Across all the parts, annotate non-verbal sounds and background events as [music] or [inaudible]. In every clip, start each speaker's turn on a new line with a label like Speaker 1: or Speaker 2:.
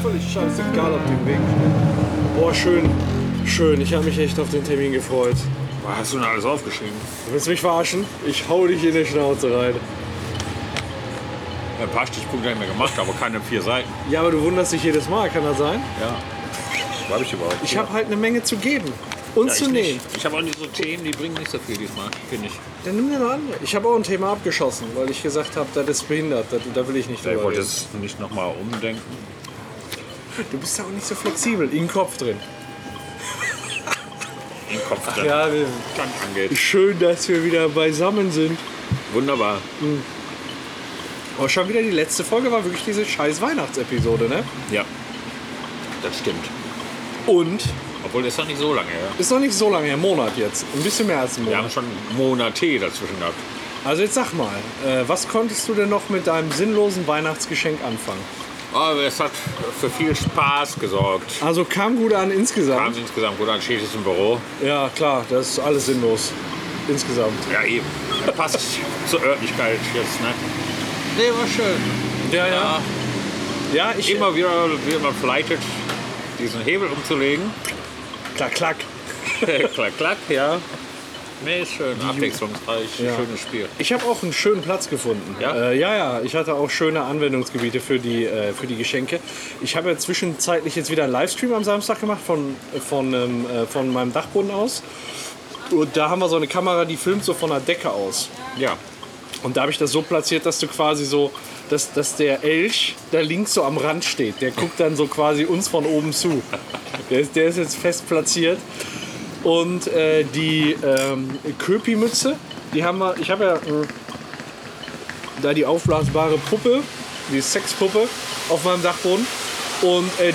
Speaker 1: scheißegal auf dem Weg. Boah, schön, schön. Ich habe mich echt auf den Termin gefreut.
Speaker 2: Was hast du denn alles aufgeschrieben?
Speaker 1: Du willst mich verarschen? Ich hau dich in die Schnauze rein.
Speaker 2: Ein paar Stichpunkte habe ich mir gemacht, aber keine vier Seiten.
Speaker 1: Ja, aber du wunderst dich jedes Mal, kann das sein?
Speaker 2: Ja. Wo habe ich überhaupt?
Speaker 1: Ich habe halt eine Menge zu geben und
Speaker 2: Ja,
Speaker 1: zu
Speaker 2: ich
Speaker 1: nehmen.
Speaker 2: nicht. Ich habe auch nicht so Themen, die bringen nicht so viel diesmal, finde ich.
Speaker 1: Dann nimm dir noch andere. Ich habe auch ein Thema abgeschossen, weil ich gesagt habe, das ist behindert. Da, da will ich nicht
Speaker 2: Ich
Speaker 1: drüber
Speaker 2: wollte
Speaker 1: reden.
Speaker 2: jetzt nicht nochmal umdenken.
Speaker 1: Du bist ja auch nicht so flexibel. In den Kopf drin.
Speaker 2: Den Kopf drin.
Speaker 1: Ja, wir,
Speaker 2: Dann angeht.
Speaker 1: schön, dass wir wieder beisammen sind.
Speaker 2: Wunderbar.
Speaker 1: Aber schon wieder die letzte Folge war wirklich diese scheiß Weihnachtsepisode, ne?
Speaker 2: Ja. Das stimmt.
Speaker 1: Und
Speaker 2: Obwohl, das ist doch nicht so lange her.
Speaker 1: ist noch nicht so lange, her, ein Monat jetzt. Ein bisschen mehr als ein
Speaker 2: Wir
Speaker 1: Monat.
Speaker 2: haben schon Monate dazwischen gehabt.
Speaker 1: Also jetzt sag mal, äh, was konntest du denn noch mit deinem sinnlosen Weihnachtsgeschenk anfangen?
Speaker 2: Aber es hat für viel Spaß gesorgt.
Speaker 1: Also kam gut an
Speaker 2: Haben
Speaker 1: insgesamt.
Speaker 2: sie insgesamt gut an, steht jetzt im Büro.
Speaker 1: Ja, klar, das ist alles sinnlos. Insgesamt.
Speaker 2: Ja, eben. Das passt zur Örtlichkeit jetzt, ne? Nee, war schön.
Speaker 1: Ja, ja. Ja, ich.
Speaker 2: Immer wieder wird man verleitet, diesen Hebel umzulegen.
Speaker 1: Klack, klack.
Speaker 2: [laughs] klack, klack.
Speaker 1: Ja.
Speaker 2: Nee, ist schön. Abwechslungsreich.
Speaker 1: Ja.
Speaker 2: Schönes Spiel.
Speaker 1: Ich habe auch einen schönen Platz gefunden.
Speaker 2: Ja?
Speaker 1: Äh, ja, ja. Ich hatte auch schöne Anwendungsgebiete für die, äh, für die Geschenke. Ich habe ja zwischenzeitlich jetzt wieder einen Livestream am Samstag gemacht von, von, ähm, äh, von meinem Dachboden aus. Und da haben wir so eine Kamera, die filmt so von der Decke aus.
Speaker 2: Ja.
Speaker 1: Und da habe ich das so platziert, dass du quasi so, dass, dass der Elch da links so am Rand steht. Der guckt dann so quasi uns von oben zu. Der ist, der ist jetzt fest platziert. Und äh, die ähm, Köpi-Mütze, die haben wir, ich habe ja äh, da die aufblasbare Puppe, die Sexpuppe auf meinem Dachboden. Und äh,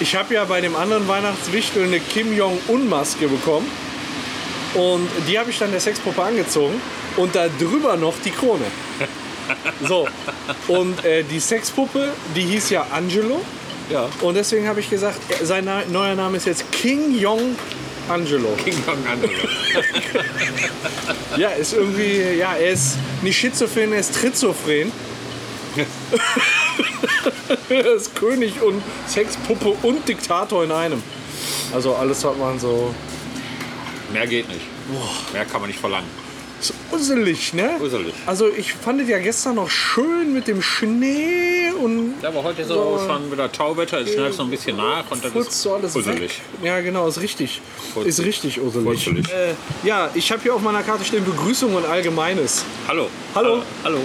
Speaker 1: ich habe ja bei dem anderen Weihnachtswichtel eine Kim Jong-un-Maske bekommen. Und die habe ich dann der Sexpuppe angezogen und da drüber noch die Krone. So, und äh, die Sexpuppe, die hieß ja Angelo.
Speaker 2: Ja.
Speaker 1: Und deswegen habe ich gesagt, äh, sein Na neuer Name ist jetzt King Jong Angelo.
Speaker 2: King Kong Angelo.
Speaker 1: Ja, ist irgendwie, ja, er ist nicht schizophren, er ist trizophren. [laughs] er ist König und Sexpuppe und Diktator in einem. Also alles hat man so.
Speaker 2: Mehr geht nicht. Mehr kann man nicht verlangen.
Speaker 1: Ist usselig, ne?
Speaker 2: Gruselig.
Speaker 1: Also ich fand es ja gestern noch schön mit dem Schnee und
Speaker 2: Ja, aber heute so schon wieder Tauwetter, es schneit so ein bisschen nach und dann
Speaker 1: putzt
Speaker 2: ist
Speaker 1: so alles
Speaker 2: gruselig.
Speaker 1: weg. Ja, genau, ist richtig. Ist richtig usselig.
Speaker 2: Gruselig.
Speaker 1: Äh, ja, ich habe hier auf meiner Karte stehen Begrüßung und Allgemeines.
Speaker 2: Hallo.
Speaker 1: Hallo.
Speaker 2: Hallo.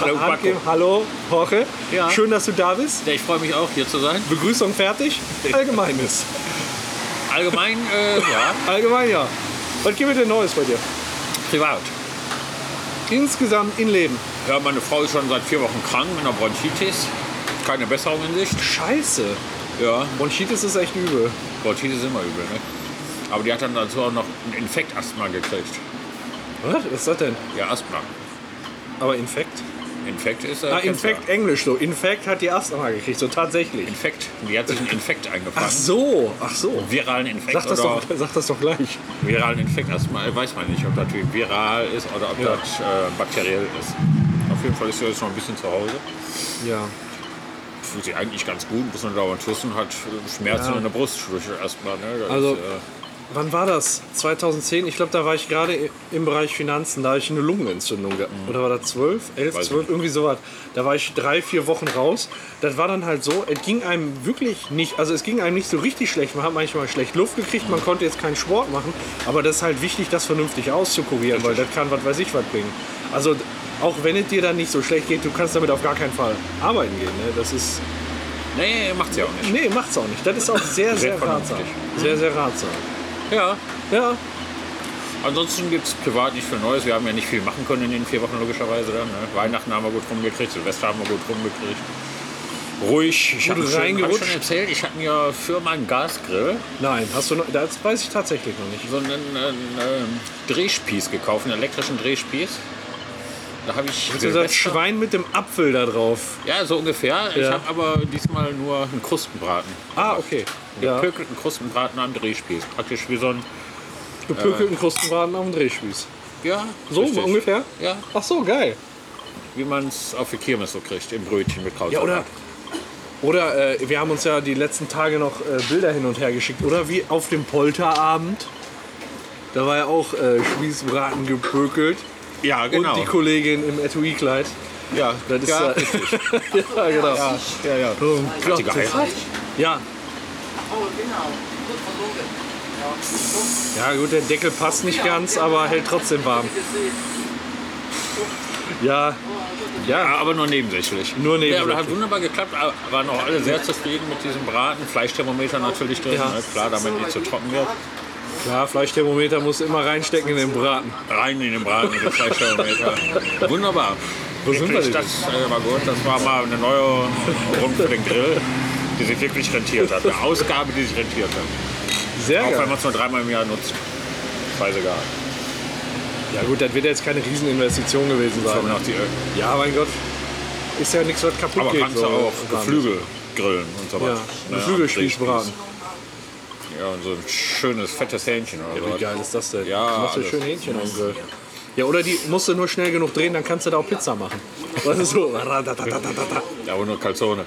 Speaker 2: Hallo,
Speaker 1: Hand
Speaker 2: Paco.
Speaker 1: geben. Hallo, Jorge.
Speaker 2: Ja.
Speaker 1: Schön, dass du da bist.
Speaker 2: Ja, ich freue mich auch, hier zu sein.
Speaker 1: Begrüßung fertig. Allgemeines.
Speaker 2: Allgemein, [laughs] äh, ja,
Speaker 1: Allgemein, ja. Was gibt es denn Neues bei dir?
Speaker 2: privat.
Speaker 1: Insgesamt in Leben.
Speaker 2: Ja, meine Frau ist schon seit vier Wochen krank mit einer Bronchitis. Keine Besserung in Sicht.
Speaker 1: Scheiße.
Speaker 2: Ja,
Speaker 1: Bronchitis ist echt übel.
Speaker 2: Bronchitis ist immer übel, ne? Aber die hat dann dazu auch noch ein Infektasthma gekriegt.
Speaker 1: Was? Was ist das denn?
Speaker 2: Ja, Asthma.
Speaker 1: Aber Infekt?
Speaker 2: Infekt ist äh,
Speaker 1: Ah,
Speaker 2: kennst du
Speaker 1: Infekt, Englisch so. Infekt hat die Asthma gekriegt, so tatsächlich.
Speaker 2: ja. Infekt. Die hat sich einen Infekt eingefangen.
Speaker 1: Ach so, ach so.
Speaker 2: Viralen Infekt
Speaker 1: Sag das,
Speaker 2: oder
Speaker 1: doch, sag das doch gleich.
Speaker 2: viralen Infekt erstmal weiß man nicht, ob das viral ist oder ob
Speaker 1: Ja.
Speaker 2: das äh, bakteriell ist. Auf jeden Fall ist sie jetzt noch ein bisschen zu Hause.
Speaker 1: Ja.
Speaker 2: Fühlt sich eigentlich ganz gut, muss man dauernd husten, hat äh, Schmerzen in der Brust erstmal. Ne? Das
Speaker 1: Also-
Speaker 2: ist,
Speaker 1: Wann war das? 2010? Ich glaube, da war ich gerade i- im Bereich Finanzen. Da habe ich eine Lungenentzündung gehabt. Oder war das 12, 11,
Speaker 2: Weiß ich
Speaker 1: 12, irgendwie sowas. Da war ich drei, vier Wochen raus. Das war dann halt so, es ging einem wirklich nicht, also es ging einem nicht so richtig schlecht. Man hat manchmal schlecht Luft gekriegt, man konnte jetzt keinen Sport machen. Aber das ist halt wichtig, das vernünftig auszukurieren, weil das kann, was weiß ich, was bringen. Also d- auch wenn es dir dann nicht so schlecht geht, du kannst damit auf gar keinen Fall arbeiten gehen. Ne? Das ist,
Speaker 2: äh, nee, macht's ja auch nicht.
Speaker 1: nee, macht's auch nicht. Das
Speaker 2: [laughs]
Speaker 1: ist auch sehr, sehr,
Speaker 2: vernünftig.
Speaker 1: ratsam. Sehr, sehr ratsam.
Speaker 2: Ja.
Speaker 1: Ja,
Speaker 2: Ansonsten gibt es privat nicht viel Neues. Wir haben ja nicht viel machen können in den vier Wochen logischerweise. Dann, ne? Weihnachten haben wir gut rumgekriegt, Silvester haben wir gut rumgekriegt. Ruhig. Ich
Speaker 1: Gut
Speaker 2: habe schon, hab schon
Speaker 1: reingerutscht.
Speaker 2: erzählt, ich habe mir für meinen Gasgrill
Speaker 1: Nein, hast du noch, das weiß ich tatsächlich noch nicht.
Speaker 2: so einen, einen ähm, Drehspieß gekauft, einen elektrischen Drehspieß. Da habe ich
Speaker 1: So das
Speaker 2: Silvester-
Speaker 1: Schwein mit dem Apfel da drauf.
Speaker 2: Ja, so ungefähr. Ich
Speaker 1: Ja.
Speaker 2: habe aber diesmal nur einen Krustenbraten.
Speaker 1: Ah, okay. Ja.
Speaker 2: Gepökelten Krustenbraten am Drehspieß. Praktisch wie so ein.
Speaker 1: Gepökelten Krustenbraten auf dem Drehspieß.
Speaker 2: Ja,
Speaker 1: So
Speaker 2: äh, richtig.
Speaker 1: ungefähr?
Speaker 2: Ja,
Speaker 1: Ach so, geil.
Speaker 2: wie man es auf der Kirmes so kriegt, im Brötchen mit Kraut.
Speaker 1: Ja, oder Oder äh, wir haben uns ja die letzten Tage noch äh, Bilder hin und her geschickt. Oder wie auf dem Polterabend. Da war ja auch äh, Spießbraten gepökelt.
Speaker 2: Ja, genau.
Speaker 1: Und die Kollegin im Etui-Kleid.
Speaker 2: ja,
Speaker 1: Das ist
Speaker 2: ja,
Speaker 1: ja, ja, genau. Ja,
Speaker 2: ja, ja.
Speaker 1: oh, Gott,
Speaker 2: die
Speaker 1: das-
Speaker 2: geheiratet?
Speaker 1: ja.
Speaker 3: Oh, genau. Gut verloren. Ja, so,
Speaker 1: ja, gut, der Deckel passt nicht ganz, aber hält trotzdem warm.
Speaker 3: gesehen.
Speaker 1: Ja,
Speaker 2: Ja, aber nur nebensächlich.
Speaker 1: Nur
Speaker 2: Ja, aber
Speaker 1: nebensächlich.
Speaker 2: hat wunderbar geklappt. aber Waren auch alle sehr zufrieden mit diesem Braten. Fleischthermometer natürlich drin.
Speaker 1: Ja.
Speaker 2: ne, Klar, damit nichts zu trocken wird.
Speaker 1: klar, Fleischthermometer muss immer reinstecken in den Braten.
Speaker 2: Rein in den Braten mit dem Fleischthermometer. Wunderbar.
Speaker 1: Wo sind wir
Speaker 2: Wirklich,
Speaker 1: denn?
Speaker 2: das äh, war gut. Das war mal eine neue Rund für den Grill, die sich wirklich rentiert hat. Eine Ausgabe, die sich rentiert hat.
Speaker 1: Sehr
Speaker 2: Auch wenn
Speaker 1: geil.
Speaker 2: man es nur dreimal im Jahr nutzt. Scheißegal.
Speaker 1: Ja gut, das wird jetzt keine Rieseninvestition gewesen
Speaker 2: Das haben
Speaker 1: sein.
Speaker 2: wir noch die,
Speaker 1: Ja, mein Gott. Ist ja nichts, was kaputt
Speaker 2: aber
Speaker 1: geht.
Speaker 2: kannst du
Speaker 1: so.
Speaker 2: auch Geflügel grillen und so
Speaker 1: Ja,
Speaker 2: was. Ne,
Speaker 1: Geflügelspießbraten.
Speaker 2: Ja, und so ein schönes, fettes Hähnchen oder so.
Speaker 1: Wie geil ist das denn?
Speaker 2: Ja,
Speaker 1: du machst ja
Speaker 2: alles.
Speaker 1: schön Hähnchen am Grill. Ja, oder die musst du nur schnell genug drehen, dann kannst du da auch Pizza machen. Weißt du,
Speaker 2: [laughs]
Speaker 1: so. ratatatatata.
Speaker 2: Ja, aber nur Calzone.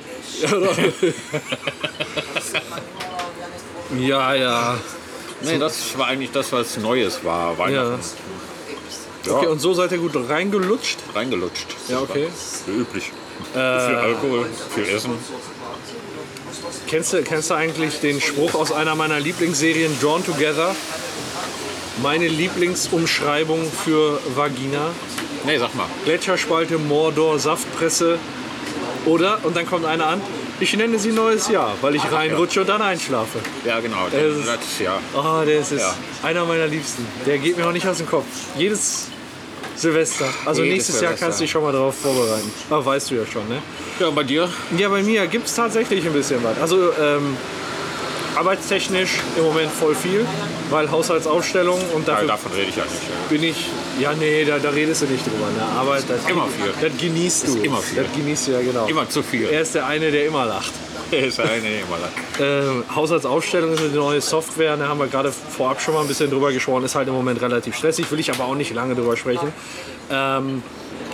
Speaker 1: Ja, ja.
Speaker 2: Nee, das war eigentlich das, was Neues war.
Speaker 1: ja.
Speaker 2: Weihnachten ja,
Speaker 1: Okay, und so seid ihr gut reingelutscht?
Speaker 2: reingelutscht.
Speaker 1: Ja, okay. Äh,
Speaker 2: Wie üblich. viel Alkohol, viel Essen.
Speaker 1: Kennst du, kennst du eigentlich den Spruch aus einer meiner Lieblingsserien, Drawn Together? Meine Lieblingsumschreibung für Vagina?
Speaker 2: Nee, sag mal.
Speaker 1: Gletscherspalte, Mordor, Saftpresse. Oder, und dann kommt einer an, ich nenne sie neues Jahr, weil ich reinrutsche und dann einschlafe.
Speaker 2: Ja, genau.
Speaker 1: Es ist-
Speaker 2: Das ist ja.
Speaker 1: Oh, der ist
Speaker 2: Ja.
Speaker 1: einer meiner Liebsten. Der geht mir noch nicht aus dem Kopf. Jedes Silvester. Also
Speaker 2: Jedes
Speaker 1: nächstes Jahr
Speaker 2: Silvester.
Speaker 1: kannst du dich schon mal darauf vorbereiten. Aber weißt du ja schon, ne?
Speaker 2: Ja, und bei dir?
Speaker 1: Ja, bei mir gibt es tatsächlich ein bisschen was. Also ähm, arbeitstechnisch im Moment voll viel, weil Haushaltsaufstellung und
Speaker 2: Ja,
Speaker 1: dafür
Speaker 2: davon rede ich ja nicht.
Speaker 1: bin ich. Ja, nee, da, da redest du nicht drüber. Ne? Arbeit, das,
Speaker 2: immer viel.
Speaker 1: Das genießt du.
Speaker 2: immer viel.
Speaker 1: Das genießt du ja genau.
Speaker 2: Immer zu viel.
Speaker 1: Er ist der eine, der immer lacht.
Speaker 2: [laughs] ist eine immer lang.
Speaker 1: Ähm, Haushaltsaufstellung ist eine neue Software, da haben wir gerade vorab schon mal ein bisschen drüber gesprochen, ist halt im Moment relativ stressig, will ich aber auch nicht lange drüber sprechen. Ähm,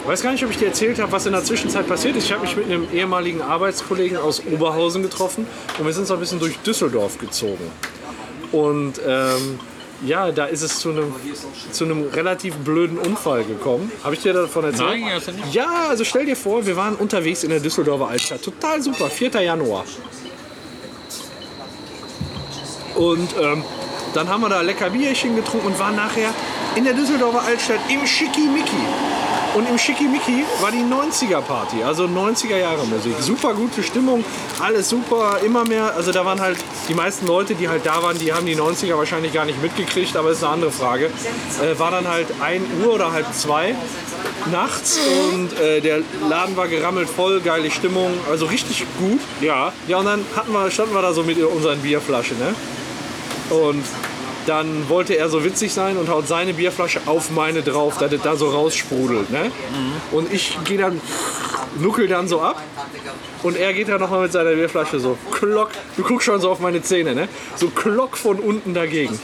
Speaker 1: weiß gar nicht, ob ich dir erzählt habe, was in der Zwischenzeit passiert ist. Ich habe mich mit einem ehemaligen Arbeitskollegen aus Oberhausen getroffen und wir sind so ein bisschen durch Düsseldorf gezogen. Und ähm, ja, da ist es zu einem, zu einem relativ blöden Unfall gekommen. Habe ich dir davon erzählt?
Speaker 2: Nein, hast du nicht.
Speaker 1: Ja, also stell dir vor, wir waren unterwegs in der Düsseldorfer Altstadt. Total super, 4. Januar. Und ähm, dann haben wir da lecker Bierchen getrunken und waren nachher in der Düsseldorfer Altstadt im Schickimicki. Und im Schickimicki war die 90er-Party, also 90er-Jahre-Musik. Super gute Stimmung, alles super, immer mehr. Also da waren halt die meisten Leute, die halt da waren, die haben die 90er wahrscheinlich gar nicht mitgekriegt, aber ist eine andere Frage. Äh, war dann halt 1 Uhr oder halb zwei nachts und äh, der Laden war gerammelt voll, geile Stimmung, also richtig gut.
Speaker 2: Ja.
Speaker 1: Ja, und dann hatten wir, standen wir da so mit unseren Bierflaschen, ne? Und dann wollte er so witzig sein und haut seine Bierflasche auf meine drauf, dass es da so raussprudelt, ne? Und ich gehe dann, nuckel dann so ab und er geht dann nochmal mit seiner Bierflasche so klock, du guckst schon so auf meine Zähne, ne? So klock von unten dagegen.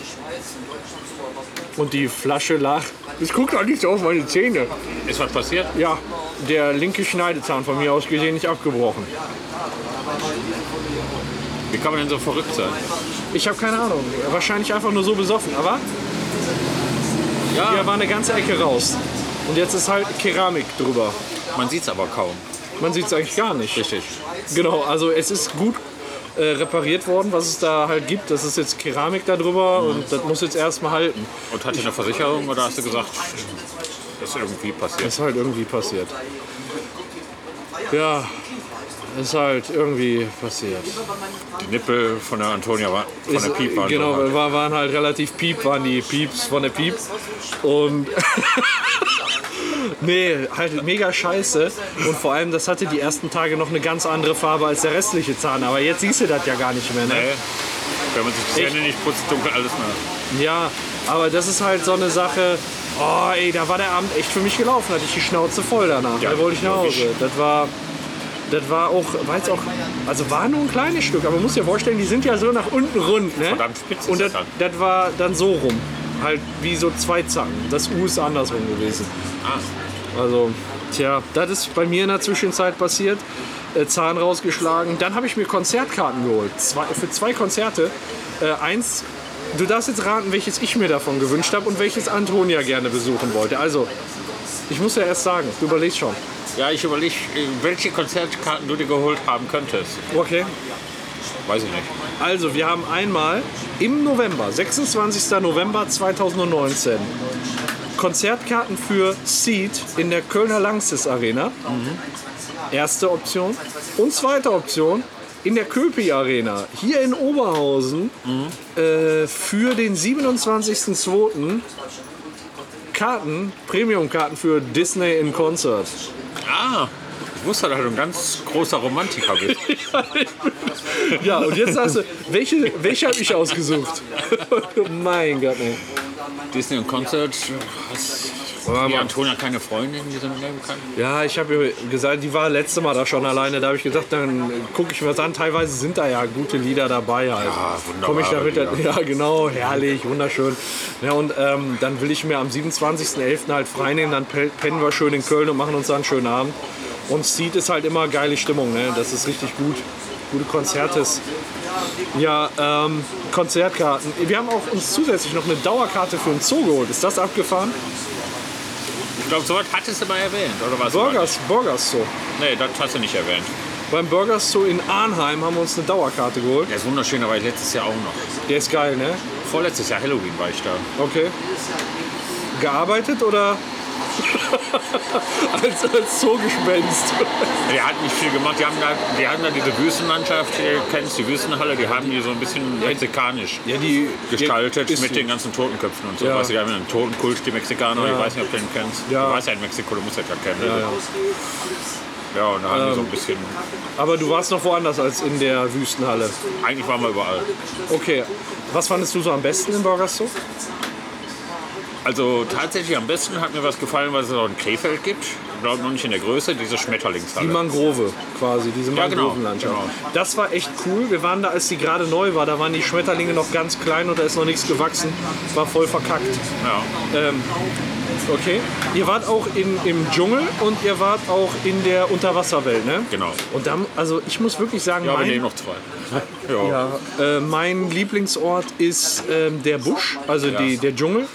Speaker 1: Und die Flasche lag, ich guck doch nicht so auf meine Zähne.
Speaker 2: Ist was passiert?
Speaker 1: Ja, der linke Schneidezahn von mir aus gesehen nicht abgebrochen.
Speaker 2: Wie kann man denn so verrückt sein?
Speaker 1: Ich habe keine Ahnung. Wahrscheinlich einfach nur so besoffen. Aber hier war eine ganze Ecke raus. Und jetzt ist halt Keramik drüber.
Speaker 2: Man sieht es aber kaum.
Speaker 1: Man sieht es eigentlich gar nicht.
Speaker 2: Richtig.
Speaker 1: Genau, also es ist gut äh, repariert worden, was es da halt gibt. Das ist jetzt Keramik da drüber und das muss jetzt erstmal halten.
Speaker 2: Und hatte eine Versicherung oder hast du gesagt, das ist irgendwie passiert?
Speaker 1: Ist halt irgendwie passiert. Ja, ist halt irgendwie passiert.
Speaker 2: Die Nippel von der Antonia war von der
Speaker 1: Ist-
Speaker 2: Piep waren
Speaker 1: Genau,
Speaker 2: so hart.
Speaker 1: wir war, waren halt relativ piep, waren die Pieps von der Piep. Und. [laughs] nee, halt mega scheiße. Und vor allem, das hatte die ersten Tage noch eine ganz andere Farbe als der restliche Zahn. Aber jetzt siehst du das ja gar nicht mehr, ne?
Speaker 2: Äh, Wenn man sich die Zähne nicht putzt, dunkel alles nach.
Speaker 1: Ja, aber das ist halt so eine Sache. Oh, ey, da war der Abend echt für mich gelaufen. Hatte ich die Schnauze voll danach.
Speaker 2: Ja,
Speaker 1: da wollte ich nach
Speaker 2: logisch.
Speaker 1: Hause. Das war. Das war auch, war jetzt auch, also war nur ein kleines Stück, aber man muss dir vorstellen, die sind ja so nach unten rund, ne?
Speaker 2: Verdammt spitz ist
Speaker 1: Und das,
Speaker 2: das dann.
Speaker 1: das war dann so rum, halt wie so zwei Zacken. Das U ist andersrum gewesen.
Speaker 2: Ah,
Speaker 1: Also, tja, das ist bei mir in der Zwischenzeit passiert. äh, Zahn rausgeschlagen. Dann habe ich mir Konzertkarten geholt. Zwei, für zwei Konzerte. Äh, eins, du darfst jetzt raten, welches ich mir davon gewünscht habe und welches Antonia gerne besuchen wollte. Also, ich muss ja erst sagen, du überlegst schon.
Speaker 2: Ja, ich überlege, welche Konzertkarten du dir geholt haben könntest.
Speaker 1: Okay.
Speaker 2: Weiß ich nicht.
Speaker 1: Also, wir haben einmal im November, 26. November 2019, Konzertkarten für Seed in der Kölner Langsys Arena. Erste Option. Und zweite Option in der Köpi Arena, hier in Oberhausen, äh, für den 27.02. Karten, Premium-Karten für Disney in Concert.
Speaker 2: Ah, ich wusste, dass du ein ganz großer Romantiker bist.
Speaker 1: Ja, und jetzt sagst du, welche, welche habe ich ausgesucht? [laughs] mein Gott, ey.
Speaker 2: [laughs] Disney und Concert. Hast die Antonia keine Freundin, die so mitnehmen kann?
Speaker 1: Ja, ich habe ihr gesagt, die war letzte Mal da schon alleine. Da habe ich gedacht, dann gucke ich mir das an. Teilweise sind da ja gute Lieder dabei. Halt.
Speaker 2: Ja, wunderbare
Speaker 1: Komm ich damit,
Speaker 2: Lieder.
Speaker 1: ja genau, herrlich, wunderschön. Ja, und ähm, dann will ich mir am 27.11. halt frei nehmen. Dann pe- pennen wir schön in Köln und machen uns dann einen schönen Abend. Und Seed ist halt immer geile Stimmung. Ne? Das ist richtig gut. Gute Konzertes. Ja, ähm, Konzertkarten. Wir haben auch uns zusätzlich noch eine Dauerkarte für den Zoo geholt. Ist das abgefahren?
Speaker 2: Ich glaube, sowas hattest du mal erwähnt, oder was?
Speaker 1: Burgers, Burgers Zoo.
Speaker 2: Nee, das hast du nicht erwähnt.
Speaker 1: Beim Burger Zoo in Arnheim haben wir uns eine Dauerkarte geholt.
Speaker 2: Der ist wunderschön, da war ich letztes Jahr auch noch.
Speaker 1: Der ist geil, ne?
Speaker 2: Vorletztes Jahr Halloween war ich da.
Speaker 1: Okay. Gearbeitet oder [laughs] als, als Zoogespenst?
Speaker 2: Der hat nicht viel gemacht. Die haben da, die haben da diese Wüstenlandschaft, die du kennst die Wüstenhalle, die haben die so ein bisschen mexikanisch
Speaker 1: Ja, die
Speaker 2: gestaltet
Speaker 1: ist
Speaker 2: mit
Speaker 1: so.
Speaker 2: den ganzen Totenköpfen und so.
Speaker 1: Ja.
Speaker 2: Weißt du, die haben einen Totenkult, die Mexikaner,
Speaker 1: Ja.
Speaker 2: ich weiß nicht, ob du den kennst.
Speaker 1: Ja.
Speaker 2: Du warst ja in Mexiko, du musst ja gerade kennen. Ja, ja. und da haben die so
Speaker 1: Ähm.
Speaker 2: ein bisschen.
Speaker 1: Aber du warst noch woanders als in der Wüstenhalle.
Speaker 2: Eigentlich waren wir überall.
Speaker 1: Okay. Was fandest du so am besten im Burger Zoo?
Speaker 2: Also tatsächlich am besten hat mir was gefallen, was es auch in Krefeld gibt. Ich glaube noch nicht in der Größe, diese Schmetterlingshalle.
Speaker 1: Die Mangrove quasi, diese
Speaker 2: Ja, genau,
Speaker 1: Mangrovenlandschaft.
Speaker 2: genau.
Speaker 1: Das war echt cool. Wir waren da, als die gerade neu war, da waren die Schmetterlinge noch ganz klein und da ist noch nichts gewachsen. War voll verkackt.
Speaker 2: ja.
Speaker 1: Okay. Ihr wart auch in, im Dschungel und ihr wart auch in der Unterwasserwelt, ne?
Speaker 2: Genau.
Speaker 1: Und dann, also ich muss wirklich sagen,
Speaker 2: Ja, wir nehmen
Speaker 1: mein, [laughs]
Speaker 2: noch zwei. Ja.
Speaker 1: ja, äh, mein Lieblingsort ist ähm, der Busch, also die, der Dschungel.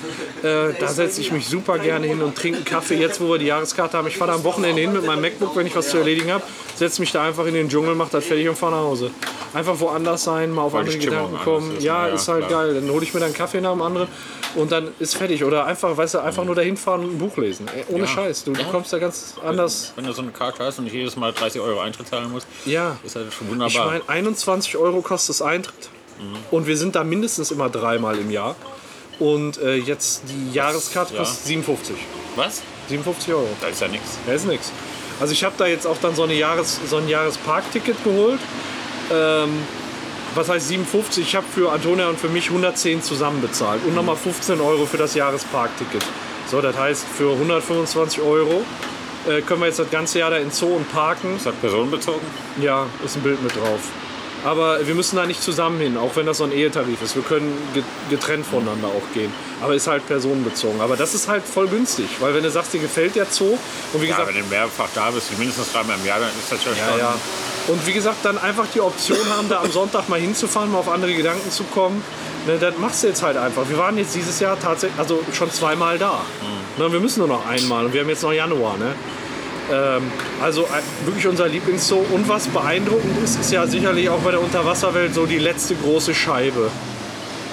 Speaker 1: Äh, da setze ich mich super gerne hin und trinke einen Kaffee. Jetzt, wo wir die Jahreskarte haben, ich fahre da am Wochenende hin mit meinem MacBook, wenn ich was zu erledigen habe, setze mich da einfach in den Dschungel, mache das fertig und fahre nach Hause. Einfach woanders sein, mal auf
Speaker 2: Weil die
Speaker 1: andere
Speaker 2: Stimmung
Speaker 1: Gedanken
Speaker 2: anders
Speaker 1: kommen.
Speaker 2: ist,
Speaker 1: ja,
Speaker 2: ja,
Speaker 1: ist halt
Speaker 2: klar.
Speaker 1: geil. Dann hole ich mir dann einen Kaffee nach dem anderen und dann ist fertig. Oder einfach, weißt du, einfach nur dahin fahren und ein Buch lesen. Ey, ohne Scheiß. Du, du kommst da ganz anders
Speaker 2: Wenn du so eine Karte hast und nicht jedes Mal 30 Euro Eintritt zahlen musst,
Speaker 1: Ja.
Speaker 2: ist das schon
Speaker 1: Ich
Speaker 2: wunderbar.
Speaker 1: meine, 21 Euro kostet das Eintritt. Und wir sind da mindestens immer dreimal im Jahr. Und äh, jetzt die Jahreskarte
Speaker 2: ja.
Speaker 1: kostet 57.
Speaker 2: Was?
Speaker 1: 57 Euro.
Speaker 2: Da ist ja nichts.
Speaker 1: Das ist nix. Also ich habe da jetzt auch dann so, eine Jahres-, so ein Jahresparkticket geholt. Ähm, was heißt 57? Ich habe für Antonia und für mich 110 zusammen bezahlt. Und nochmal 15 Euro für das Jahresparkticket. So, das heißt, für 125 Euro äh, können wir jetzt das ganze Jahr da in Zoo und parken.
Speaker 2: Ist das personenbezogen?
Speaker 1: Ja, ist ein Bild mit drauf. Aber wir müssen da nicht zusammen hin, auch wenn das so ein Ehetarif ist. Wir können ge- getrennt voneinander auch gehen. Aber ist halt personenbezogen. Aber das ist halt voll günstig, weil wenn du sagst, dir gefällt der Zoo und wie
Speaker 2: Ja,
Speaker 1: gesagt,
Speaker 2: wenn du mehrfach da bist, mindestens dreimal im Jahr, dann ist das schon.
Speaker 1: ja, ja. Und wie gesagt, dann einfach die Option haben, da am Sonntag mal hinzufahren, mal auf andere Gedanken zu kommen. Ne, das machst du jetzt halt einfach. Wir waren jetzt dieses Jahr tatsächlich, also schon zweimal da. Ne, wir müssen nur noch einmal und wir haben jetzt noch Januar. Ne? Ähm, also äh, wirklich unser Lieblingszoo. Und was beeindruckend ist, ist ja sicherlich auch bei der Unterwasserwelt so die letzte große Scheibe,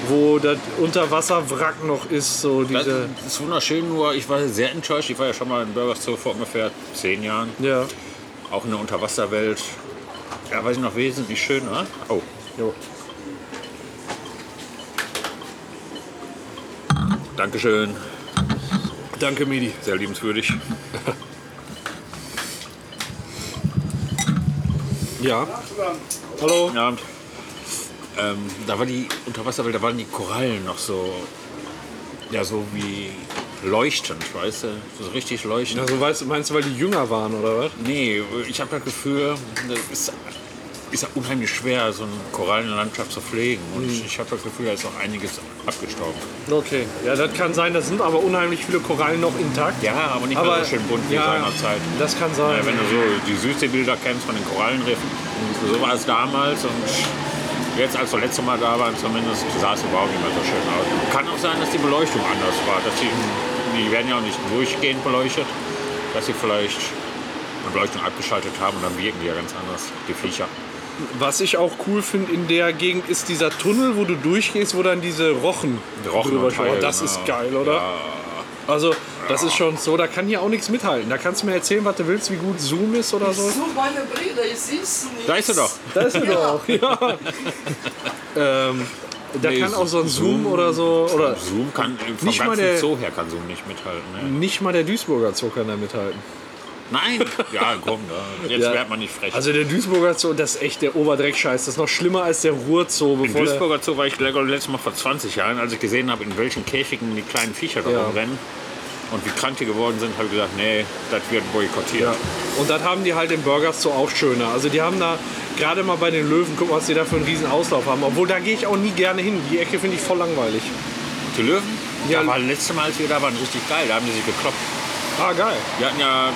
Speaker 1: wo das Unterwasserwrack noch ist. So
Speaker 2: Das
Speaker 1: diese,
Speaker 2: ist wunderschön, nur ich war sehr enttäuscht. Ich war ja schon mal in Burgers Zoo vor ungefähr zehn Jahren,
Speaker 1: ja.
Speaker 2: auch in der Unterwasserwelt. Ja, weiß ich noch wesentlich schöner. Oh,
Speaker 1: Jo.
Speaker 2: Dankeschön,
Speaker 1: Danke, Midi.
Speaker 2: sehr liebenswürdig.
Speaker 1: Ja. Hallo.
Speaker 2: Guten Abend. Ähm, da war die Unterwasserwelt, da waren die Korallen noch so, ja, so wie leuchtend, weißt du? So richtig leuchtend.
Speaker 1: Also weißt, meinst du, weil die jünger waren oder was?
Speaker 2: Nee, ich habe das Gefühl, das ist ist ja unheimlich schwer, so eine Korallenlandschaft zu pflegen. Und
Speaker 1: Mhm.
Speaker 2: ich, ich habe das Gefühl, da ist auch einiges abgestorben.
Speaker 1: Okay, ja, das kann sein. Das sind aber unheimlich viele Korallen noch intakt.
Speaker 2: Ja, aber nicht
Speaker 1: Aber-
Speaker 2: mehr so schön bunt wie
Speaker 1: ja.
Speaker 2: seinerzeit.
Speaker 1: Das kann sein.
Speaker 2: Ja, wenn du so die Südseebilder kennst von den Korallenriffen, und so war es damals und jetzt, als wir letztes Mal da waren, zumindest sah es überhaupt nicht mehr so schön aus. Kann auch sein, dass die Beleuchtung anders war. Dass die, die werden ja auch nicht durchgehend beleuchtet, dass sie vielleicht eine Beleuchtung abgeschaltet haben und dann wirken die ja ganz anders, die Viecher.
Speaker 1: Was ich auch cool finde in der Gegend ist dieser Tunnel, wo du durchgehst, wo dann diese Rochen,
Speaker 2: Die rochen
Speaker 1: drüber
Speaker 2: und
Speaker 1: schauen.
Speaker 2: heulen,
Speaker 1: Das ist
Speaker 2: ja.
Speaker 1: geil, oder?
Speaker 2: Ja.
Speaker 1: Also, das ist schon so, da kann hier auch nichts mithalten. Da kannst du mir erzählen, was du willst, wie gut Zoom ist oder so.
Speaker 4: Also,
Speaker 3: Su meine Brüder, ich sieh's nicht.
Speaker 2: Da ist er doch.
Speaker 1: Da ist er doch, ja. ähm, da
Speaker 2: Nee,
Speaker 1: kann auch so ein Zoom,
Speaker 2: Zoom-
Speaker 1: oder so, oder
Speaker 2: Zoom kann vom
Speaker 1: Nicht mal
Speaker 2: ganzen
Speaker 1: der-
Speaker 2: Zoo her kann Zoom nicht mithalten. Ne?
Speaker 1: nicht mal der Duisburger Zoo kann da mithalten.
Speaker 2: Nein! Ja, komm,
Speaker 1: [laughs]
Speaker 2: da. jetzt
Speaker 1: Ja.
Speaker 2: wird man nicht frech.
Speaker 1: Also der Duisburger Zoo, das ist echt der Oberdreckscheiß. Das ist noch schlimmer als der Ruhr Zoo.
Speaker 2: Im
Speaker 1: Bevor der,
Speaker 2: Duisburger Zoo war ich glaube, letztes Mal vor 20 Jahren, als ich gesehen habe, in welchen Käfigen die kleinen Viecher da
Speaker 1: Ja.
Speaker 2: rumrennen und wie krank die geworden sind, habe ich gesagt, nee, das wird boykottiert.
Speaker 1: ja. Und das haben die halt im Burger Zoo auch schöner. Also die haben da gerade mal bei den Löwen, guck mal, was die da für einen riesen Auslauf haben. Obwohl, da gehe ich auch nie gerne hin. Die Ecke finde ich voll langweilig.
Speaker 2: Die Löwen,
Speaker 1: Ja.
Speaker 2: ja. da war letztes Mal, als wir da waren, richtig geil, da haben die sich gekloppt.
Speaker 1: Ah, geil.
Speaker 2: Die hatten ja,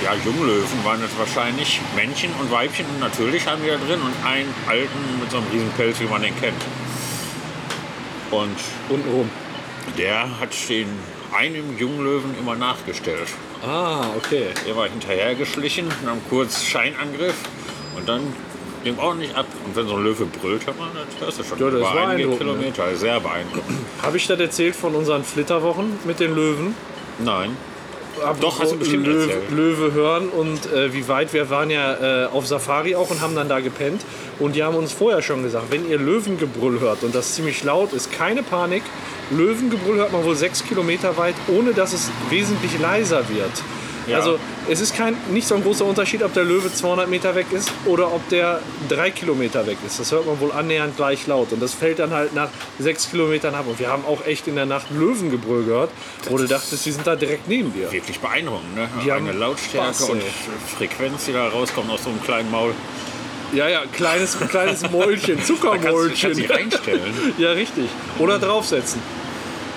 Speaker 2: ja, Junglöwen waren das wahrscheinlich, Männchen und Weibchen und natürlich haben wir da drin und einen alten mit so einem riesen Pelz, wie man den kennt. Und
Speaker 1: Unten rum.
Speaker 2: der hat den einem Junglöwen immer nachgestellt.
Speaker 1: Ah, okay.
Speaker 2: Der war hinterher geschlichen, nahm kurz Scheinangriff und dann dem auch nicht ab. Und wenn so ein Löwe brüllt, hört man, das hörst du schon.
Speaker 1: Ja, das
Speaker 2: Über
Speaker 1: war
Speaker 2: einige
Speaker 1: beeindruckend, ne?
Speaker 2: Kilometer, sehr beeindruckend.
Speaker 1: Habe ich das erzählt von unseren Flitterwochen mit den Löwen?
Speaker 2: Nein,
Speaker 1: Apropos
Speaker 2: Doch, hast du bestimmt
Speaker 1: Löwe,
Speaker 2: erzählt.
Speaker 1: Löwe hören und äh, wie weit. Wir waren ja äh, auf Safari auch und haben dann da gepennt. Und die haben uns vorher schon gesagt, wenn ihr Löwengebrüll hört und das ziemlich laut ist, keine Panik. Löwengebrüll hört man wohl sechs Kilometer weit, ohne dass es wesentlich leiser wird.
Speaker 2: Ja.
Speaker 1: Also es ist kein, nicht so ein großer Unterschied, ob der Löwe 200 Meter weg ist oder ob der drei Kilometer weg ist. Das hört man wohl annähernd gleich laut. Und das fällt dann halt nach sechs Kilometern ab. Und wir haben auch echt in der Nacht Löwengebrüll gehört, wo du dachtest, die sind da direkt neben dir.
Speaker 2: wirklich beeindruckend. Ne?
Speaker 1: Die haben
Speaker 2: Eine Lautstärke
Speaker 1: Spaß,
Speaker 2: und
Speaker 1: ey.
Speaker 2: Frequenz, die da rauskommt aus so einem kleinen Maul.
Speaker 1: Ja, ja, kleines, kleines [laughs] Mäulchen,
Speaker 2: Kannst du kannst
Speaker 1: Zuckermäulchen.
Speaker 2: dich einstellen.
Speaker 1: Ja, richtig. Oder draufsetzen.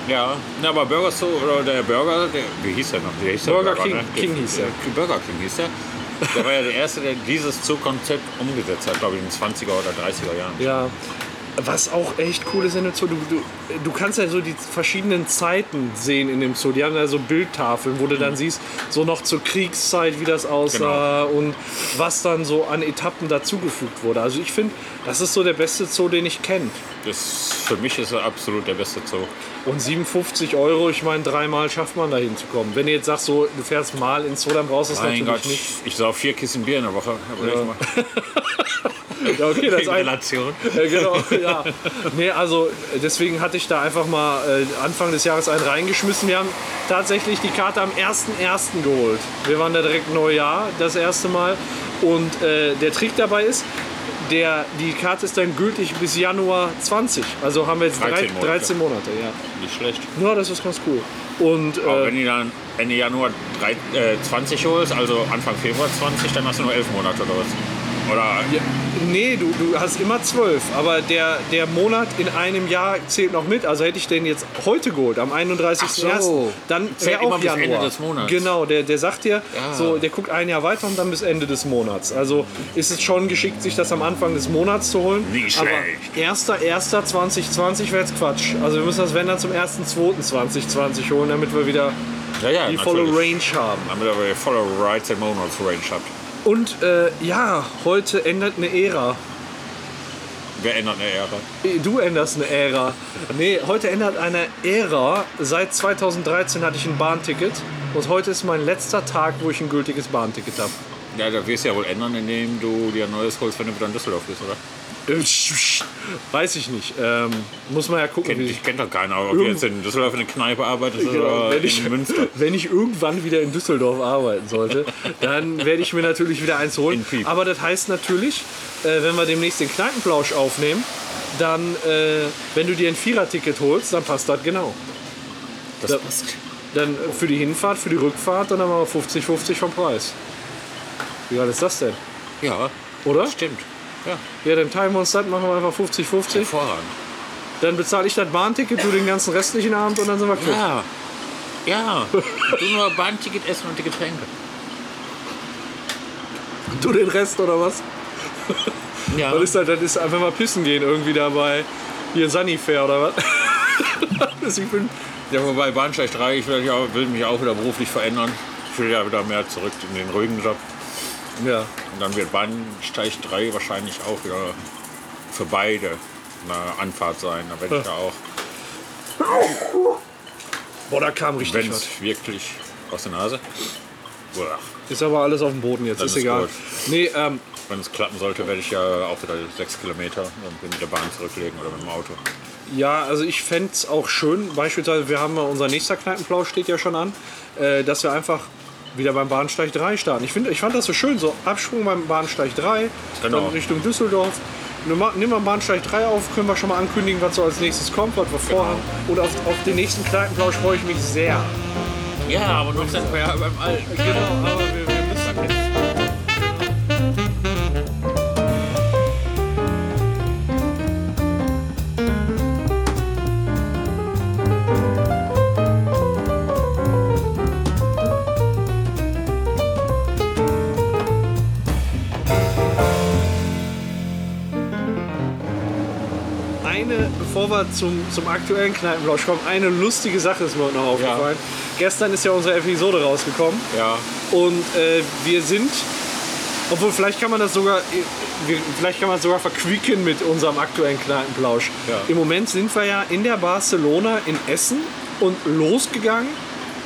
Speaker 2: ja. Na, aber Burger Zoo oder der Burger, der, wie hieß der noch? Der hieß der
Speaker 1: Burger King- King
Speaker 2: Der-
Speaker 1: hieß der.
Speaker 2: der Äh, Burger King hieß der. Der war ja der Erste, der dieses Zoo-Konzept umgesetzt hat, glaube ich, in den 20er oder 30er Jahren.
Speaker 1: Ja. Was auch echt cool ist in dem Zoo, du, du, du kannst ja so die verschiedenen Zeiten sehen in dem Zoo. Die haben da so Bildtafeln, wo du dann siehst, so noch zur Kriegszeit, wie das aussah und was dann so an Etappen dazugefügt wurde. Also ich finde, das ist so der beste Zoo, den ich kenne.
Speaker 2: Das, für mich ist er absolut der beste Zoo.
Speaker 1: Und 57 Euro, ich meine, dreimal schafft man da hinzukommen. Wenn du jetzt sagst, so, du fährst mal ins Zoo, dann brauchst du es
Speaker 2: Mein
Speaker 1: natürlich
Speaker 2: Gott,
Speaker 1: nicht.
Speaker 2: ich sauf vier Kissen Bier in der Woche. Aber
Speaker 1: [laughs]
Speaker 2: ja. mal.
Speaker 1: Ja, okay, das ist
Speaker 2: In
Speaker 1: ein,
Speaker 2: Relation.
Speaker 1: Ja, genau, ja. Nee, also äh, deswegen hatte ich da einfach mal äh, Anfang des Jahres einen reingeschmissen. Wir haben tatsächlich die Karte am 1.1. geholt. Wir waren da direkt Neujahr das erste Mal. Und äh, der Trick dabei ist, der, die Karte ist dann gültig bis Januar 20. Also haben wir jetzt 13
Speaker 2: 13
Speaker 1: Monate.
Speaker 2: Monate.
Speaker 1: 13 Monate ja.
Speaker 2: Nicht schlecht.
Speaker 1: ja, das ist ganz cool. Und
Speaker 2: Aber
Speaker 1: äh,
Speaker 2: wenn du dann Ende Januar drei, äh, 20 holst, also Anfang Februar 20, dann hast du nur elf Monate oder was? Oder
Speaker 1: nee, du, du hast immer 12. Aber der, der Monat in einem Jahr zählt noch mit. Also hätte ich den jetzt heute geholt, am 31.01.,
Speaker 2: Ach so.
Speaker 1: dann
Speaker 2: Zählt
Speaker 1: wäre auch
Speaker 2: immer bis
Speaker 1: Januar.
Speaker 2: Ende des Monats.
Speaker 1: Genau, der, der sagt dir, so, der guckt ein Jahr weiter und dann bis Ende des Monats. Also ist es schon geschickt, sich das am Anfang des Monats zu holen.
Speaker 2: Nicht
Speaker 1: aber
Speaker 2: schlecht.
Speaker 1: 1.1.2020 wäre jetzt Quatsch. Also wir müssen das, wenn dann, zum 1.2.2020 holen, damit wir wieder
Speaker 2: ja, ja,
Speaker 1: die
Speaker 2: natürlich.
Speaker 1: volle Range haben.
Speaker 2: Damit ihr die volle Rights and Monats Range habt.
Speaker 1: Und äh, ja, heute ändert eine Ära.
Speaker 2: Wer ändert eine Ära?
Speaker 1: Du änderst eine Ära. Nee, heute ändert eine Ära. Seit 2013 hatte ich ein Bahnticket und heute ist mein letzter Tag, wo ich ein gültiges Bahnticket habe.
Speaker 2: Ja, das wirst du ja wohl ändern, indem du dir ein neues holst, wenn du wieder in Düsseldorf bist, oder?
Speaker 1: Äh, Weiß ich nicht. Ähm, muss man ja gucken.
Speaker 2: Kennt,
Speaker 1: Wie ich,
Speaker 2: ich kennt doch keiner, ob du
Speaker 1: Irgend-
Speaker 2: jetzt in Düsseldorf in der Kneipe arbeitest
Speaker 1: genau,
Speaker 2: oder
Speaker 1: wenn,
Speaker 2: in
Speaker 1: ich,
Speaker 2: Münster.
Speaker 1: [laughs] wenn ich irgendwann wieder in Düsseldorf arbeiten sollte, dann werde ich mir natürlich wieder eins holen.
Speaker 2: In Piep.
Speaker 1: Aber das heißt natürlich, äh, wenn wir demnächst den Kneipenplausch aufnehmen, dann, äh, wenn du dir ein Viererticket holst, dann passt das genau.
Speaker 2: Das passt.
Speaker 1: Dann für die Hinfahrt, für die Rückfahrt, dann haben wir 50-50 vom Preis. Wie geil ist das denn?
Speaker 2: Ja,
Speaker 1: Oder?
Speaker 2: stimmt. Ja.
Speaker 1: Ja, dann teilen wir uns das, machen wir einfach 50-50.
Speaker 2: Hervorragend.
Speaker 1: Dann bezahle ich das Bahnticket, du den ganzen restlichen Abend und dann sind wir quitt.
Speaker 2: Ja. Ja. du nur Bahnticket essen und die Getränke.
Speaker 1: Du den Rest oder was?
Speaker 2: Ja.
Speaker 1: Das ist halt, das ist einfach mal pissen gehen irgendwie dabei. Hier Sunnyfair oder was? [laughs] Das- ich bin,
Speaker 2: Ja, wobei Bahnsteig 3, ich will, ja, will mich auch wieder beruflich verändern. Ich will ja wieder mehr zurück in den ruhigen Job.
Speaker 1: ja.
Speaker 2: Und dann wird Bahnsteig 3 wahrscheinlich auch wieder für beide eine Anfahrt sein. Da werde ich ja auch,
Speaker 1: Boah, da kam richtig
Speaker 2: wenn
Speaker 1: was.
Speaker 2: es wirklich aus der Nase, Uah.
Speaker 1: Ist aber alles auf dem Boden jetzt,
Speaker 2: Dann
Speaker 1: ist
Speaker 2: ist
Speaker 1: egal.
Speaker 2: gut.
Speaker 1: Nee, ähm,
Speaker 2: wenn es klappen sollte, werde ich ja auch wieder sechs Kilometer irgendwie mit der Bahn zurücklegen oder mit dem Auto.
Speaker 1: Ja, also ich fände es auch schön, beispielsweise, wir haben ja unser nächster Kneipenplausch steht ja schon an, äh, dass wir einfach wieder beim Bahnsteig 3 starten. Ich, find, ich fand das so schön, so Absprung beim Bahnsteig 3,
Speaker 2: Genau.
Speaker 1: dann Richtung Düsseldorf. Nun ma- Nehmen wir Bahnsteig 3 auf, können wir schon mal ankündigen, was so als nächstes kommt, was wir vorhaben. Und auf, auf den nächsten Kneipenplausch freue ich mich sehr.
Speaker 2: Ja, aber noch sind wir ja beim Alten.
Speaker 1: Genau, aber wir, wir müssen Eine, bevor wir zum, zum aktuellen Kneipenblausch kommen, eine lustige Sache ist mir heute noch aufgefallen. Gestern ist ja unsere Episode rausgekommen
Speaker 2: Ja,
Speaker 1: und äh, wir sind, obwohl vielleicht kann man das sogar, äh, wir, vielleicht kann man es sogar verquicken mit unserem aktuellen Kneipenplausch.
Speaker 2: Ja.
Speaker 1: Im Moment sind wir ja in der Barcelona in Essen und losgegangen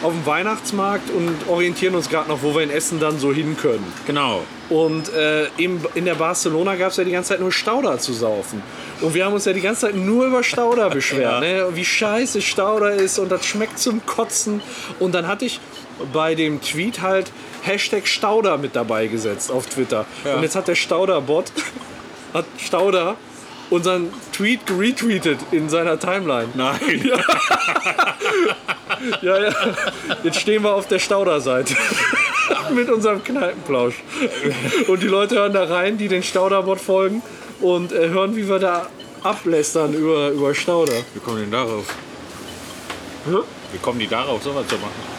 Speaker 1: auf dem Weihnachtsmarkt und orientieren uns gerade noch, wo wir in Essen dann so hin können.
Speaker 2: genau.
Speaker 1: Und äh, im, in der Barcelona gab es ja die ganze Zeit nur Stauder zu saufen. Und wir haben uns ja die ganze Zeit nur über Stauder beschwert. ne? Wie scheiße Stauder ist und das schmeckt zum Kotzen. Und dann hatte ich bei dem Tweet halt Hashtag Stauder mit dabei gesetzt auf Twitter. Und jetzt hat der Stauder-Bot, [laughs] hat Stauder unseren Tweet geretweetet in seiner Timeline.
Speaker 2: Nein. [laughs]
Speaker 1: [laughs] Ja, ja. Jetzt stehen wir auf der Stauderseite. [laughs] Mit unserem Kneipenplausch. Und die Leute hören da rein, die den Stauderbot folgen und äh, hören, wie wir da ablästern über, über Stauder.
Speaker 2: Wie kommen die denn darauf?
Speaker 1: Hä?
Speaker 2: Wie kommen die darauf, sowas zu machen?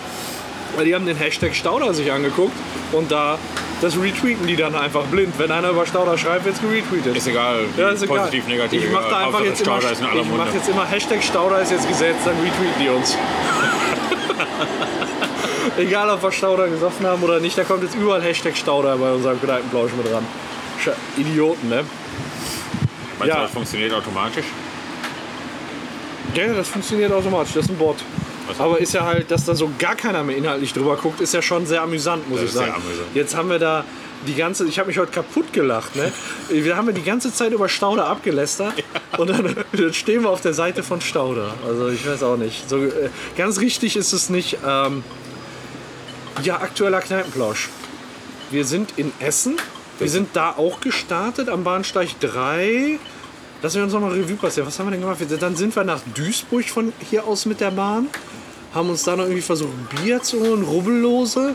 Speaker 1: Weil die haben den Hashtag Stauder sich angeguckt und da das retweeten die dann einfach blind. Wenn einer über Stauder schreibt, wird's geretweetet.
Speaker 2: Ist egal,
Speaker 1: Ja, ist egal.
Speaker 2: positiv, negativ.
Speaker 1: Ich mache da
Speaker 2: egal.
Speaker 1: einfach jetzt immer,
Speaker 2: Hauptsache Stauder ist in aller
Speaker 1: ich mach
Speaker 2: Munde.
Speaker 1: jetzt immer Hashtag Stauder ist jetzt gesetzt, dann retweeten die
Speaker 2: [laughs]
Speaker 1: uns. egal, ob wir Stauder gesoffen haben oder nicht, da kommt jetzt überall Hashtag Stauder bei unserem Kneipenblausch mit ran. Sche Idioten, ne?
Speaker 2: Meinst du,
Speaker 1: Ja.
Speaker 2: das funktioniert automatisch?
Speaker 1: Ja, das funktioniert automatisch, das ist ein Bot.
Speaker 2: Was?
Speaker 1: Aber ist ja halt, dass da so gar keiner mehr inhaltlich drüber guckt, ist ja schon sehr amüsant, muss
Speaker 2: Das
Speaker 1: ich
Speaker 2: ist sehr
Speaker 1: sagen.
Speaker 2: amüsant.
Speaker 1: Jetzt haben wir da die ganze, ich habe mich heute kaputt gelacht,
Speaker 2: [laughs]
Speaker 1: ne? Wir haben ja die ganze Zeit über Stauder abgelästert und dann, dann stehen wir auf der Seite von Stauder. Also ich weiß auch nicht. So, äh, ganz richtig ist es nicht. Ähm, ja, aktueller Kneipenplausch. Wir sind in Essen. Wir sind da auch gestartet am Bahnsteig 3. Lassen wir uns nochmal Revue passieren. Was haben wir denn gemacht? Wir- Dann sind wir nach Duisburg von hier aus mit der Bahn. Haben uns da noch irgendwie versucht, Bier zu holen, Rubbellose.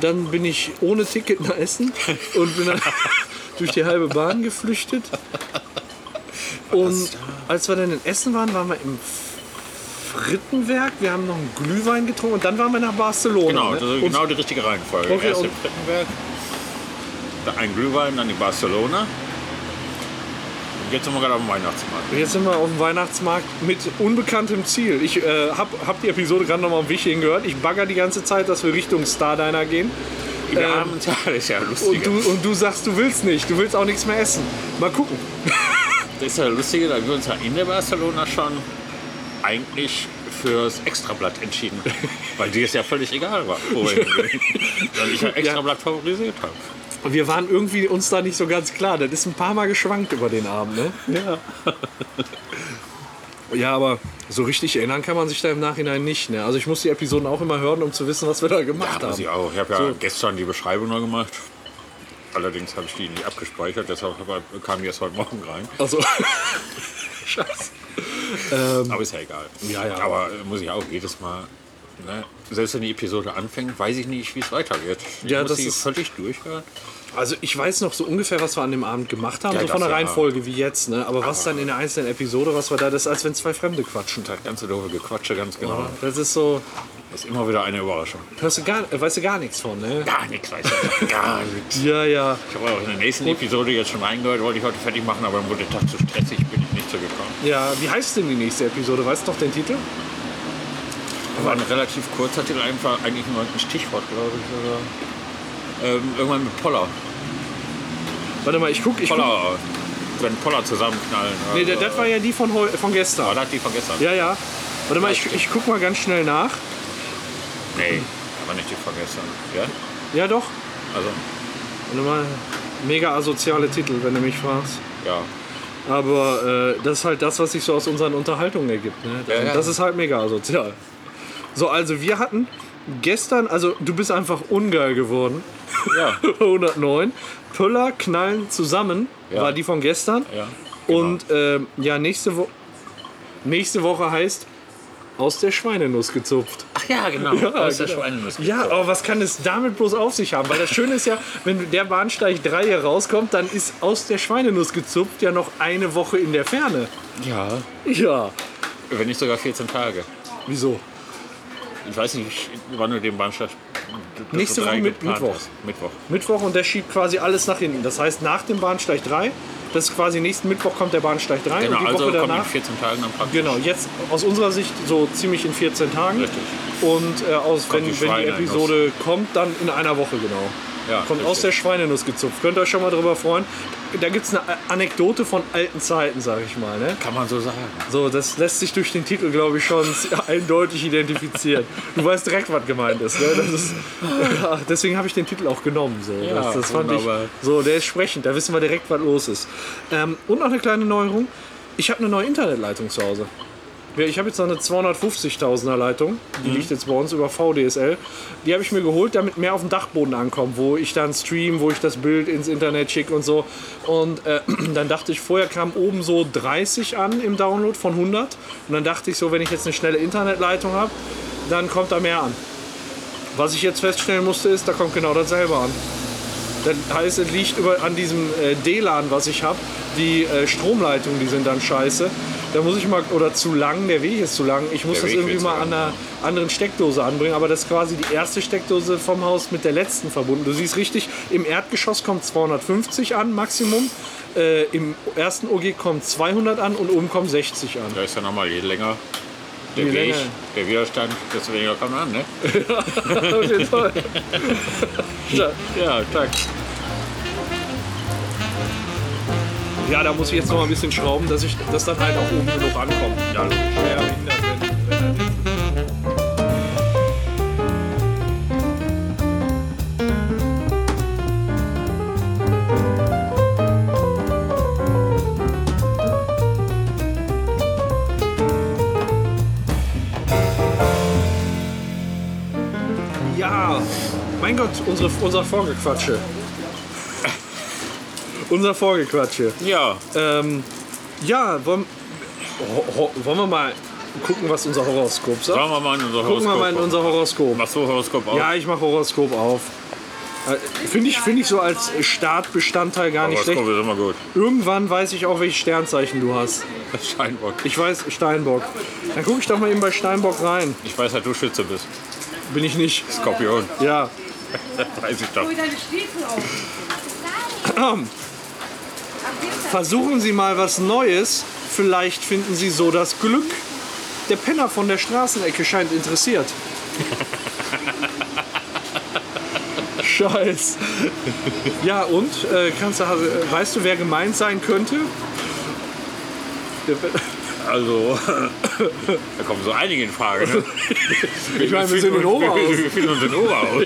Speaker 1: Dann bin ich ohne Ticket nach Essen und bin dann [laughs] durch die halbe Bahn geflüchtet. Und als wir dann in Essen waren, waren wir im Frittenwerk. Wir haben noch einen Glühwein getrunken und dann waren wir nach Barcelona.
Speaker 2: Genau,
Speaker 1: ne?
Speaker 2: das
Speaker 1: Und
Speaker 2: ist genau die richtige Reihenfolge.
Speaker 1: Okay,
Speaker 2: Erst
Speaker 1: und-
Speaker 2: im Frittenberg, dann ein Glühwein, dann die Barcelona. Und jetzt sind wir gerade auf dem Weihnachtsmarkt.
Speaker 1: Und Jetzt sind wir auf dem Weihnachtsmarkt mit unbekanntem Ziel. Ich äh, hab, hab die Episode gerade nochmal am Weg hierhin gehört. Ich bagger die ganze Zeit, dass wir Richtung Stardiner gehen.
Speaker 2: Wir haben uns ja, das ist ja lustig.
Speaker 1: Ähm, Und du, und du sagst, du willst nicht. Du willst auch nichts mehr essen. Mal gucken.
Speaker 2: Das ist ja lustig, da wir uns ja in der Barcelona schon eigentlich fürs
Speaker 1: [laughs]
Speaker 2: Extrablatt entschieden. Weil dir es ja völlig egal war, wo wir hingehen. Weil ich ja Extrablatt favorisiert habe.
Speaker 1: Und wir waren irgendwie uns da nicht so ganz klar. Das ist ein paar Mal geschwankt über den Abend, ne? Ja. ja, aber so richtig erinnern kann man sich da im Nachhinein nicht, ne? Also ich muss die Episoden auch immer hören, um zu wissen, was wir da gemacht
Speaker 2: Muss
Speaker 1: haben.
Speaker 2: ich auch. Ich habe Also, ja gestern die Beschreibung neu gemacht. Allerdings habe ich die nicht abgespeichert, deshalb kam die erst heute Morgen rein.
Speaker 1: Also, [laughs] scheiße.
Speaker 2: Aber ist ja egal.
Speaker 1: Ähm, Ja, ja.
Speaker 2: Aber äh, muss ich auch jedes Mal Ne? Selbst wenn die Episode anfängt, weiß ich nicht, wie es weitergeht. Ich
Speaker 1: Ja,
Speaker 2: muss
Speaker 1: das
Speaker 2: die
Speaker 1: ist-
Speaker 2: völlig durchhören.
Speaker 1: Also ich weiß noch so ungefähr, was wir an dem Abend gemacht haben,
Speaker 2: Ja,
Speaker 1: so von der
Speaker 2: das ja. Ah.
Speaker 1: Reihenfolge wie jetzt, ne? Aber was dann in der einzelnen Episode, was war da, das ist, als wenn zwei Fremde quatschen.
Speaker 2: Das ganze doofe Gequatsche, ganz genau.
Speaker 1: Das ist so,
Speaker 2: Das ist immer wieder eine Überraschung.
Speaker 1: hörst du gar, äh, weißt du gar nichts von, ne?
Speaker 2: Gar nichts weiß ich. Gar nichts.
Speaker 1: Ja, ja.
Speaker 2: Ich habe auch in der nächsten Episode jetzt schon reingehört, wollte ich heute fertig machen, aber dann wurde der Tag zu stressig, bin ich nicht so gekommen.
Speaker 1: Ja, wie heißt denn die nächste Episode? Weißt du noch den Titel?
Speaker 2: War ein relativ kurzer Titel, einfach eigentlich nur ein Stichwort, glaube ich. Oder? Ähm, irgendwann mit Poller.
Speaker 1: Warte mal, ich guck, ich guck.
Speaker 2: Poller. Wenn Poller zusammenknallen.
Speaker 1: Nee,
Speaker 2: also-
Speaker 1: der, das war ja die von, heu, von
Speaker 2: Aber
Speaker 1: gestern.
Speaker 2: das hat die von gestern.
Speaker 1: Ja, ja. Warte mal, ich, ich guck mal ganz schnell nach.
Speaker 2: Nee, aber nicht die von gestern. Ja?
Speaker 1: Ja, doch.
Speaker 2: Also,
Speaker 1: Warte mal, mega asoziale Titel, wenn du mich fragst.
Speaker 2: [laughs] ja.
Speaker 1: Aber äh, das ist halt das, was sich so aus unseren Unterhaltungen ergibt. Ne? Das,
Speaker 2: Ja, ja.
Speaker 1: das ist halt mega asozial. So, also wir hatten gestern, also du bist einfach ungeil geworden. [laughs]
Speaker 2: Ja.
Speaker 1: 109. Pöller knallen zusammen
Speaker 2: Ja. Genau.
Speaker 1: war die von gestern.
Speaker 2: ja.
Speaker 1: Und ähm, ja, nächste, Wo nächste Woche heißt aus der Schweinenuss gezupft.
Speaker 2: Ach ja, genau. Aus der Schweinenuss.
Speaker 1: Ja, aber was kann es damit bloß auf sich haben? Weil das Schöne ist ja, wenn der Bahnsteig 3 hier rauskommt, dann ist aus der Schweinenuss gezupft ja noch eine Woche in der Ferne.
Speaker 2: Ja.
Speaker 1: Ja.
Speaker 2: Wenn nicht sogar 14 Tage.
Speaker 1: Wieso?
Speaker 2: Ich weiß nicht, wann du den Bahnsteig.
Speaker 1: Nächste
Speaker 2: drei
Speaker 1: Woche mit-
Speaker 2: geplant
Speaker 1: Mittwoch.
Speaker 2: hast. Mittwoch.
Speaker 1: Mittwoch und der schiebt quasi alles nach hinten. Das heißt, nach dem Bahnsteig 3, das ist quasi nächsten Mittwoch kommt der Bahnsteig 3
Speaker 2: Genau,
Speaker 1: und die
Speaker 2: also
Speaker 1: Woche
Speaker 2: kommt in
Speaker 1: danach.
Speaker 2: 14 Tagen am Praktisch.
Speaker 1: Genau, jetzt aus unserer Sicht so ziemlich in 14 Tagen.
Speaker 2: Richtig.
Speaker 1: Und äh, aus, wenn,
Speaker 2: die
Speaker 1: die, wenn die
Speaker 2: Schweinenuss.
Speaker 1: Episode kommt, dann in einer Woche genau.
Speaker 2: Ja,
Speaker 1: kommt aus der
Speaker 2: richtig.
Speaker 1: Schweinenuss gezupft. Könnt ihr euch schon mal drüber freuen. Da gibt es eine Anekdote von alten Zeiten, sage ich mal. Ne?
Speaker 2: Kann man so sagen.
Speaker 1: So, das lässt sich durch den Titel, glaube ich, schon [laughs] eindeutig identifizieren. Du weißt direkt, was gemeint ist. Ne? Das ist [laughs] ja, deswegen habe ich den Titel auch genommen. So.
Speaker 2: Ja,
Speaker 1: das, das fand ich,
Speaker 2: wunderbar.
Speaker 1: so, der ist sprechend, da wissen wir direkt, was los ist. Ähm, und noch eine kleine Neuerung. Ich habe eine neue Internetleitung zu Hause. Ja, Ich habe jetzt noch eine 250.000er Leitung, die liegt jetzt bei uns über VDSL. Die habe ich mir geholt, damit mehr auf dem Dachboden ankommt, wo ich dann stream, wo ich das Bild ins Internet schicke und so. Und äh, [clears throat] dann dachte ich, vorher kam oben so 30 an im Download von 100. Und dann dachte ich so, wenn ich jetzt eine schnelle Internetleitung habe, dann kommt da mehr an. Was ich jetzt feststellen musste, ist, da kommt genau dasselbe an. Das heißt, es liegt über, an diesem äh, DLAN, was ich habe. Die äh, Stromleitungen, die sind dann scheiße. Da muss ich mal, oder zu lang, der Weg ist zu lang. Ich muss
Speaker 2: Der
Speaker 1: das
Speaker 2: Weg
Speaker 1: irgendwie
Speaker 2: wird
Speaker 1: mal
Speaker 2: zu
Speaker 1: an
Speaker 2: lang,
Speaker 1: einer anderen Steckdose anbringen. Aber das ist quasi die erste Steckdose vom Haus mit der letzten verbunden. Du siehst richtig, im Erdgeschoss kommt 250 an, Maximum. Äh, Im ersten OG kommt 200 an und oben kommen 60
Speaker 2: [laughs]
Speaker 1: an. [laughs]
Speaker 2: Da ist ja nochmal je länger der
Speaker 1: Je
Speaker 2: Weg,
Speaker 1: länger.
Speaker 2: der Widerstand, desto weniger kommt man an, ne?
Speaker 1: Auf jeden
Speaker 2: [laughs]
Speaker 1: Fall.
Speaker 2: Ja, Tag.
Speaker 1: Ja, da muss ich jetzt noch mal ein bisschen schrauben, dass ich dass dann halt auch oben genug ankommt. Ja, logisch. Ja, Mein Gott, unsere, unser Vorgequatsche. Unser Vorgequatsche.
Speaker 2: Ja,
Speaker 1: Ähm, ja, wollen, ho, ho, wollen wir mal gucken, was unser Horoskop sagt?
Speaker 2: schauen wir mal in unser
Speaker 1: Gucken wir
Speaker 2: Horoskop.
Speaker 1: mal in unser Horoskop.
Speaker 2: Machst du Horoskop auch?
Speaker 1: Ja, ich mache Horoskop auf. Äh, Finde ich, find ich so als Startbestandteil gar nicht
Speaker 2: Horoskop
Speaker 1: schlecht.
Speaker 2: ist immer gut.
Speaker 1: Irgendwann weiß ich auch, welches Sternzeichen du hast.
Speaker 2: Das Steinbock.
Speaker 1: Ich weiß Steinbock. Dann gucke ich doch mal eben bei Steinbock rein.
Speaker 2: Ich weiß, dass du Schütze bist.
Speaker 1: Bin ich nicht.
Speaker 2: Skorpion.
Speaker 1: Ja. [clears throat]
Speaker 2: Das weiß ich doch.
Speaker 4: Hol deine Stiefel auf.
Speaker 1: Versuchen Sie mal was Neues. Vielleicht finden Sie so das Glück. Der Penner von der Straßenecke scheint interessiert. Scheiß. Ja, und? Äh, kannst du, äh, weißt du, wer gemeint sein könnte? Der Penner-
Speaker 2: Also, [laughs] da kommen so einige in Frage, ne?
Speaker 1: Ich meine, wir sind in Oberhausen.
Speaker 2: Wir finden uns in Oberhaus.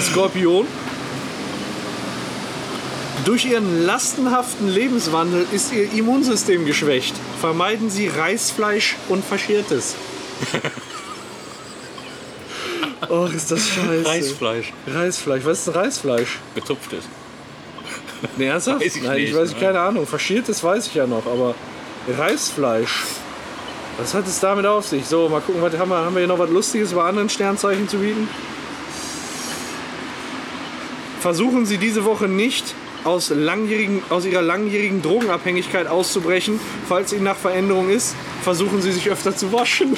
Speaker 1: Skorpion. Durch Ihren lastenhaften Lebenswandel ist Ihr Immunsystem geschwächt. Vermeiden Sie Reisfleisch und Faschiertes.
Speaker 2: [laughs]
Speaker 1: Och, ist das scheiße.
Speaker 2: Reisfleisch.
Speaker 1: [laughs] Reisfleisch. Was ist denn Reisfleisch?
Speaker 2: Gezupftes.
Speaker 1: Ne, ernsthaft?
Speaker 2: Weiß ich
Speaker 1: Nein, ich
Speaker 2: nicht,
Speaker 1: weiß
Speaker 2: ne?
Speaker 1: keine Ahnung. Faschiertes weiß ich ja noch, aber Reisfleisch. Was hat es damit auf sich? So, mal gucken, was haben wir, haben wir hier noch was Lustiges über anderen Sternzeichen zu bieten? Versuchen Sie diese Woche nicht aus, langjährigen, aus Ihrer langjährigen Drogenabhängigkeit auszubrechen. Falls Ihnen nach Veränderung ist, versuchen Sie sich öfter zu waschen.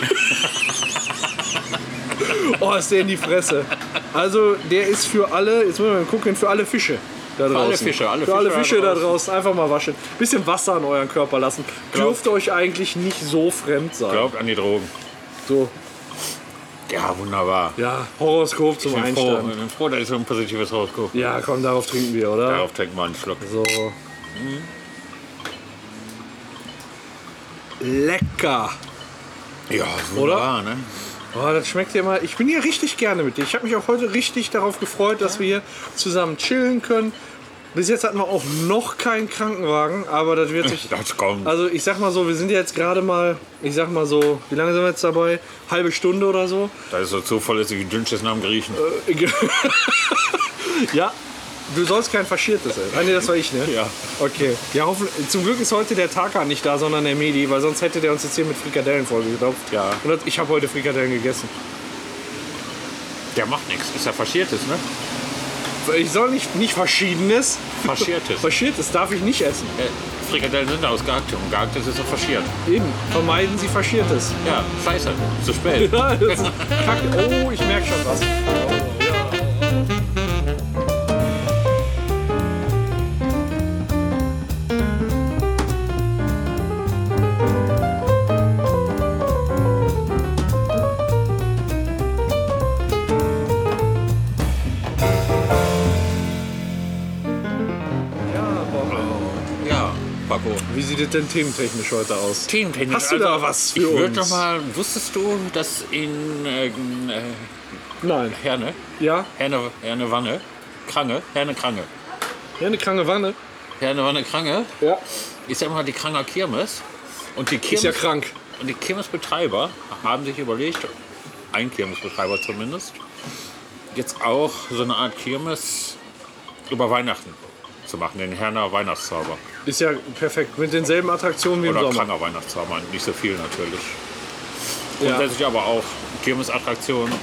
Speaker 1: [laughs] oh, ist der in die Fresse. Also, der ist für alle, jetzt müssen wir mal gucken, für alle Fische. Da draußen.
Speaker 2: alle Fische, alle
Speaker 1: für alle Fische
Speaker 2: Fische da
Speaker 1: da
Speaker 2: draußen.
Speaker 1: draußen. Einfach mal waschen. Bisschen Wasser an euren Körper lassen.
Speaker 2: Glaub-
Speaker 1: Dürfte euch eigentlich nicht so fremd sein.
Speaker 2: Glaubt an die Drogen.
Speaker 1: So,
Speaker 2: Ja, wunderbar.
Speaker 1: ja, Horoskop zum
Speaker 2: Ich bin froh,
Speaker 1: Einsteigen.
Speaker 2: ich bin froh, da ist so ein positives Horoskop.
Speaker 1: Ja, komm, darauf trinken wir, oder?
Speaker 2: Darauf trinken wir einen Schluck.
Speaker 1: So. Lecker.
Speaker 2: Ja,
Speaker 1: wunderbar,
Speaker 2: ne?
Speaker 1: Oh, das schmeckt ja mal. Ich bin hier richtig gerne mit dir. Ich habe mich auch heute richtig darauf gefreut, dass wir hier zusammen chillen können. Bis jetzt hatten wir auch noch keinen Krankenwagen, aber das wird sich.
Speaker 2: Das kommt.
Speaker 1: Also ich sag mal so, wir sind ja jetzt gerade mal, ich sag mal so, wie lange sind wir jetzt dabei? Halbe Stunde oder so.
Speaker 2: Das ist so zuverlässig wie Dünnsches nach dem Griechen.
Speaker 1: Äh.
Speaker 2: [laughs]
Speaker 1: ja, du sollst kein Faschiertes sein. Ah, nee, das war ich, ne?
Speaker 2: Ja.
Speaker 1: Okay. Ja, hoffen, zum Glück ist heute der Taka nicht da, sondern der Medi, weil sonst hätte der uns jetzt hier mit Frikadellen vollgedopft.
Speaker 2: Ja.
Speaker 1: Und das, ich habe heute Frikadellen gegessen.
Speaker 2: Der macht nichts. Ist ja Faschiertes, ne?
Speaker 1: Ich soll nicht, nicht Verschiedenes.
Speaker 2: Faschiertes.
Speaker 1: Faschiertes darf ich nicht essen.
Speaker 2: Äh, Frikadellen sind ausgehackt und gehacktes ist ja faschiert.
Speaker 1: Eben. Vermeiden Sie Faschiertes. [laughs]
Speaker 2: Ja, scheiße. Zu spät.
Speaker 1: Ja, das ist kacke. Oh, ich merke schon was. Ja, boah.
Speaker 2: Ja, Paco.
Speaker 1: Wie sieht es denn thementechnisch heute aus?
Speaker 2: Themenpenny.
Speaker 1: Hast du da was für
Speaker 2: ich würd
Speaker 1: uns?
Speaker 2: Noch mal, wusstest du, dass in äh, äh,
Speaker 1: Nein.
Speaker 2: Herne,
Speaker 1: Ja?
Speaker 2: Herne, Herne Wanne, Krange, Herne Krange,
Speaker 1: Ja, eine kranke Wanne.
Speaker 2: Herne Wanne Krange
Speaker 1: Ja.
Speaker 2: ist ja immer die Kranger Kirmes. Und die
Speaker 1: Ist
Speaker 2: Kirmes
Speaker 1: ja krank.
Speaker 2: Und die Kirmesbetreiber haben sich überlegt, ein Kirmesbetreiber zumindest, jetzt auch so eine Art Kirmes über Weihnachten zu machen, den Herner Weihnachtszauber.
Speaker 1: Ist ja perfekt. Mit denselben Attraktionen wie im
Speaker 2: Oder
Speaker 1: Sommer.
Speaker 2: kranker Weihnachtszauber, nicht so viel natürlich.
Speaker 1: Ja. ja,
Speaker 2: Grundsätzlich aber auch Kirmesattraktionen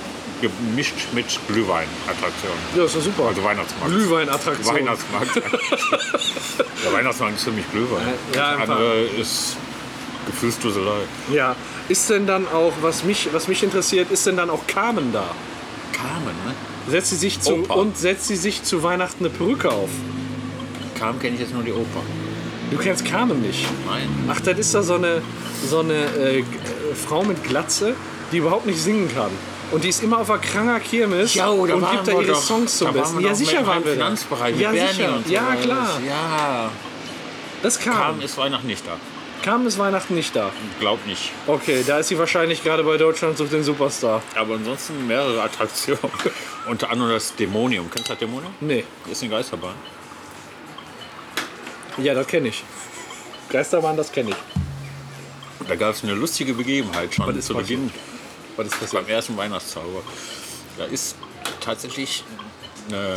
Speaker 2: gemischt mit Glühweinattraktionen.
Speaker 1: ist doch super.
Speaker 2: Also Weihnachtsmarkt.
Speaker 1: Glühweinattraktion.
Speaker 2: Weihnachtsmarkt. Der Weihnachtsmarkt ist für mich Glühwein.
Speaker 1: Ja,
Speaker 2: das
Speaker 1: einfach.
Speaker 2: andere ist Gefühlsduselei.
Speaker 1: [laughs] ja. Ist denn dann auch, was mich, was mich interessiert, ist denn dann auch Carmen da?
Speaker 2: Carmen, ne?
Speaker 1: Setzt sie sich zu,
Speaker 2: Opa.
Speaker 1: und setzt sie sich zu Weihnachten eine Perücke auf?
Speaker 2: Carmen kenne ich jetzt nur die Oper.
Speaker 1: Du kennst Carmen nicht.
Speaker 2: Nein.
Speaker 1: Ach, das ist da so eine, so eine äh, G- äh, Frau mit Glatze, die überhaupt nicht singen kann. Und die ist immer auf einer kranger Kirmes
Speaker 2: Ja,
Speaker 1: und
Speaker 2: oder
Speaker 1: gibt oh, da ihre Songs zum Besten. Ja, sicher waren wir da.
Speaker 2: Finanzbereich,
Speaker 1: Ja,
Speaker 2: mit Bernie
Speaker 1: sicher.
Speaker 2: Und
Speaker 1: Ja,
Speaker 2: sowas.
Speaker 1: klar.
Speaker 2: Ja,
Speaker 1: Das
Speaker 2: kam
Speaker 1: kam.
Speaker 2: ist Weihnachten nicht da.
Speaker 1: Kam ist Weihnachten nicht da.
Speaker 2: Glaub nicht.
Speaker 1: Okay, da ist sie wahrscheinlich gerade bei Deutschland sucht den Superstar.
Speaker 2: Aber ansonsten mehrere [laughs] Attraktionen. Unter anderem das Dämonium. Kennst du das Dämonium?
Speaker 1: Nee.
Speaker 2: Ist eine Geisterbahn.
Speaker 1: Ja, das kenne ich. Geisterbahn, das kenne ich.
Speaker 2: Da gab es eine lustige Begebenheit schon
Speaker 1: ist
Speaker 2: zu
Speaker 1: passiert?
Speaker 2: Beginn
Speaker 1: Was ist
Speaker 2: beim ersten Weihnachtszauber. Da ist tatsächlich eine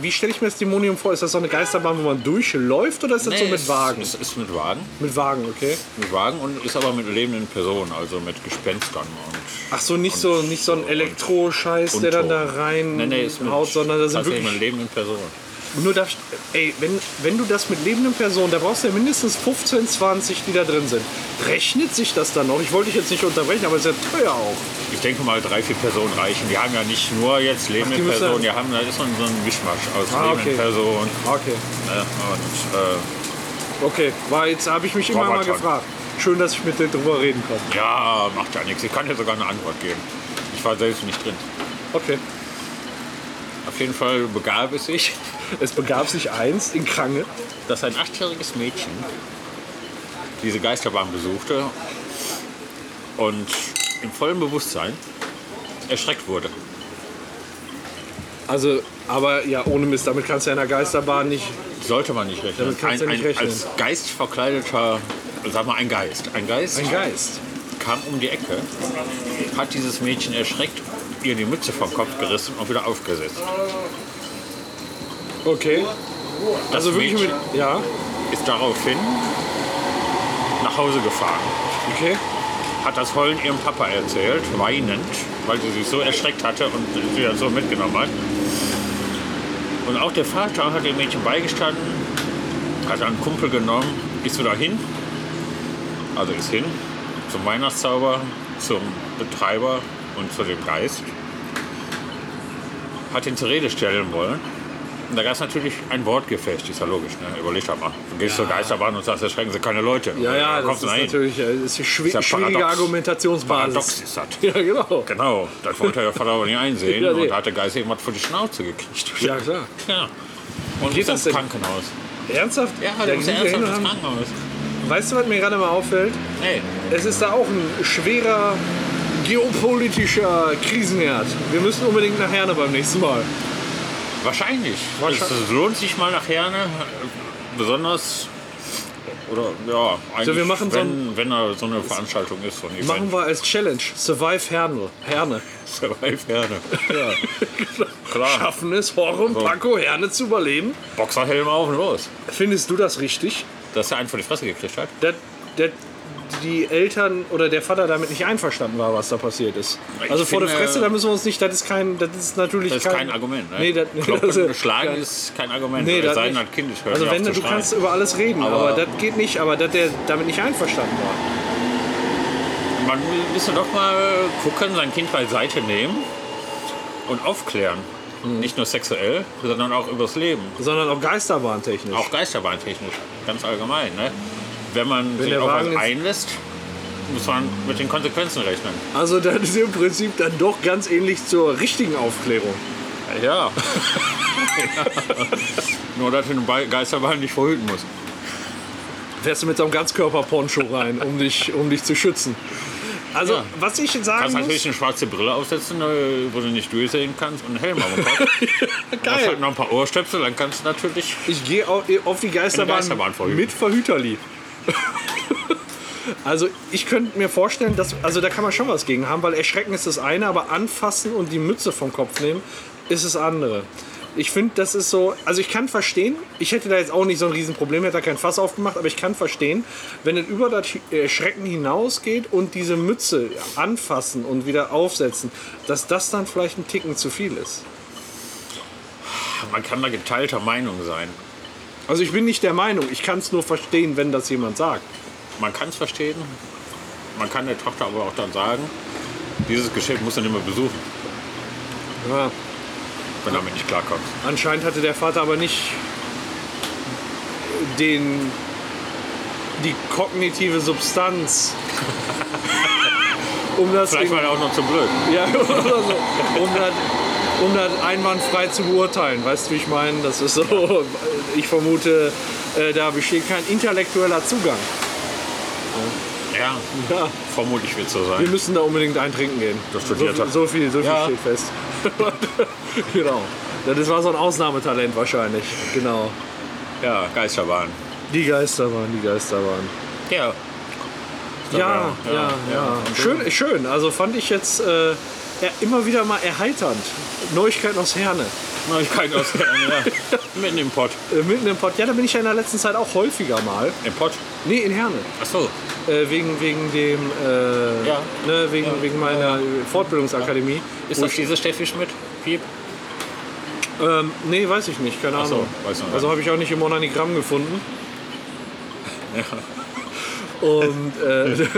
Speaker 1: Wie stelle ich mir das Dämonium vor? Ist das so eine Geisterbahn, wo man durchläuft oder ist das so
Speaker 2: Nee,
Speaker 1: mit
Speaker 2: es-
Speaker 1: Wagen?
Speaker 2: Es ist mit Wagen.
Speaker 1: mit Wagen, okay.
Speaker 2: Mit Wagen und ist aber mit lebenden Personen, also mit Gespenstern und
Speaker 1: Ach so, nicht so, nicht so ein Elektro-Scheiß,
Speaker 2: und
Speaker 1: der dann da
Speaker 2: Toren.
Speaker 1: rein
Speaker 2: Nee, nee, ist mit-
Speaker 1: haut, sondern das sind
Speaker 2: tatsächlich
Speaker 1: wirklich
Speaker 2: mit lebenden Personen.
Speaker 1: nur das. Ey, wenn, wenn du das mit lebenden Personen, da brauchst du ja mindestens 15, 20, die da drin sind. Rechnet sich das dann noch? Ich wollte dich jetzt nicht unterbrechen, aber es ist ja teuer auch.
Speaker 2: Ich denke mal, drei, vier Personen reichen. Die haben ja nicht nur jetzt lebende
Speaker 1: Ach, die müssen-
Speaker 2: Personen, die haben, da ist so ein, so ein Mischmasch aus
Speaker 1: Ah,
Speaker 2: lebenden
Speaker 1: okay.
Speaker 2: Personen.
Speaker 1: Okay.
Speaker 2: Ne? Und äh,
Speaker 1: Okay, war jetzt habe ich mich immer mal
Speaker 2: Robotern.
Speaker 1: gefragt. Schön, dass ich mit dir drüber reden konnte.
Speaker 2: äh, ja, macht ja nichts. Ich kann dir sogar eine Antwort geben. Ich war selbst nicht drin.
Speaker 1: Okay.
Speaker 2: Auf jeden Fall begab es sich,
Speaker 1: Es begab sich eins in Krange.
Speaker 2: dass ein achtjähriges Mädchen diese Geisterbahn besuchte und im vollen Bewusstsein erschreckt wurde.
Speaker 1: Also, aber ja, ohne Mist, damit kannst du ja in der Geisterbahn nicht.
Speaker 2: Sollte man nicht rechnen.
Speaker 1: Damit kannst du nicht rechnen.
Speaker 2: Als Geist verkleideter, sag mal ein Geist. Ein Geist
Speaker 1: Geist.
Speaker 2: kam um die Ecke, hat dieses Mädchen erschreckt, ihr die Mütze vom Kopf gerissen und wieder aufgesetzt.
Speaker 1: Okay.
Speaker 2: Das
Speaker 1: Also wirklich mit.
Speaker 2: Mädchen
Speaker 1: Ja,
Speaker 2: ist daraufhin nach Hause gefahren.
Speaker 1: okay.
Speaker 2: hat das Heulen ihrem Papa erzählt, weinend, weil sie sich so erschreckt hatte und sie dann so mitgenommen hat. Und auch der Vater hat dem Mädchen beigestanden, hat einen Kumpel genommen, ist wieder hin, also ist hin, zum Weihnachtszauber, zum Betreiber und zu dem Geist, hat ihn zur Rede stellen wollen. Und da gab es natürlich ein Wortgefecht, ist ja logisch, ne? überleg doch mal. Du gehst zur Geisterbahn und sagst, erschrecken sie keine Leute.
Speaker 1: Ja, ja,
Speaker 2: Da
Speaker 1: das
Speaker 2: kommst
Speaker 1: ist
Speaker 2: du dahin.
Speaker 1: natürlich äh, das ist eine schwi
Speaker 2: Ist ja
Speaker 1: schwierige
Speaker 2: paradox.
Speaker 1: Argumentationsbasis.
Speaker 2: Paradox ist das.
Speaker 1: [laughs] Ja, genau.
Speaker 2: Genau, das wollte der Vater aber nicht einsehen
Speaker 1: Ja, nee.
Speaker 2: und da hat der Geist irgendwas vor die Schnauze gekriegt.
Speaker 1: Ja, klar.
Speaker 2: Ja. Und
Speaker 1: geht
Speaker 2: ist
Speaker 1: das
Speaker 2: ins
Speaker 1: denn?
Speaker 2: Krankenhaus.
Speaker 1: Ernsthaft?
Speaker 2: Ja,
Speaker 1: Da
Speaker 2: der muss
Speaker 1: liegt er hin
Speaker 2: ernsthaft
Speaker 1: und
Speaker 2: ins
Speaker 1: haben-
Speaker 2: Krankenhaus.
Speaker 1: Weißt du, was mir gerade mal auffällt?
Speaker 2: Nee.
Speaker 1: Es ist da auch ein schwerer geopolitischer Krisenherd. Wir müssen unbedingt nach Herne beim nächsten Mal.
Speaker 2: Wahrscheinlich.
Speaker 1: Wahrscheinlich.
Speaker 2: Es lohnt sich mal nach Herne, äh, besonders. Oder ja, eigentlich,
Speaker 1: wir machen so
Speaker 2: wenn, wenn da so eine Veranstaltung ist, so ein Event.
Speaker 1: Machen wir als Challenge. Survive Herne. [laughs] Herne.
Speaker 2: [laughs]
Speaker 1: Genau.
Speaker 2: Survive Herne. Ja. ne? Klar.
Speaker 1: Schaffen es, Horum, Paco, Herne zu überleben.
Speaker 2: Boxerhelm auf und los.
Speaker 1: Findest du das richtig?
Speaker 2: Dass er einen vor die Fresse gekriegt hat.
Speaker 1: dass, dass die Eltern oder der Vater damit nicht einverstanden war, was da passiert ist.
Speaker 2: Ich
Speaker 1: also vor der
Speaker 2: finde,
Speaker 1: Fresse, da müssen wir uns nicht, das ist kein, das ist natürlich
Speaker 2: Das ist kein Argument. Ne?
Speaker 1: Nee, das,
Speaker 2: Kloppen,
Speaker 1: das ist-
Speaker 2: geschlagen ist kein Argument.
Speaker 1: Nee,
Speaker 2: Nee,
Speaker 1: das
Speaker 2: es sei denn,
Speaker 1: nicht.
Speaker 2: das Kind hört
Speaker 1: Also
Speaker 2: nicht auf
Speaker 1: wenn
Speaker 2: zu
Speaker 1: du
Speaker 2: schreien.
Speaker 1: kannst über alles reden, aber,
Speaker 2: Aber-
Speaker 1: das geht nicht, aber dass der damit nicht einverstanden war.
Speaker 2: Man müsste doch mal gucken, sein Kind beiseite nehmen und aufklären.
Speaker 1: Mhm.
Speaker 2: Nicht nur sexuell, sondern auch übers Leben.
Speaker 1: Sondern auch geisterbahntechnisch.
Speaker 2: Auch geisterbahntechnisch, ganz allgemein. Ne? Wenn man sich
Speaker 1: der
Speaker 2: auf
Speaker 1: Wagen
Speaker 2: was
Speaker 1: jetzt-
Speaker 2: einlässt, muss man mit den Konsequenzen rechnen.
Speaker 1: Also das ist im Prinzip dann doch ganz ähnlich zur richtigen Aufklärung.
Speaker 2: [laughs]
Speaker 1: [laughs]
Speaker 2: Ja. nur, dass du eine Be- Geisterbahn nicht verhüten musst.
Speaker 1: Fährst du mit so einem Ganzkörperponcho rein, um dich, um dich zu schützen. Also
Speaker 2: Ja.
Speaker 1: was ich sagen
Speaker 2: Kannst
Speaker 1: muss,
Speaker 2: natürlich eine schwarze Brille aufsetzen, äh, wo du nicht durchsehen kannst und einen Helm auf
Speaker 1: [laughs]
Speaker 2: dem Kopf. Hast
Speaker 1: geil.
Speaker 2: halt noch ein paar Ohrstöpsel, dann kannst du natürlich
Speaker 1: Ich gehe auf, auf die Geisterbahn,
Speaker 2: Die Geisterbahn verhüten.
Speaker 1: mit Verhüterli. also ich könnte mir vorstellen, dass also da kann man schon was gegen haben, weil erschrecken ist das eine, aber anfassen und die Mütze vom Kopf nehmen ist das andere. Ich finde, das ist so, also ich kann verstehen, ich hätte da jetzt auch nicht so ein Riesenproblem, hätte da kein Fass aufgemacht, aber ich kann verstehen, wenn es über das äh, Erschrecken hinausgeht und diese Mütze anfassen und wieder aufsetzen, dass das dann vielleicht ein Ticken zu viel ist.
Speaker 2: Man kann da geteilter Meinung sein.
Speaker 1: Also ich bin nicht der Meinung, ich kann es nur verstehen, wenn das jemand sagt.
Speaker 2: Man kann es verstehen. Man kann der Tochter aber auch dann sagen, dieses Geschäft musst du nicht mehr besuchen,
Speaker 1: Ja,
Speaker 2: wenn du damit nicht klarkommst.
Speaker 1: anscheinend hatte der Vater aber nicht den die kognitive
Speaker 2: [laughs]
Speaker 1: Substanz, um das,
Speaker 2: Vielleicht
Speaker 1: in,
Speaker 2: war er auch noch zu blöd.
Speaker 1: ja, [laughs] oder so, um das um das einwandfrei zu beurteilen. Weißt du, wie ich meine? Das ist so. [laughs] Ich vermute, äh, da besteht kein intellektueller Zugang.
Speaker 2: Ja,
Speaker 1: Ja,
Speaker 2: vermutlich wird es so
Speaker 1: wir
Speaker 2: sein.
Speaker 1: müssen da unbedingt einen trinken gehen.
Speaker 2: Das
Speaker 1: so,
Speaker 2: studiert er.
Speaker 1: so viel, so viel
Speaker 2: Ja.
Speaker 1: steht fest. [laughs] genau. Das war so ein Ausnahmetalent wahrscheinlich. Genau.
Speaker 2: Ja, Geisterbahn.
Speaker 1: Die Geisterbahn, die Geisterbahn.
Speaker 2: Ja.
Speaker 1: Ja, ja,
Speaker 2: Ja,
Speaker 1: ja.
Speaker 2: ja. Und
Speaker 1: Schön, schön. Also fand ich jetzt äh, ja, immer wieder mal erheiternd. Neuigkeiten aus Herne.
Speaker 2: Neuigkeiten aus der ja. Mitten im Pott.
Speaker 1: Äh, mitten im Pott. Ja, da bin ich ja in der letzten Zeit auch häufiger mal.
Speaker 2: Im Pott?
Speaker 1: Nee, in Herne.
Speaker 2: Achso.
Speaker 1: Äh, wegen, wegen dem, äh,
Speaker 2: Ja.
Speaker 1: ne, wegen, wegen meiner Fortbildungsakademie.
Speaker 2: Ist das diese Steffi Schmidt? Piep.
Speaker 1: Ähm, nee, weiß ich nicht, keine
Speaker 2: Ach so,
Speaker 1: Ahnung.
Speaker 2: weiß man gar
Speaker 1: also habe ich auch nicht im Onanigramm
Speaker 2: [laughs]
Speaker 1: gefunden. Und,
Speaker 2: [laughs]
Speaker 1: äh,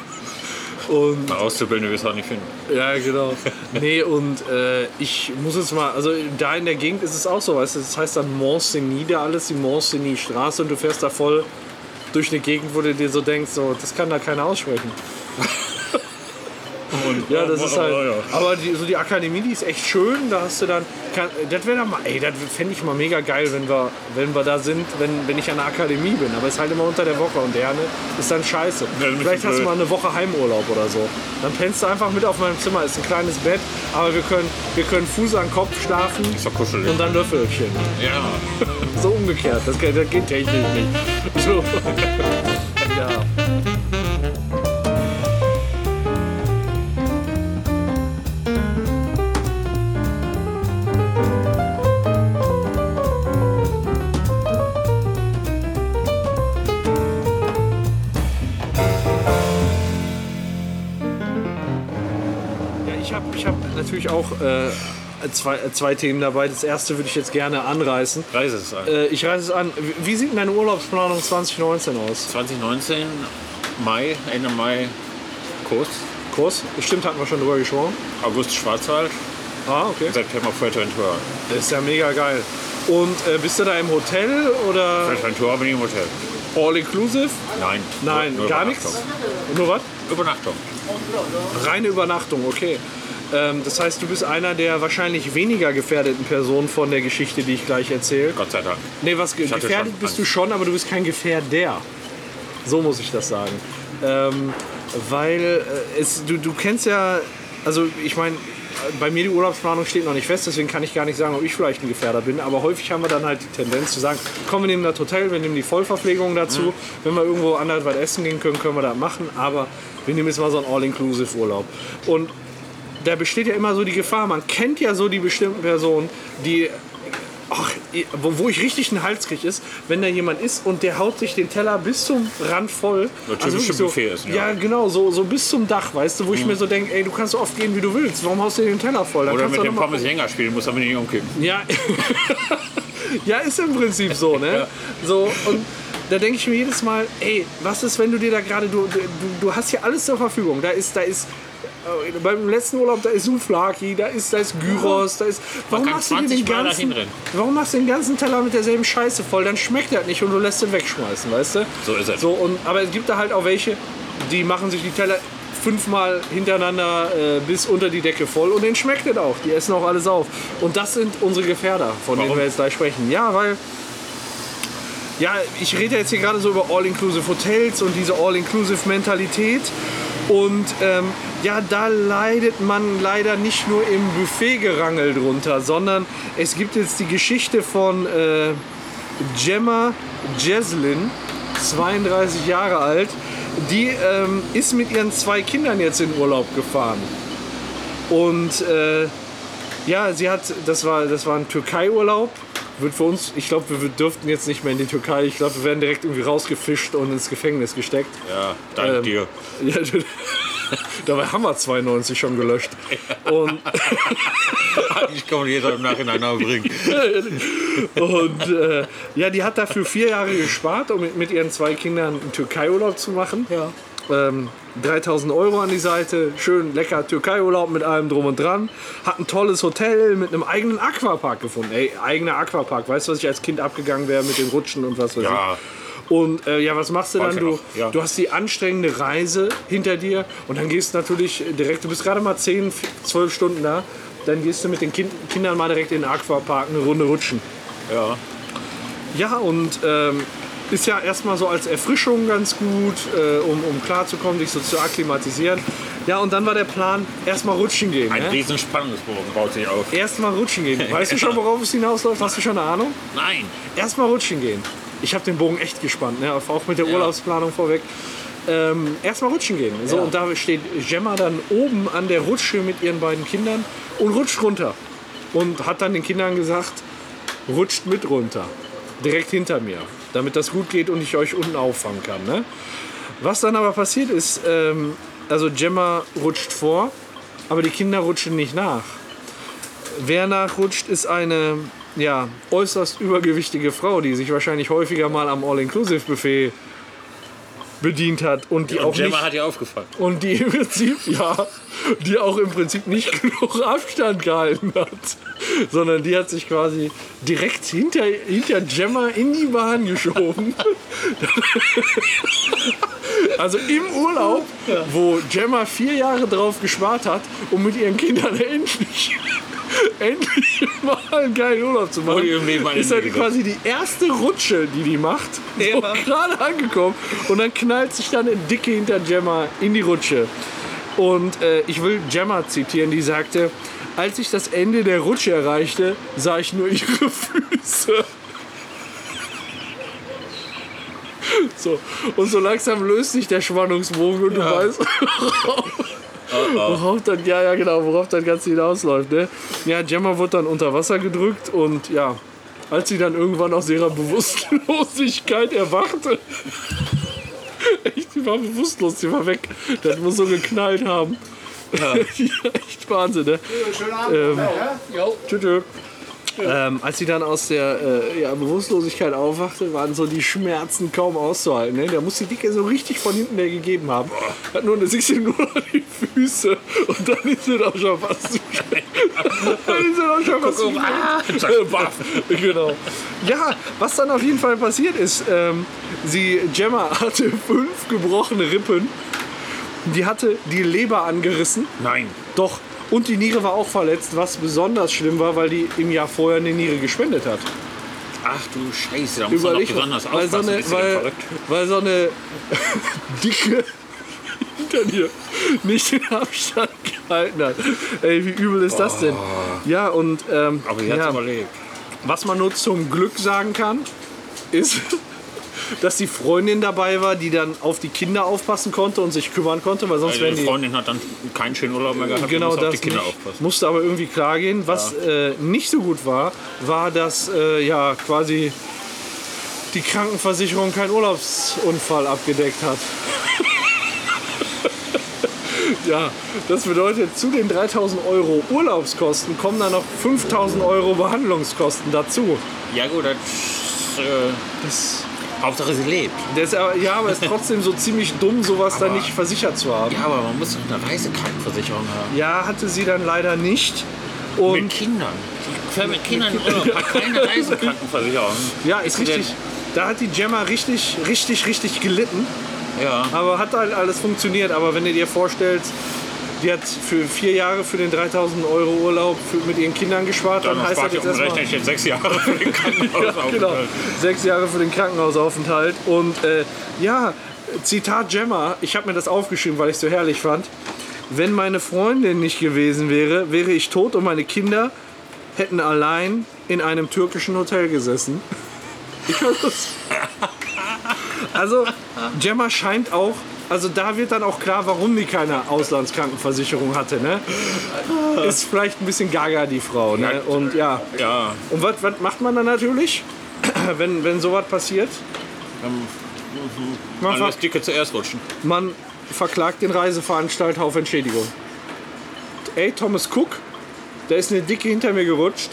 Speaker 1: [laughs] und
Speaker 2: Mal auszubilden, wirst du auch nicht finden.
Speaker 1: Ja, genau. Nee, und äh, ich muss jetzt mal, also da in der Gegend ist es auch so, weißt du, das heißt dann Mont-Cenis, da alles die Mont-Cenis-Straße und du fährst da voll durch eine Gegend, wo du dir so denkst, so, das kann da keiner aussprechen. Ja, das ist halt, aber die, so die Akademie, die ist echt schön, da hast du dann, kann, das wäre dann mal, ey, das fände ich mal mega geil, wenn wir, wenn wir da sind, wenn, wenn ich an der Akademie bin, aber es ist halt immer unter der Woche und der ne, ist dann scheiße.
Speaker 2: Ja, ein bisschen
Speaker 1: Vielleicht hast du
Speaker 2: blöd.
Speaker 1: mal eine Woche Heimurlaub oder so. Dann pennst du einfach mit auf meinem Zimmer, ist ein kleines Bett, aber wir können, wir können Fuß an Kopf schlafen
Speaker 2: Ist doch kuschelig.
Speaker 1: und dann Löffelchen.
Speaker 2: Ja.
Speaker 1: So umgekehrt, das geht, das geht technisch nicht. So. ja. natürlich auch äh, zwei, zwei Themen dabei. Das erste würde ich jetzt gerne anreißen.
Speaker 2: Reiß es an.
Speaker 1: Äh, ich reiße es an. Wie- Wie sieht denn deine Urlaubsplanung 2019 aus?
Speaker 2: 2019, Mai, Ende Mai, Kurs.
Speaker 1: Kurs? Bestimmt hatten wir schon drüber gesprochen.
Speaker 2: August Schwarzwald,
Speaker 1: Ah, okay.
Speaker 2: September Fuerteventura.
Speaker 1: Das ist ja mega geil. Und äh, bist du da im Hotel oder
Speaker 2: Fuerteventura bin ich im Hotel.
Speaker 1: all inclusive?
Speaker 2: Nein.
Speaker 1: Nein,
Speaker 2: nur- nur
Speaker 1: gar
Speaker 2: Übernachtung.
Speaker 1: nichts. Nur was?
Speaker 2: Übernachtung.
Speaker 1: Reine Übernachtung, okay. Ähm, das heißt, du bist einer der wahrscheinlich weniger gefährdeten Personen von der Geschichte, die ich gleich erzähle.
Speaker 2: Gott sei Dank.
Speaker 1: Nee, was ge
Speaker 2: Ich hatte
Speaker 1: gefährdet
Speaker 2: schon
Speaker 1: bist
Speaker 2: Angst.
Speaker 1: du schon, aber du bist kein Gefährder. So muss ich das sagen. Ähm, weil äh, es, du, du kennst ja, also ich meine, äh, bei mir die Urlaubsplanung steht noch nicht fest, deswegen kann ich gar nicht sagen, ob ich vielleicht ein Gefährder bin. Aber häufig haben wir dann halt die Tendenz zu sagen, komm, wir nehmen das Hotel, wir nehmen die Vollverpflegung dazu.
Speaker 2: Mhm.
Speaker 1: Wenn wir irgendwo anders was essen gehen können, können wir das machen. Aber wir nehmen jetzt mal so einen All-Inclusive-Urlaub. Und da besteht ja immer so die Gefahr, man kennt ja so die bestimmten Personen, die Ach, ihr- wo, wo ich richtig einen Hals kriege, ist, wenn da jemand ist und der haut sich den Teller bis zum Rand voll. Also
Speaker 2: Natürlich
Speaker 1: wirklich
Speaker 2: bestimmt Buffet essen,
Speaker 1: ja.
Speaker 2: ja.
Speaker 1: genau, so, so bis zum Dach, weißt du, wo ich mir so denke, ey, du kannst so oft gehen, wie du willst. Warum haust du dir den Teller voll? Dann
Speaker 2: Hm. Oder
Speaker 1: kannst
Speaker 2: mit
Speaker 1: du
Speaker 2: dem
Speaker 1: doch noch mal-
Speaker 2: Pommes Jänger spielen, muss damit nicht umkippen.
Speaker 1: Ja. ja, [laughs] ist im Prinzip so,
Speaker 2: [laughs]
Speaker 1: ne? So, und da denke ich mir jedes Mal, ey, was ist, wenn du dir da gerade, du, du, du hast hier alles zur Verfügung. Da ist, da ist, äh, beim letzten Urlaub, da ist Souflaki, da ist, da ist Gyros, da ist, warum
Speaker 2: kann
Speaker 1: machst du dir den
Speaker 2: 20 Mal
Speaker 1: ganzen,
Speaker 2: dahin rennen.
Speaker 1: warum machst du den ganzen Teller mit derselben Scheiße voll? Dann schmeckt das nicht und du lässt den wegschmeißen, weißt du?
Speaker 2: So ist es.
Speaker 1: So, und, aber es gibt da halt auch welche, die machen sich die Teller fünfmal hintereinander äh, bis unter die Decke voll und denen schmeckt das auch. Die essen auch alles auf. Und das sind unsere Gefährder, von denen
Speaker 2: Warum?
Speaker 1: wir jetzt gleich sprechen. Ja, weil. Ja, ich rede jetzt hier gerade so über All-Inclusive Hotels und diese All-Inclusive-Mentalität. Und ähm, ja, da leidet man leider nicht nur im Buffetgerangel drunter, sondern es gibt jetzt die Geschichte von äh, Gemma Jeslin, 32 Jahre alt, die ähm, ist mit ihren zwei Kindern jetzt in Urlaub gefahren. Und äh, ja, sie hat, das war, das war ein Türkei-Urlaub. Wird für uns, ich glaube, wir dürften jetzt nicht mehr in die Türkei. Ich glaube, wir werden direkt irgendwie rausgefischt und ins Gefängnis gesteckt.
Speaker 2: Ja, dank
Speaker 1: Ähm, [laughs]
Speaker 2: dir.
Speaker 1: Ja, du- dabei haben wir 92 schon gelöscht. Und
Speaker 2: Ich kann jeder im Nachhinein aufbringen.
Speaker 1: Und äh, ja, die hat dafür vier Jahre gespart, um mit, mit ihren zwei Kindern einen Türkei-Urlaub zu machen.
Speaker 2: Ja.
Speaker 1: Ähm, 3000 Euro an die Seite, schön lecker Türkei-Urlaub mit allem drum und dran. Hat ein tolles Hotel mit einem eigenen Aquapark gefunden. Ey, eigener Aquapark. Weißt du, was ich als Kind abgegangen wäre mit den Rutschen und was weiß
Speaker 2: Ja.
Speaker 1: ich? Und äh, ja, was machst du dann?
Speaker 2: Weiß ich
Speaker 1: Du,
Speaker 2: noch, ja.
Speaker 1: du hast die anstrengende Reise hinter dir und dann gehst du natürlich direkt, du bist gerade mal 10, 12 Stunden da, dann gehst du mit den kind, Kindern mal direkt in den Aquapark eine Runde rutschen.
Speaker 2: Ja.
Speaker 1: Ja, und ähm, ist ja erstmal so als Erfrischung ganz gut, äh, um, um klarzukommen, dich so zu akklimatisieren. Ja, und dann war der Plan, erstmal rutschen gehen.
Speaker 2: Ein
Speaker 1: Ne?
Speaker 2: riesen Spannungsbogen baut sich auf.
Speaker 1: Erstmal rutschen gehen. Weißt du schon, worauf es hinausläuft? Hast du schon eine Ahnung?
Speaker 2: Nein.
Speaker 1: Erstmal rutschen gehen. Ich habe den Bogen echt gespannt, ne? auch mit der Urlaubsplanung vorweg. Ähm, erstmal rutschen gehen. So, Und da steht Gemma dann oben an der Rutsche mit ihren beiden Kindern und rutscht runter. Und hat dann den Kindern gesagt, rutscht mit runter. Direkt hinter mir. Damit das gut geht und ich euch unten auffangen kann. Ne? Was dann aber passiert ist, ähm, also Gemma rutscht vor, aber die Kinder rutschen nicht nach. Wer nachrutscht, ist eine ja, äußerst übergewichtige Frau, die sich wahrscheinlich häufiger mal am All-Inclusive-Buffet bedient hat und die auch
Speaker 2: Und Gemma
Speaker 1: nicht
Speaker 2: hat ihr aufgefallen.
Speaker 1: und die im Prinzip, ja, die auch im Prinzip nicht [laughs] genug Abstand gehalten hat, sondern die hat sich quasi direkt hinter, hinter Gemma in die Bahn geschoben. Also im Urlaub, wo Gemma vier Jahre drauf gespart hat, um mit ihren Kindern [laughs] endlich, endlich mal einen geilen Urlaub zu machen,
Speaker 2: Und ihrem Leben ein
Speaker 1: ist
Speaker 2: Ende
Speaker 1: halt
Speaker 2: gesetzt.
Speaker 1: quasi die erste Rutsche, die die macht. So
Speaker 3: Emma.
Speaker 1: gerade angekommen. Und dann knallt sich dann ein Dicke hinter Gemma in die Rutsche. Und äh, ich will Gemma zitieren, die sagte, als ich das Ende der Rutsche erreichte, sah ich nur ihre [laughs] Füße. [laughs] So. Und so langsam löst sich der Spannungsbogen und du weißt, worauf dann, ja, ja, genau, worauf das Ganze hinausläuft. Ne? Ja, Gemma wird dann unter Wasser gedrückt und ja, als sie dann irgendwann aus ihrer Bewusstlosigkeit erwachte. [laughs] Echt, die war bewusstlos, die war weg. Das muss so geknallt haben. [laughs] Ja, echt Wahnsinn, ne?
Speaker 4: Schönen Abend. Ähm, ja,
Speaker 1: Tschö, tschö. Oh, Ähm, als sie dann aus der äh, ja, Bewusstlosigkeit aufwachte, waren so die Schmerzen kaum auszuhalten. Ne? Da muss die Dicke so richtig von hinten her gegeben haben. Hat nur eine Sicht nur an die Füße und dann ist sie doch schon fast zu spät. dann ist sie doch schon fast zu spät. [laughs] Äh, baff. genau. Ja, was dann auf jeden Fall passiert ist, ähm, sie, Gemma hatte [laughs] fünf gebrochene Rippen. Die hatte die Leber angerissen.
Speaker 2: Nein.
Speaker 1: Doch. Und die Niere war auch verletzt, was besonders schlimm war, weil die im Jahr vorher eine Niere gespendet hat.
Speaker 2: Ach du Scheiße, da muss man doch
Speaker 1: Überleg mal,
Speaker 2: besonders
Speaker 1: weil so
Speaker 2: aufpassen.
Speaker 1: eine,
Speaker 2: bist du denn
Speaker 1: weil,
Speaker 2: verrückt?
Speaker 1: weil so eine [laughs] dicke hinter dir nicht den Abstand gehalten hat. Ey, wie übel ist das denn? Ja, und ähm,
Speaker 2: Oh. Aber sie hat
Speaker 1: ja,
Speaker 2: überlebt.
Speaker 1: was man nur zum Glück sagen kann, ist, [laughs] dass die Freundin dabei war, die dann auf die Kinder aufpassen konnte und sich kümmern konnte, weil sonst
Speaker 2: Also
Speaker 1: wären
Speaker 2: die
Speaker 1: die
Speaker 2: Freundin hat dann keinen schönen Urlaub mehr gehabt.
Speaker 1: genau
Speaker 2: muss
Speaker 1: das
Speaker 2: auf die Kinder
Speaker 1: nicht.
Speaker 2: aufpassen.
Speaker 1: Musste aber irgendwie klar gehen. Was äh, nicht so gut war, war, dass äh, ja quasi die Krankenversicherung keinen Urlaubsunfall abgedeckt hat. [laughs] ja, das bedeutet, zu den 3000 Euro Urlaubskosten kommen dann noch 5000 Euro Behandlungskosten dazu.
Speaker 2: Ja gut, das, äh,
Speaker 1: Das,
Speaker 2: Hauptsache sie lebt.
Speaker 1: das, ja, aber ist trotzdem so ziemlich dumm, sowas dann
Speaker 2: Aber-
Speaker 1: nicht versichert zu haben.
Speaker 2: Ja, aber man muss doch eine Reisekrankenversicherung haben.
Speaker 1: Ja, hatte sie dann leider nicht. Und
Speaker 2: mit Kindern. Fährt mit Kindern in Urlaub, hat
Speaker 1: [laughs]
Speaker 2: keine Reisekrankenversicherung.
Speaker 1: Ja, ist
Speaker 2: sie
Speaker 1: richtig. Da hat die Gemma richtig, richtig, richtig gelitten.
Speaker 2: denn- Ja.
Speaker 1: Aber hat halt alles funktioniert. Aber wenn du dir vorstellst, die hat für vier Jahre für den 3000 Euro Urlaub für, mit ihren Kindern gespart, dann,
Speaker 2: Dann
Speaker 1: heißt das
Speaker 2: spart ihr
Speaker 1: jetzt erstmal
Speaker 2: umgerechnet jetzt sechs Jahre für
Speaker 1: [laughs]
Speaker 2: den Krankenhausaufenthalt.
Speaker 1: genau, sechs Jahre für den Krankenhausaufenthalt. Und äh, ja, Zitat Gemma, ich habe mir das aufgeschrieben, weil ich es so herrlich fand. Wenn meine Freundin nicht gewesen wäre, wäre ich tot und meine Kinder hätten allein in einem türkischen Hotel gesessen. [laughs] Ich weiß es. Also, Gemma scheint auch, also da wird dann auch klar, warum die keine Auslandskrankenversicherung hatte. Ne? Ist vielleicht ein bisschen gaga, die Frau. Ne? Und ja.
Speaker 2: Ja,
Speaker 1: Und was was macht man dann natürlich, [clears throat] wenn, wenn sowas passiert? Man,
Speaker 2: dann
Speaker 1: ver
Speaker 2: lässt Dicke zuerst rutschen.
Speaker 1: man verklagt den Reiseveranstalter auf Entschädigung. Ey, Thomas Cook, da ist eine Dicke hinter mir gerutscht.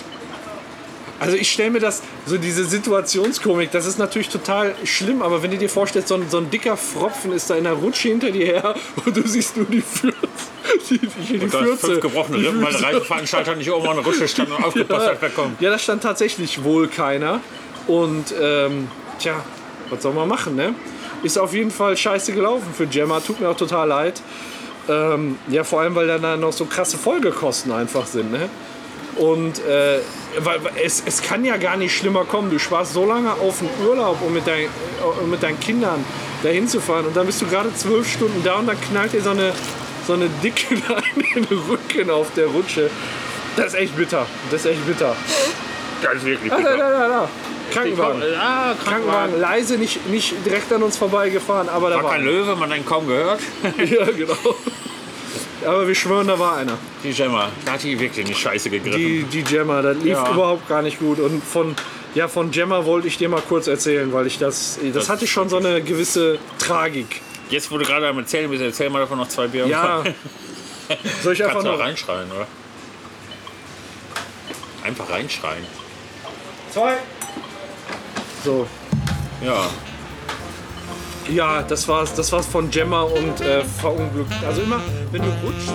Speaker 1: Also ich stelle mir das, so diese Situationskomik, das ist natürlich total schlimm, aber wenn du dir vorstellst, so ein, so ein dicker Fropfen ist da in der Rutsche hinter dir her [laughs] und du siehst nur die Fürze. Die, die, die
Speaker 2: Da ist
Speaker 1: Fürze.
Speaker 2: fünf gebrochene
Speaker 1: Die
Speaker 2: Rippen, weil der
Speaker 1: Fürze.
Speaker 2: Reiseveranstalter nicht irgendwo an der
Speaker 1: [laughs]
Speaker 2: Rutsche stand und aufgepasst hat, wer kommt.
Speaker 1: Ja, da stand tatsächlich wohl keiner. Und ähm, tja, was soll man machen, ne? Ist auf jeden Fall scheiße gelaufen für Gemma. Tut mir auch total leid. Ähm, ja, vor allem, weil dann da noch so krasse Folgekosten einfach sind, ne? Und äh, weil, weil es, es kann ja gar nicht schlimmer kommen. Du sparst so lange auf den Urlaub, um mit, dein, um mit deinen Kindern dahin zu fahren. Und dann bist du gerade zwölf Stunden da und dann knallt dir so eine, so eine dicke [laughs] da in den Rücken auf der Rutsche. Das ist echt bitter. Das ist echt bitter.
Speaker 2: Das ist wirklich
Speaker 1: Ah, da, da, da, da.
Speaker 2: Ich
Speaker 1: Krankenwagen.
Speaker 2: komm, ah,
Speaker 1: äh, Krankenwagen.
Speaker 2: Krankenwagen.
Speaker 1: Leise, nicht, nicht direkt an uns vorbeigefahren, aber da
Speaker 2: War
Speaker 1: war
Speaker 2: kein Löwe, man hat ihn kaum gehört.
Speaker 1: [laughs] Ja, genau. Aber wir schwören, da war einer.
Speaker 2: Die Gemma, da hat die wirklich nicht scheiße gegriffen.
Speaker 1: Die, die Gemma, das lief
Speaker 2: Ja.
Speaker 1: überhaupt gar nicht gut. Und von, ja, von Gemma wollte ich dir mal kurz erzählen, weil ich das, das, hatte schon so eine gewisse Tragik.
Speaker 2: Jetzt, wo du gerade am Erzählen bist, erzähl mal davon noch zwei Bier.
Speaker 1: Ja. Soll ich einfach
Speaker 2: Kannst du auch
Speaker 1: noch?
Speaker 2: reinschreien, oder? Einfach reinschreien.
Speaker 1: Zwei. So.
Speaker 2: Ja.
Speaker 1: Ja, das war's. Das war's von Gemma und äh, verunglückt. Also immer, wenn du rutschst.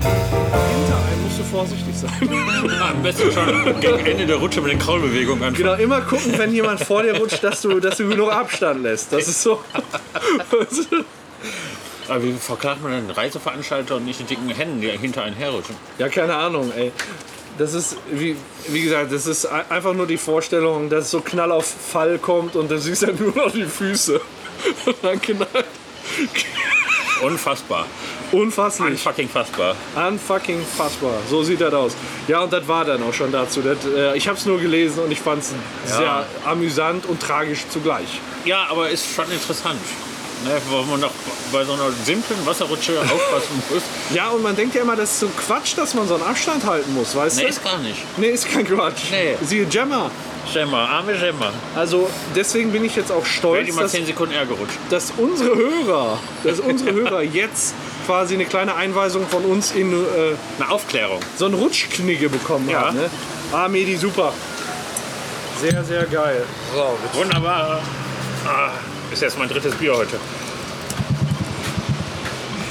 Speaker 1: Hinterein musst du vorsichtig sein. [laughs]
Speaker 2: Am besten schon gegen Ende der Rutsche mit den Kraulbewegungen anfangen.
Speaker 1: Genau, immer gucken, wenn jemand vor dir rutscht, dass du, dass du genug Abstand lässt. Das ist so. [laughs]
Speaker 2: Aber wie verklagt man denn Reiseveranstalter und nicht die dicken Hennen, die hinter einen herrutschen?
Speaker 1: Ja, keine Ahnung, ey. Das ist, wie, wie gesagt, das ist ei- einfach nur die Vorstellung, dass so Knall auf Fall kommt und du siehst [laughs] dann nur noch die Füße. Und dann knallt.
Speaker 2: Unfassbar.
Speaker 1: Unfasslich.
Speaker 2: Unfucking fassbar.
Speaker 1: Unfucking fassbar. So sieht das aus. Ja, und das war dann auch schon dazu. Das, äh, ich habe es nur gelesen und ich fand es sehr amüsant und tragisch zugleich.
Speaker 2: Ja, aber ist schon interessant. Ne, warum man doch bei so einer simplen Wasserrutsche aufpassen Ne, muss.
Speaker 1: Ja, und man denkt ja immer, das ist so Quatsch, dass man so einen Abstand halten muss, weißt
Speaker 2: Nee,
Speaker 1: du?
Speaker 2: ist gar nicht.
Speaker 1: Nee, ist kein Quatsch.
Speaker 2: Nee.
Speaker 1: Siehe Gemma.
Speaker 2: Schemmer, arme Schemmer.
Speaker 1: Also deswegen bin ich jetzt auch
Speaker 2: Wäre die
Speaker 1: stolz,
Speaker 2: mal
Speaker 1: dass,
Speaker 2: 10 Sekunden eher gerutscht.
Speaker 1: dass unsere Hörer, dass
Speaker 2: [laughs]
Speaker 1: unsere Hörer jetzt quasi eine kleine Einweisung von uns in äh,
Speaker 2: Eine Aufklärung.
Speaker 1: so einen Rutschknigge bekommen
Speaker 2: Ja.
Speaker 1: haben. Ne? Ah, Medi, super. Sehr, sehr geil.
Speaker 3: So,
Speaker 2: Wunderbar. Ah, ist jetzt mein drittes Bier heute.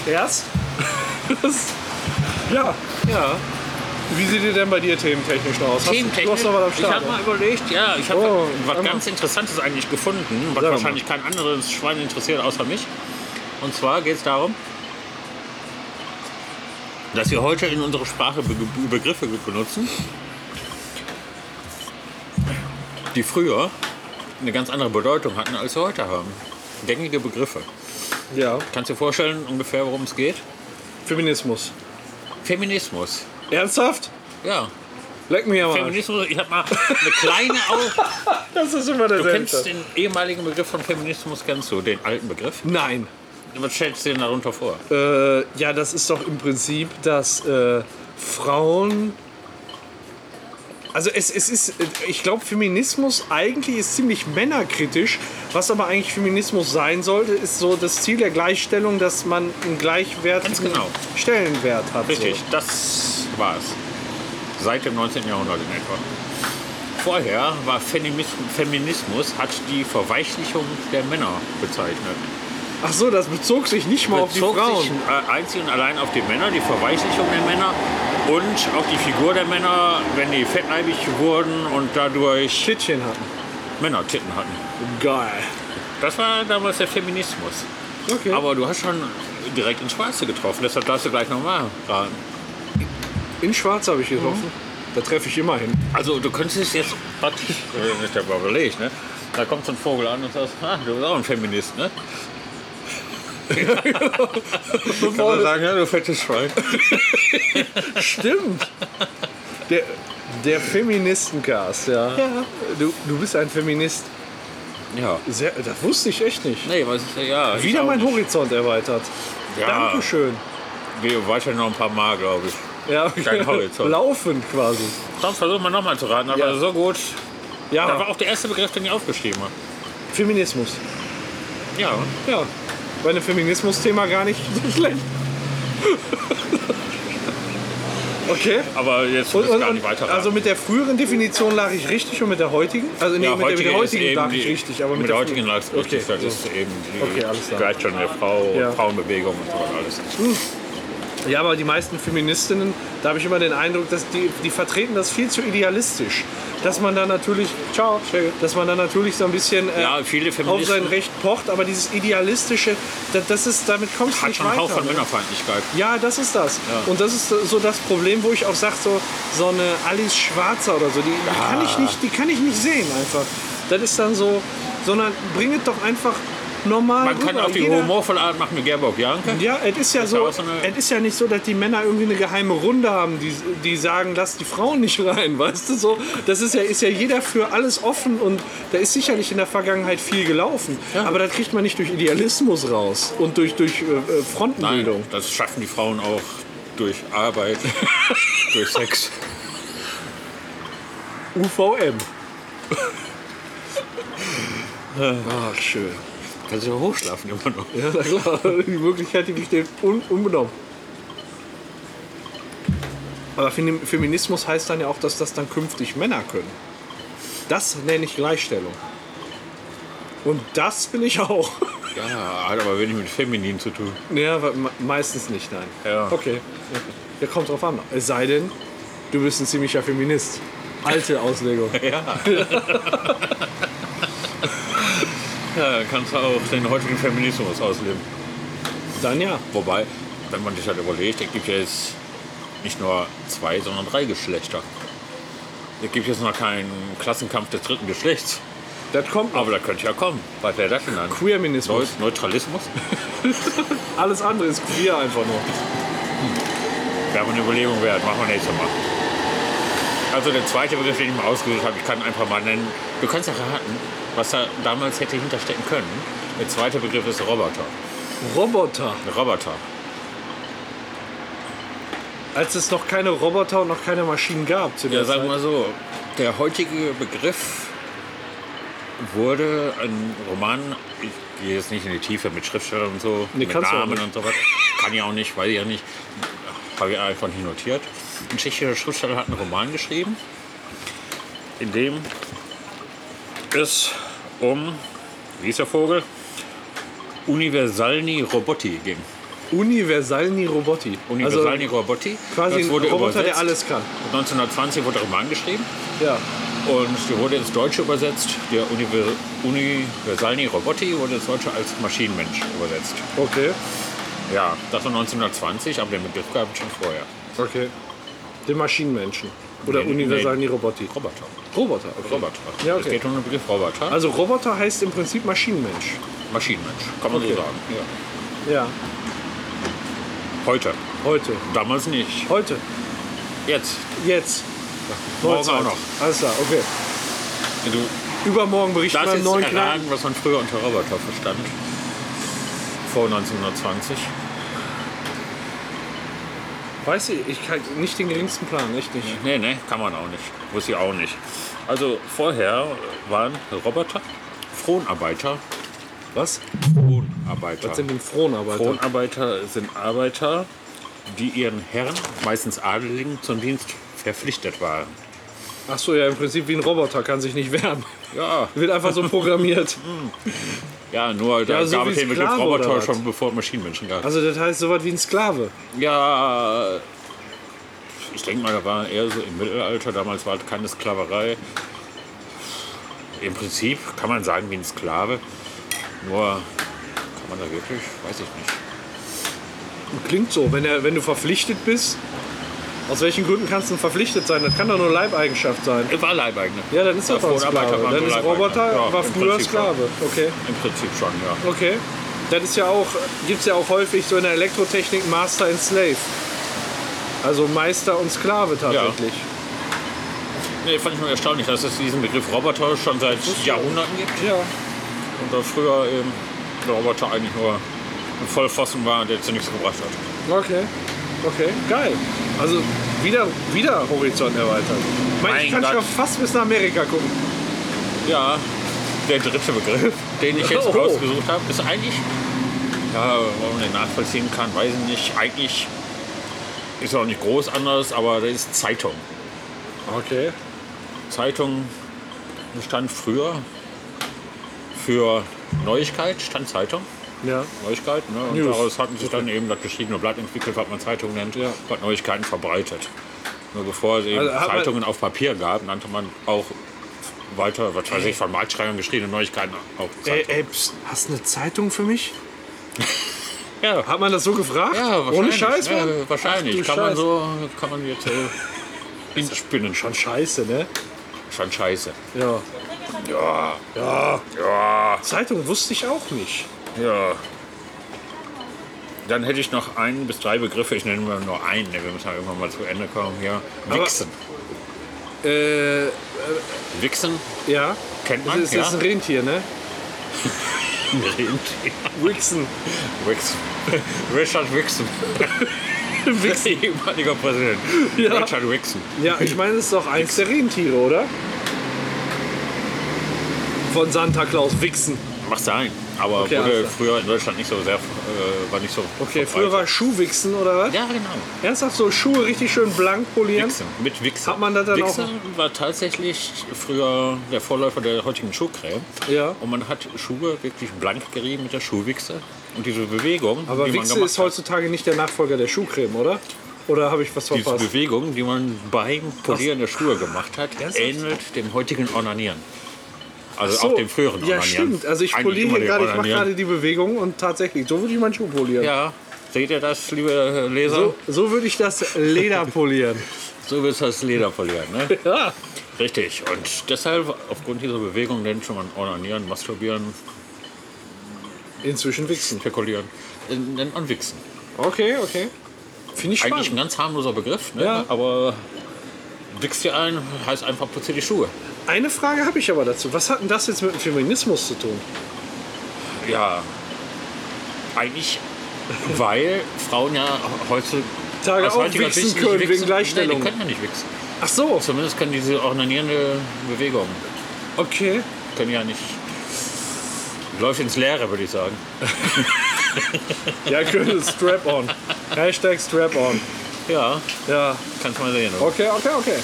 Speaker 1: Erst? [laughs] Das, ja.
Speaker 2: Ja.
Speaker 1: Wie sieht ihr denn bei dir thementechnisch noch aus? Hast- Du hast noch was am
Speaker 2: ich
Speaker 1: Start.
Speaker 2: habe mal überlegt, ja, ich habe
Speaker 1: Oh,
Speaker 2: was
Speaker 1: einmal.
Speaker 2: ganz Interessantes eigentlich gefunden, was
Speaker 1: Sag mal.
Speaker 2: wahrscheinlich kein anderes Schwein interessiert außer mich. Und zwar geht es darum, dass wir heute in unserer Sprache Be Begriffe benutzen, die früher eine ganz andere Bedeutung hatten, als sie heute haben. Gängige Begriffe.
Speaker 1: ne? Ja.
Speaker 2: Kannst du dir vorstellen, ungefähr, worum es geht?
Speaker 1: Feminismus.
Speaker 2: Feminismus.
Speaker 1: Ernsthaft?
Speaker 2: Ja,
Speaker 1: Leck mich am Arsch.
Speaker 2: Feminismus. Ich
Speaker 1: [laughs]
Speaker 2: habe mal eine kleine Au
Speaker 1: Das ist immer der
Speaker 2: Du kennst den ehemaligen Begriff von Feminismus, kennst du den alten Begriff?
Speaker 1: Nein.
Speaker 2: Was stellst du dir darunter vor?
Speaker 1: Äh, ja, das ist doch im Prinzip, dass äh, Frauen. Also es, es ist, äh, ich glaube, Feminismus eigentlich ist ziemlich männerkritisch. Was aber eigentlich Feminismus sein sollte, ist so das Ziel der Gleichstellung, dass man einen gleichwertigen
Speaker 2: Ganz genau.
Speaker 1: Stellenwert hat.
Speaker 2: Richtig, das war's. Seit dem 19. Jahrhundert in etwa. Vorher war Feminis- Feminismus, hat die Verweichlichung der Männer bezeichnet.
Speaker 1: So. Ach so, das bezog sich nicht mal auf
Speaker 2: Bezog
Speaker 1: die Frauen.
Speaker 2: sich äh, einzig und allein auf die Männer, die Verweichlichung der Männer und auf die Figur der Männer, wenn die fettleibig wurden und dadurch
Speaker 1: Kittchen hatten.
Speaker 2: Männertitten hatten.
Speaker 1: Geil.
Speaker 2: Das war damals der Feminismus.
Speaker 1: Okay.
Speaker 2: Aber du hast schon direkt ins Schwarze getroffen, deshalb darfst du gleich nochmal raten.
Speaker 1: In Schwarz habe ich getroffen.
Speaker 2: Mhm.
Speaker 1: Da treffe ich immerhin.
Speaker 2: Also du könntest es jetzt praktisch, äh, nicht aber überlegt, ne? Da kommt so ein Vogel an und sagt, ah, du bist auch ein Feminist, ne? Kann man sagen, ja, du fettes Schwein.
Speaker 1: [laughs] Stimmt. Der, der Feministencast, ja. Du, du bist ein Feminist.
Speaker 2: Ja.
Speaker 1: Sehr, das wusste ich echt nicht.
Speaker 2: Nee, weiß ich ja. ich
Speaker 1: Wieder
Speaker 2: auch
Speaker 1: mein
Speaker 2: nicht.
Speaker 1: Horizont erweitert.
Speaker 2: Ja.
Speaker 1: Dankeschön.
Speaker 2: Wir weiter noch ein paar Mal, glaube ich.
Speaker 1: Ja,
Speaker 2: Dein Horizont.
Speaker 1: Laufend quasi.
Speaker 2: Komm, versuchen wir nochmal zu raten, aber
Speaker 1: Ja.
Speaker 2: so gut. Da war
Speaker 1: Ja,
Speaker 2: auch der erste Begriff, den ich aufgeschrieben habe.
Speaker 1: Feminismus.
Speaker 2: Ja.
Speaker 1: Ja. Bei einem Feminismus-Thema gar nicht so schlecht. [laughs] Okay.
Speaker 2: Aber jetzt
Speaker 1: Und,
Speaker 2: willst du
Speaker 1: und,
Speaker 2: gar
Speaker 1: und,
Speaker 2: nicht weiter
Speaker 1: also mit der früheren Definition lag ich richtig und mit der heutigen? Also nee,
Speaker 2: Ja,
Speaker 1: mit, der, mit der
Speaker 2: heutige ist
Speaker 1: heutigen
Speaker 2: eben
Speaker 1: lag ich
Speaker 2: die-
Speaker 1: richtig, aber mit,
Speaker 2: mit der heutigen lag es
Speaker 1: früheren-
Speaker 2: richtig.
Speaker 1: Okay.
Speaker 2: Das ist eben die
Speaker 1: Okay, alles klar.
Speaker 2: gleich schon der Frau,
Speaker 1: Ja.
Speaker 2: Frauenbewegung und so was alles.
Speaker 1: Ja, aber die meisten Feministinnen, da habe ich immer den Eindruck, dass die, die vertreten das viel zu idealistisch. Dass man da natürlich, ciao, dass man da natürlich so ein bisschen äh,
Speaker 2: Ja, viele
Speaker 1: auf sein
Speaker 2: Feministen
Speaker 1: Recht pocht, aber dieses idealistische, da- das ist, damit kommst du
Speaker 2: hat
Speaker 1: nicht
Speaker 2: schon einen Hauch
Speaker 1: weiter.
Speaker 2: von Männerfeindlichkeit.
Speaker 1: Ja, das ist das. Und das ist so das Problem, wo ich auch sage, so, so eine Alice Schwarzer oder so, die, die,
Speaker 2: Ah.
Speaker 1: kann ich nicht, die kann ich nicht sehen einfach. Das ist dann so, sondern bringet doch einfach normal
Speaker 2: Man kann
Speaker 1: rüber.
Speaker 2: auf die
Speaker 1: Jeder-
Speaker 2: humorvolle Art machen wie Gerborg Janke.
Speaker 1: ja, es ist ja so,
Speaker 2: auch so eine-
Speaker 1: es ist ja nicht so, dass die Männer irgendwie eine geheime Runde haben, die, die sagen, lass die Frauen nicht rein, [laughs] weißt du so. Das ist ja, ist ja jeder für alles offen und da ist sicherlich in der Vergangenheit viel gelaufen. Aber das kriegt man nicht durch Idealismus raus und durch, durch äh, äh, Frontenbildung.
Speaker 2: Nein, das schaffen die Frauen auch durch [laughs] Arbeit, durch Sex.
Speaker 1: UVM. Ach, Ah, schön.
Speaker 2: Kannst du ja hochschlafen immer noch.
Speaker 1: Ja, na klar, die Möglichkeit, die besteht, un unbenommen. Aber Fem- Feminismus heißt dann ja auch, dass das dann künftig Männer können. Das nenne ich Gleichstellung. Und das will ich auch.
Speaker 2: Ja, hat aber wenig mit Feminin zu tun.
Speaker 1: [laughs] Ja, aber me- meistens nicht, nein.
Speaker 2: Ja.
Speaker 1: Okay. Ja, kommt drauf an. Es sei denn, du bist ein ziemlicher Feminist. Alte [laughs] Auslegung.
Speaker 2: Ja. ja, kannst du auch den heutigen Feminismus ausleben.
Speaker 1: Dann ja.
Speaker 2: Wobei, wenn man sich halt überlegt, es gibt ja jetzt nicht nur zwei, sondern drei Geschlechter. Es gibt jetzt noch keinen Klassenkampf des dritten Geschlechts.
Speaker 1: Das kommt noch.
Speaker 2: Aber da könnte ja kommen. Was wäre das denn dann?
Speaker 1: Queerminismus.
Speaker 2: Neu- Neutralismus?
Speaker 1: [laughs] Alles andere ist queer einfach nur.
Speaker 2: Wäre aber eine Überlegung wert. Machen wir nächstes Mal. Also der zweite Begriff, den ich mal ausgesucht habe, ich kann einfach mal nennen. Du kannst ja raten, was da damals hätte hinterstecken können. Der zweite Begriff ist Roboter.
Speaker 1: Roboter.
Speaker 2: Roboter.
Speaker 1: Als es noch keine Roboter und noch keine Maschinen gab zu der
Speaker 2: Ja, sagen wir
Speaker 1: Zeit.
Speaker 2: mal so, der heutige Begriff wurde in Romanen, ich gehe jetzt nicht in die Tiefe mit Schriftstellern und so,
Speaker 1: Nee,
Speaker 2: mit
Speaker 1: kannst du auch
Speaker 2: Namen
Speaker 1: nicht.
Speaker 2: und sowas, kann ich auch nicht, weiß ich ja nicht, habe ich einfach nicht notiert. Ein tschechischer Schriftsteller hat einen Roman geschrieben, in dem es um, wie ist der Vogel, Universalni Roboti ging.
Speaker 1: Universalni Roboti.
Speaker 2: Universalni Roboti.
Speaker 1: Also quasi
Speaker 2: Das
Speaker 1: ein
Speaker 2: wurde
Speaker 1: Roboter, der
Speaker 2: übersetzt.
Speaker 1: alles kann.
Speaker 2: 1920 wurde der Roman geschrieben.
Speaker 1: Ja.
Speaker 2: Und die wurde ins Deutsche übersetzt. Der Univer Universalni Robotti wurde ins Deutsche als Maschinenmensch übersetzt.
Speaker 1: Okay.
Speaker 2: Ja, das war 1920, aber den Begriff gab es schon vorher.
Speaker 1: Okay. Den Maschinenmenschen. Oder
Speaker 2: Nee, nee,
Speaker 1: Universalni
Speaker 2: nee.
Speaker 1: Roboti.
Speaker 2: Roboter.
Speaker 1: Roboter, okay.
Speaker 2: Roboter.
Speaker 1: Ja,
Speaker 2: Es
Speaker 1: okay.
Speaker 2: geht um den Begriff Roboter.
Speaker 1: Also Roboter heißt im Prinzip Maschinenmensch.
Speaker 2: Maschinenmensch, kann man
Speaker 1: Okay.
Speaker 2: so sagen. Ja.
Speaker 1: Ja.
Speaker 2: Heute.
Speaker 1: Heute.
Speaker 2: Damals nicht.
Speaker 1: Heute.
Speaker 2: Jetzt.
Speaker 1: Jetzt.
Speaker 2: Morgen
Speaker 1: Neuzeit.
Speaker 2: auch noch.
Speaker 1: Alles klar, okay.
Speaker 2: Wenn Du
Speaker 1: Übermorgen berichten wir
Speaker 2: Also,
Speaker 1: einen
Speaker 2: das jetzt
Speaker 1: neuen Knall.
Speaker 2: erraten, was man früher unter Roboter verstand. Vor 1920.
Speaker 1: Weißt du, ich kann nicht den geringsten Plan, echt nicht.
Speaker 2: Nee, nee, kann man auch nicht. Muss ich auch nicht. Also vorher waren Roboter Fronarbeiter.
Speaker 1: Was?
Speaker 2: Fronarbeiter.
Speaker 1: Was sind denn Fronarbeiter?
Speaker 2: Fronarbeiter sind Arbeiter, die ihren Herren, meistens Adeligen, zum Dienst verpflichtet waren.
Speaker 1: Ach so, ja, im Prinzip wie ein Roboter, kann sich nicht [laughs] wehren.
Speaker 2: Ja,
Speaker 1: Wird einfach so programmiert.
Speaker 2: ja nur da
Speaker 1: Ja, so
Speaker 2: gab
Speaker 1: wie
Speaker 2: es den Begriff
Speaker 1: Sklave oder
Speaker 2: Roboter
Speaker 1: was?
Speaker 2: schon bevor es Maschinenmenschen gab.
Speaker 1: Also das heißt sowas wie ein Sklave.
Speaker 2: Ja, ich denke mal, da war eher so im Mittelalter, damals war es keine Sklaverei. Im Prinzip kann man sagen wie ein Sklave, nur kann man da wirklich, weiß ich nicht.
Speaker 1: Klingt so, wenn, er, wenn du verpflichtet bist. Aus welchen Gründen kannst du denn verpflichtet sein? Das kann doch nur Leibeigenschaft sein.
Speaker 2: Er war Leibeigner.
Speaker 1: Ja, dann ist das doch ein Sklave. Dann ist Roboter, war früher Sklave. Okay,
Speaker 2: Im Prinzip schon, ja.
Speaker 1: okay. Das ist ja auch, gibt es ja auch häufig so in der Elektrotechnik Master and Slave. Also Meister und Sklave tatsächlich.
Speaker 2: Nee, fand ich nur erstaunlich, dass es diesen Begriff Roboter schon seit Jahrhunderten gibt.
Speaker 1: Ja.
Speaker 2: Und da früher eben der Roboter eigentlich nur ein Vollpfosten war, der zu nichts gebracht hat.
Speaker 1: Okay, okay, geil. Also wieder, wieder Horizont erweitert. Ich meine, ich
Speaker 2: Mein
Speaker 1: kann
Speaker 2: Gott.
Speaker 1: schon fast bis nach Amerika gucken.
Speaker 2: Ja, der dritte Begriff, [laughs] den ich jetzt
Speaker 1: Oh.
Speaker 2: rausgesucht habe, ist eigentlich, ja, wo man den nachvollziehen kann, weiß ich nicht. Eigentlich ist er auch nicht groß anders, aber das ist Zeitung.
Speaker 1: Okay.
Speaker 2: Zeitung stand früher für Neuigkeit, stand Zeitung.
Speaker 1: Ja.
Speaker 2: Neuigkeit, ne? Und
Speaker 1: News.
Speaker 2: daraus hatten sich dann eben das geschriebene Blatt entwickelt, was man Zeitung nennt,
Speaker 1: Ja.
Speaker 2: was Neuigkeiten verbreitet. Nur bevor es eben
Speaker 1: Also hat man-
Speaker 2: Zeitungen auf Papier gab, nannte man auch weiter, was weiß ich, von Marktschreibern geschriebene Neuigkeiten auch
Speaker 1: Ey,
Speaker 2: Zeitung.
Speaker 1: ey, pst, hast du eine Zeitung für mich?
Speaker 2: [laughs] Ja,
Speaker 1: Hat man das so gefragt? Ohne Scheiß,
Speaker 2: ja,
Speaker 1: Mann?
Speaker 2: wahrscheinlich.
Speaker 1: Ach, du
Speaker 2: kann man
Speaker 1: Scheiß.
Speaker 2: so, kann man [laughs] jetzt äh, spinnen. Schon,
Speaker 1: Schon scheiße, ne?
Speaker 2: schon scheiße.
Speaker 1: Ja.
Speaker 2: Ja. Ja.
Speaker 1: Zeitung wusste ich auch nicht.
Speaker 2: Ja. Dann hätte ich noch ein bis drei Begriffe, ich nenne mal nur einen, ne, wir müssen ja irgendwann mal zu Ende kommen hier.
Speaker 1: Aber-
Speaker 2: Wichsen.
Speaker 1: Äh,
Speaker 2: Wichsen
Speaker 1: ja.
Speaker 2: kennt
Speaker 1: Das
Speaker 2: man,
Speaker 1: ist,
Speaker 2: ja?
Speaker 1: das ist ein Rentier, ne?
Speaker 2: Rentier.
Speaker 1: Wixen.
Speaker 2: Wixen. Richard
Speaker 1: [laughs]
Speaker 2: Wixon. Wixen. [laughs] Ehemaliger Präsident.
Speaker 1: Ja.
Speaker 2: Richard Wixon.
Speaker 1: Ja,
Speaker 2: [laughs]
Speaker 1: ich meine, das ist doch eins der Rentiere, oder? Von Santa Claus, Wixen.
Speaker 2: Macht sein. Aber
Speaker 1: Okay, alles
Speaker 2: wurde
Speaker 1: klar.
Speaker 2: früher in Deutschland nicht so sehr, äh, war nicht so
Speaker 1: Okay,
Speaker 2: verbreitet.
Speaker 1: früher war Schuhwichsen, oder was?
Speaker 2: Ja, genau.
Speaker 1: Ernsthaft so Schuhe richtig schön blank polieren?
Speaker 2: Wixen. Mit Wixen.
Speaker 1: Hat man da dann auch-
Speaker 2: Wixen war tatsächlich früher der Vorläufer der heutigen Schuhcreme.
Speaker 1: Ja.
Speaker 2: Und man hat Schuhe wirklich blank gerieben mit der Schuhwichse. Und diese Bewegung,
Speaker 1: Aber
Speaker 2: die man
Speaker 1: Wichse
Speaker 2: gemacht
Speaker 1: ist heutzutage nicht der Nachfolger der Schuhcreme, oder? Oder habe ich was
Speaker 2: diese
Speaker 1: verpasst?
Speaker 2: Bewegung, die man beim Polieren der Schuhe gemacht hat,
Speaker 1: Ernsthaft?
Speaker 2: ähnelt dem heutigen Ornanieren. Also
Speaker 1: So,
Speaker 2: auch dem früheren
Speaker 1: Ja,
Speaker 2: Ornanieren.
Speaker 1: stimmt. Also ich poliere
Speaker 2: Eigentlich immer
Speaker 1: hier
Speaker 2: dem
Speaker 1: gerade, ich mache
Speaker 2: Ornanieren.
Speaker 1: gerade die Bewegung und tatsächlich, so würde ich meinen Schuh polieren.
Speaker 2: Ja, seht ihr das, liebe Leser? [laughs]
Speaker 1: So, so würde ich das Leder polieren.
Speaker 2: So wirst du das Leder verlieren, ne? [laughs]
Speaker 1: Ja.
Speaker 2: Richtig. Und deshalb, aufgrund dieser Bewegung, denn schon mal onanieren, masturbieren,
Speaker 1: Inzwischen wichsen.
Speaker 2: spekulieren, nennt man Wichsen.
Speaker 1: Okay, okay. Finde ich
Speaker 2: Eigentlich ein
Speaker 1: spannend.
Speaker 2: ganz harmloser Begriff, ne?
Speaker 1: Ja.
Speaker 2: aber wichst dir ein, heißt einfach putze die Schuhe.
Speaker 1: Eine Frage habe ich aber dazu. Was hat denn das jetzt mit dem Feminismus zu tun?
Speaker 2: Ja, eigentlich, weil Frauen ja heute
Speaker 1: Tage
Speaker 2: aus
Speaker 1: auch
Speaker 2: heutiger
Speaker 1: wichsen
Speaker 2: Sicht nicht
Speaker 1: können, wegen
Speaker 2: Nee,
Speaker 1: Gleichstellung.
Speaker 2: die können ja nicht wichsen.
Speaker 1: Ach so.
Speaker 2: Zumindest können diese ordinierende Bewegung,
Speaker 1: Okay.
Speaker 2: können ja nicht, läuft ins Leere, würde ich sagen.
Speaker 1: Ja, [laughs] cool. Strap-on. Hashtag Strap-on.
Speaker 2: Ja,
Speaker 1: Ja.
Speaker 2: kannst du mal sehen. oder?
Speaker 1: Okay, okay, okay.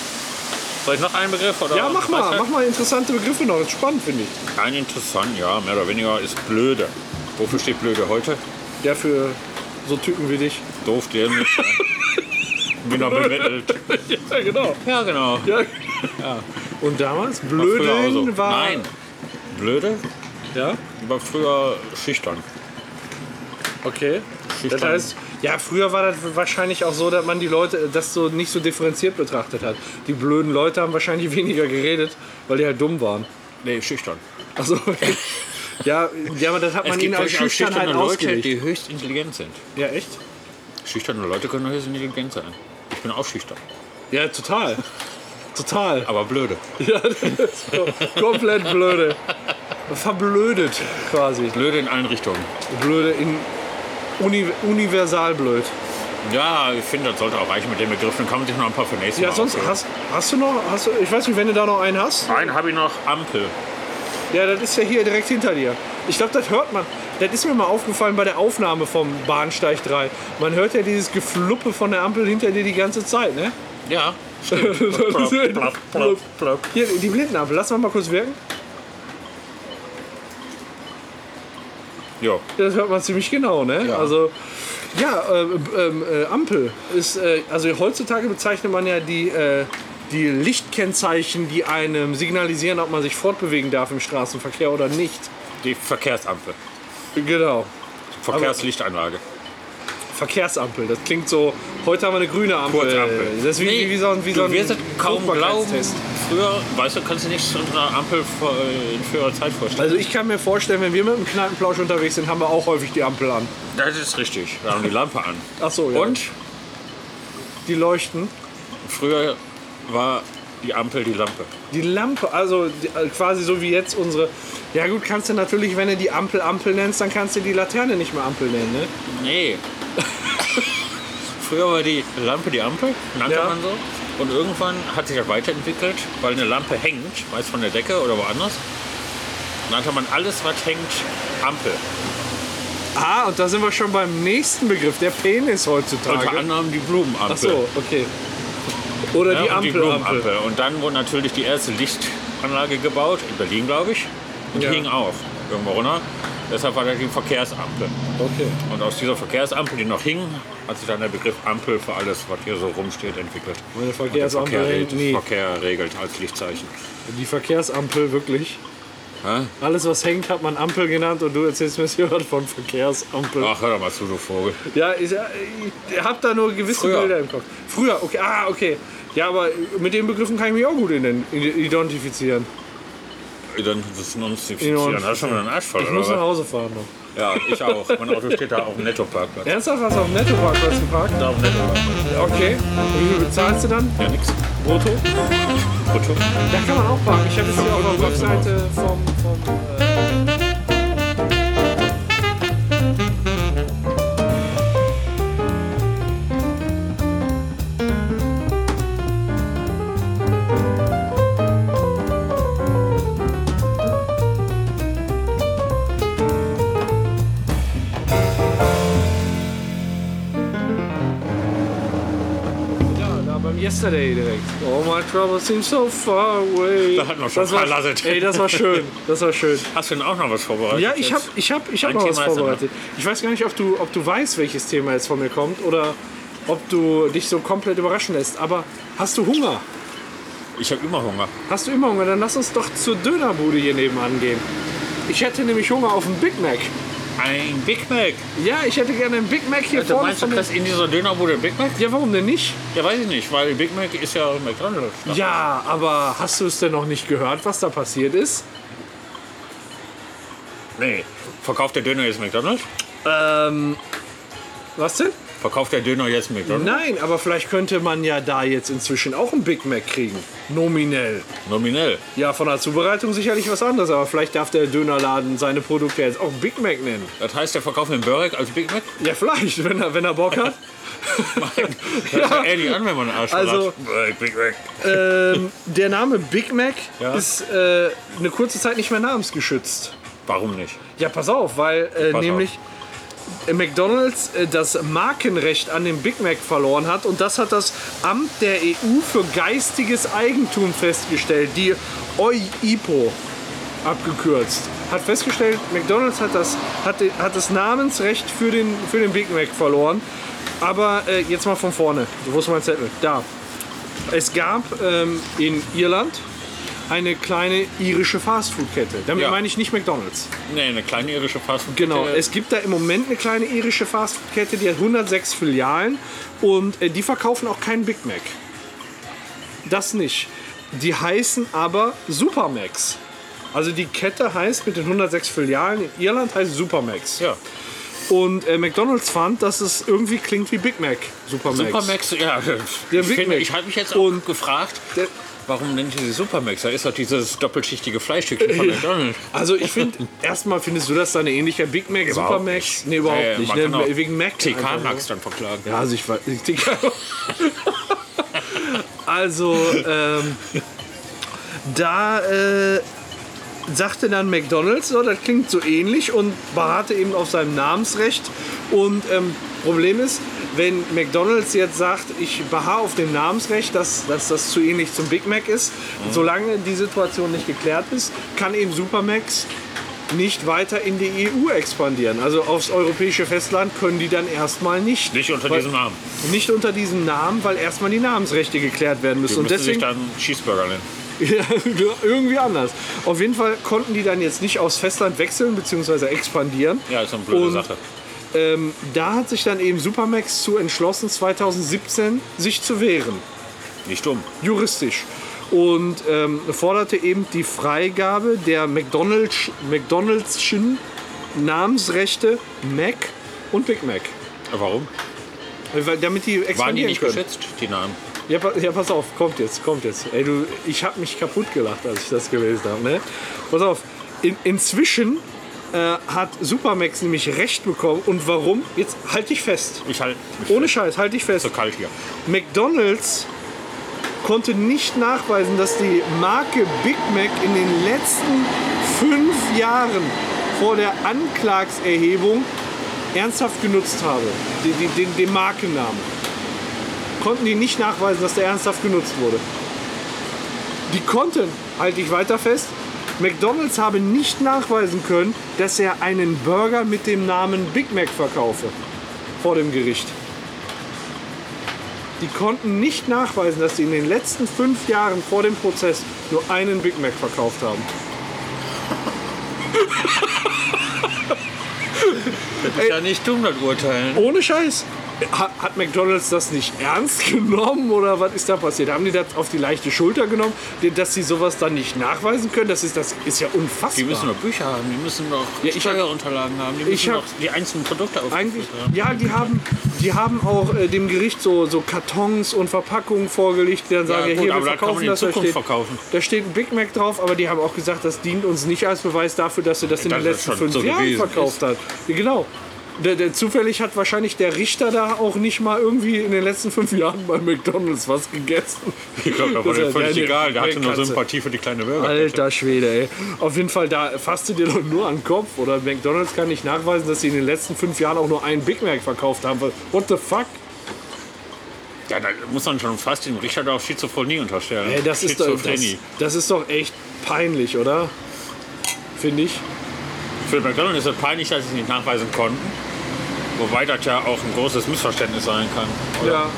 Speaker 2: Soll ich noch einen Begriff? Oder
Speaker 1: Ja, mach mal.
Speaker 2: Weiter?
Speaker 1: Mach mal interessante Begriffe noch. Das ist spannend, finde ich.
Speaker 2: Ein interessant, ja, mehr oder weniger ist blöde. Wofür steht blöde heute?
Speaker 1: Der für so Typen wie dich.
Speaker 2: Doof, dämlich.
Speaker 1: [laughs]
Speaker 2: Bin noch bewettelt.
Speaker 1: Ja, genau.
Speaker 2: Ja, genau.
Speaker 1: Ja. Und damals?
Speaker 2: früher auch
Speaker 1: Blödeln war.
Speaker 2: Nein. Blöde
Speaker 1: Ja,
Speaker 2: war früher schüchtern.
Speaker 1: okay. Das
Speaker 2: Schüchtern.
Speaker 1: heißt, ja, früher war das wahrscheinlich auch so, dass man die Leute das so nicht so differenziert betrachtet hat. Die blöden Leute haben wahrscheinlich [laughs] weniger geredet, weil die halt dumm waren.
Speaker 2: Nee, schüchtern.
Speaker 1: Also [laughs] ja, ja, aber das hat man ihnen als Schüchternheit
Speaker 2: Leute,
Speaker 1: ausgelegt.
Speaker 2: die höchst intelligent sind.
Speaker 1: Ja, echt?
Speaker 2: Schüchterne Leute können höchst intelligent sein. Ich bin auch schüchtern.
Speaker 1: Ja, total. Total.
Speaker 2: Aber blöde.
Speaker 1: Ja, das ist so [laughs] komplett blöde. Verblödet quasi.
Speaker 2: Blöde in allen Richtungen.
Speaker 1: Blöde in uni universal blöd.
Speaker 2: Ja, ich finde, das sollte auch reichen mit dem Begriff. Dann kann man sich noch ein paar für nächstes
Speaker 1: Ja,
Speaker 2: Mal
Speaker 1: sonst
Speaker 2: aussuchen.
Speaker 1: hast, hast du noch, hast du, ich weiß nicht, wenn du da noch einen hast.
Speaker 2: Einen habe ich noch. Ampel.
Speaker 1: Ja, das ist ja hier direkt hinter dir. Ich glaube, das hört man. Das ist mir mal aufgefallen bei der Aufnahme vom Bahnsteig 3. Man hört ja dieses Gefluppe von der Ampel hinter dir die ganze Zeit, ne?
Speaker 2: Ja.
Speaker 1: Das ist-
Speaker 2: Plopp, plopp, plopp.
Speaker 1: Hier, die Blindenampel, lass mal mal kurz wirken.
Speaker 2: Jo.
Speaker 1: Das hört man ziemlich genau, ne?
Speaker 2: Ja.
Speaker 1: Also, ja, ähm, ähm, äh, Ampel ist, äh, also heutzutage bezeichnet man ja die, äh, die Lichtkennzeichen, die einem signalisieren, ob man sich fortbewegen darf im Straßenverkehr oder nicht.
Speaker 2: Die Verkehrsampel.
Speaker 1: Genau.
Speaker 2: Verkehrslichtanlage.
Speaker 1: Verkehrsampel. Das klingt so, heute haben wir eine grüne Ampel.
Speaker 2: Kurzampel.
Speaker 1: äh, Das ist wie, wie so ein, wie so
Speaker 2: du
Speaker 1: ein
Speaker 2: wirst es kaum glauben.
Speaker 1: Fruchtbarkeitstest.
Speaker 2: Früher, weißt du, kannst du nichts unter einer Ampel vor- äh, in früherer Zeit vorstellen.
Speaker 1: Also ich kann mir vorstellen, wenn wir mit dem Kneipenplausch unterwegs sind, haben wir auch häufig die Ampel an.
Speaker 2: Das ist richtig. Da haben die Lampe an.
Speaker 1: Ach so, ja.
Speaker 2: Und
Speaker 1: Die leuchten.
Speaker 2: früher war die Ampel die Lampe.
Speaker 1: Die Lampe, also die, äh, quasi so wie jetzt unsere. Ja gut, kannst du natürlich, wenn du die Ampel Ampel nennst, dann kannst du die Laterne nicht mehr Ampel nennen, ne?
Speaker 2: Nee. früher war die Lampe die Ampel, nannte
Speaker 1: Ja.
Speaker 2: man so. Und irgendwann hat sich das weiterentwickelt, weil eine Lampe hängt, meist von der Decke oder woanders. Nannte man alles, was hängt, Ampel.
Speaker 1: Ah, und da sind wir schon beim nächsten Begriff, der Penis
Speaker 2: Unter
Speaker 1: heutzutage.
Speaker 2: anderem die Blumenampel.
Speaker 1: Ach so, okay. Oder die
Speaker 2: Ja, und
Speaker 1: Ampel Ampel.
Speaker 2: Blumenampel. Und dann wurde natürlich die erste Lichtanlage gebaut, in Berlin, glaube ich. Und
Speaker 1: Ja.
Speaker 2: die hing auch irgendwo runter. Deshalb war das die Verkehrsampel.
Speaker 1: Okay.
Speaker 2: Und aus dieser Verkehrsampel, die noch hing, hat sich dann der Begriff Ampel für alles, was hier so rumsteht, entwickelt.
Speaker 1: Meine
Speaker 2: Und der
Speaker 1: Verkehrsampel
Speaker 2: Verkehr
Speaker 1: hängt
Speaker 2: regelt,
Speaker 1: nie.
Speaker 2: Verkehr regelt als Lichtzeichen.
Speaker 1: Die Verkehrsampel wirklich.
Speaker 2: Hä?
Speaker 1: Alles, was hängt, hat man Ampel genannt und du erzählst mir jetzt hier was von Verkehrsampel.
Speaker 2: Ach, hör doch mal zu, du Vogel.
Speaker 1: Ja, ich, ich hab da nur gewisse
Speaker 2: Früher.
Speaker 1: Bilder im Kopf. Früher, okay, ah, okay. Ja, aber mit den Begriffen kann ich mich auch gut ident- identifizieren.
Speaker 2: Dann sitzen uns die
Speaker 1: Ja,
Speaker 2: Dann hast du schon wieder einen Arsch voll,
Speaker 1: Ich
Speaker 2: oder
Speaker 1: muss nach
Speaker 2: was?
Speaker 1: Hause fahren noch.
Speaker 2: Ja, ich auch. Mein Auto steht da auf dem Nettoparkplatz.
Speaker 1: Ernsthaft hast du auf dem Nettoparkplatz geparkt?
Speaker 2: Da auf dem Nettoparkplatz.
Speaker 1: Okay. Wie viel bezahlst du dann?
Speaker 2: Ja, nix.
Speaker 1: Brutto?
Speaker 2: Brutto.
Speaker 1: Da kann man auch parken. Ich habe jetzt hier auf der Webseite vom... vom äh Ja, da beim Yesterday direkt. Oh, my trouble seems so far away.
Speaker 2: Da hatten wir schon
Speaker 1: das war,
Speaker 2: Karl Lassett.
Speaker 1: Ey, das war schön. Das war schön.
Speaker 2: Hast du denn auch noch was vorbereitet?
Speaker 1: Ja, ich
Speaker 2: jetzt?
Speaker 1: habe ich hab, ich hab
Speaker 2: Ein
Speaker 1: noch was
Speaker 2: Thema ist da noch.
Speaker 1: vorbereitet. Ich weiß gar nicht, ob du, ob du weißt, welches Thema jetzt von mir kommt oder ob du dich so komplett überraschen lässt. Aber hast du Hunger?
Speaker 2: Ich habe immer Hunger.
Speaker 1: Hast du immer Hunger? Dann lass uns doch zur Dönerbude hier nebenan gehen. Ich hätte nämlich Hunger auf einen Big Mac.
Speaker 2: Ein Big Mac.
Speaker 1: Ja, ich hätte gerne ein Big Mac hier
Speaker 2: Also
Speaker 1: vorne.
Speaker 2: meinst du,
Speaker 1: Von den...
Speaker 2: kriegst in dieser Dönerbude Big Mac?
Speaker 1: Ja, warum denn nicht?
Speaker 2: Ja, weiß ich nicht, weil Big Mac ist ja McDonalds.
Speaker 1: Ja, aber hast du es denn noch nicht gehört, was da passiert ist?
Speaker 2: Nee. Verkauft der Döner jetzt McDonalds?
Speaker 1: Ähm. Was denn?
Speaker 2: Verkauft der Döner jetzt McDonalds?
Speaker 1: Nein, aber vielleicht könnte man ja da jetzt inzwischen auch ein Big Mac kriegen. Nominell.
Speaker 2: Ne. Nominell.
Speaker 1: Ja, von der Zubereitung sicherlich was anderes, aber vielleicht darf der Dönerladen seine Produkte jetzt auch Big Mac nennen.
Speaker 2: Das heißt, der verkauft den Burek als Big Mac?
Speaker 1: Ja, vielleicht, wenn er, wenn er Bock hat.
Speaker 2: Das hört
Speaker 1: ja.
Speaker 2: sich ehrlich an, wenn man einen Arsch
Speaker 1: Also-
Speaker 2: hat. Burek, Big Mac.
Speaker 1: ähm, der Name Big Mac
Speaker 2: Ja.
Speaker 1: ist äh, eine kurze Zeit nicht mehr namensgeschützt.
Speaker 2: Warum nicht?
Speaker 1: Ja, pass auf, weil äh,
Speaker 2: Pass auf.
Speaker 1: nämlich äh, McDonald's äh, das Markenrecht an dem Big Mac verloren hat und das hat das Amt der EU für geistiges Eigentum festgestellt, die E EUIPO abgekürzt. Hat festgestellt, McDonald's hat das, hat, den- hat das Namensrecht für den, für den Big Mac verloren. Aber äh, jetzt mal von vorne. Wo ist mein Zettel? Da. Es gab ähm, in Irland eine kleine irische Fastfood-Kette. Damit
Speaker 2: Ja.
Speaker 1: meine ich nicht McDonald's.
Speaker 2: Nee, eine kleine irische Fastfood.
Speaker 1: Genau, es gibt da im Moment eine kleine irische Fastfood-Kette, die hat 106 Filialen und äh, die verkaufen auch keinen Big Mac. Das nicht. Die heißen aber Supermax. Also die Kette heißt mit den 106 Filialen in Irland heißt Supermax.
Speaker 2: Ja.
Speaker 1: Und äh, McDonald's fand, dass es irgendwie klingt wie Big Mac. Supermax.
Speaker 2: Supermax, ja.
Speaker 1: Der
Speaker 2: ich
Speaker 1: Big
Speaker 2: finde-
Speaker 1: Mac.
Speaker 2: ich habe mich jetzt auch
Speaker 1: Und-
Speaker 2: gefragt,
Speaker 1: Der-
Speaker 2: warum nennen sie sie Supermax? Da ist doch dieses doppelschichtige Fleischstückchen
Speaker 1: [laughs]
Speaker 2: von McDonalds.
Speaker 1: Also ich finde, erstmal findest du das dann ähnlicher Big Mac, Supermax? Nee, überhaupt
Speaker 2: Nee,
Speaker 1: nicht.
Speaker 2: man
Speaker 1: Ne?
Speaker 2: kann auch
Speaker 1: Wegen Mac. Also, einfach
Speaker 2: TK
Speaker 1: nur.
Speaker 2: Max dann verklagen.
Speaker 1: Ja, also ich weiß. Ich denke, also, ähm, da äh, sagte dann McDonalds, so, das klingt so ähnlich und beharrte eben auf seinem Namensrecht. Und ähm, Problem ist, wenn McDonalds jetzt sagt, ich beharre auf dem Namensrecht, dass, dass das zu ähnlich zum Big Mac ist,
Speaker 2: Mhm.
Speaker 1: solange die Situation nicht geklärt ist, kann eben Supermax nicht weiter in die EU expandieren. Also aufs europäische Festland können die dann erstmal nicht.
Speaker 2: Nicht unter
Speaker 1: Weil-
Speaker 2: diesem Namen.
Speaker 1: Nicht unter diesem Namen, weil erstmal die Namensrechte geklärt werden müssen.
Speaker 2: Die
Speaker 1: Und
Speaker 2: müssen sich
Speaker 1: deswegen
Speaker 2: dann Cheeseburger nennen.
Speaker 1: [laughs] ja, irgendwie anders. Auf jeden Fall konnten die dann jetzt nicht aufs Festland wechseln bzw. expandieren.
Speaker 2: Ja, ist eine blöde
Speaker 1: Und,
Speaker 2: Sache.
Speaker 1: Ähm, da hat sich dann eben Supermax zu entschlossen, 2017 sich zu wehren,
Speaker 2: Nicht dumm.
Speaker 1: juristisch. Und ähm, forderte eben die Freigabe der McDonald's, McDonald'schen Namensrechte Mac und Big Mac.
Speaker 2: Aber Warum?
Speaker 1: Weil, damit die expandieren
Speaker 2: Waren die nicht
Speaker 1: können.
Speaker 2: geschützt, die Namen?
Speaker 1: Ja, pa- ja, pass auf, kommt jetzt, kommt jetzt. Ey, du, ich habe mich kaputt gelacht, als ich das gelesen habe. Ne? Pass auf, in, inzwischen äh, hat Supermax nämlich Recht bekommen. Und warum? Jetzt halt dich fest.
Speaker 2: Ich halte mich
Speaker 1: Ohne
Speaker 2: fest.
Speaker 1: Scheiß, halt dich fest.
Speaker 2: so kalt hier.
Speaker 1: McDonald's konnte nicht nachweisen, dass die Marke Big Mac in den letzten fünf Jahren vor der Anklagserhebung ernsthaft genutzt habe. Den, den, den, den Markennamen. Konnten die nicht nachweisen, dass der ernsthaft genutzt wurde. Die konnten, halte ich weiter fest, McDonald's habe nicht nachweisen können, dass er einen Burger mit dem Namen Big Mac verkaufe. Vor dem Gericht. Die konnten nicht nachweisen, dass sie in den letzten fünf Jahren vor dem Prozess nur einen Big Mac verkauft haben.
Speaker 2: Ist ja nicht dumm, das Urteilen.
Speaker 1: Ohne Scheiß. Ha- Hat McDonald's das nicht ernst [laughs] genommen oder was ist da passiert? Haben die das auf die leichte Schulter genommen, dass sie sowas dann nicht nachweisen können? Das ist, das ist ja unfassbar.
Speaker 2: Die müssen doch Bücher haben, die müssen doch
Speaker 1: Ja, ich hab-
Speaker 2: Steuerunterlagen haben, die
Speaker 1: Ich
Speaker 2: müssen
Speaker 1: hab-
Speaker 2: doch die einzelnen Produkte
Speaker 1: Eigentlich,
Speaker 2: aufgeführt haben.
Speaker 1: ja, die haben, die haben auch äh, dem Gericht so, so Kartons und Verpackungen vorgelegt, die dann sagen, ja,
Speaker 2: gut,
Speaker 1: hier, wir
Speaker 2: aber das kann
Speaker 1: verkaufen
Speaker 2: man in
Speaker 1: das, da
Speaker 2: Zukunft
Speaker 1: steht,
Speaker 2: verkaufen.
Speaker 1: da steht ein Big Mac drauf, aber die haben auch gesagt, das dient uns nicht als Beweis dafür, dass ihr das in
Speaker 2: Dass
Speaker 1: den
Speaker 2: das
Speaker 1: letzten
Speaker 2: schon
Speaker 1: fünf
Speaker 2: so
Speaker 1: Jahren
Speaker 2: gewesen
Speaker 1: verkauft habt. Ja, genau. Der, der, zufällig hat wahrscheinlich der Richter da auch nicht mal irgendwie in den letzten fünf Jahren bei McDonalds was gegessen.
Speaker 2: Ich glaube, da war
Speaker 1: Das
Speaker 2: der
Speaker 1: ist
Speaker 2: völlig
Speaker 1: ja eine
Speaker 2: egal. Der hatte nur
Speaker 1: Katze.
Speaker 2: Sympathie für die kleine Burger.
Speaker 1: Alter Schwede, ey. Auf jeden Fall, da fasst du dir doch nur an den Kopf. Oder McDonalds kann nicht nachweisen, dass sie in den letzten fünf Jahren auch nur einen Big Mac verkauft haben. What the fuck?
Speaker 2: Ja, da muss man schon fast dem Richard auf Schizophrenie unterstellen.
Speaker 1: Ey, das ist, doch, das,
Speaker 2: Schizophrenie.
Speaker 1: das ist doch echt peinlich, oder? Finde ich.
Speaker 2: Für McDonald's ist es peinlich, dass sie es nicht nachweisen konnten. Wobei das ja auch ein großes Missverständnis sein kann.
Speaker 1: Ja.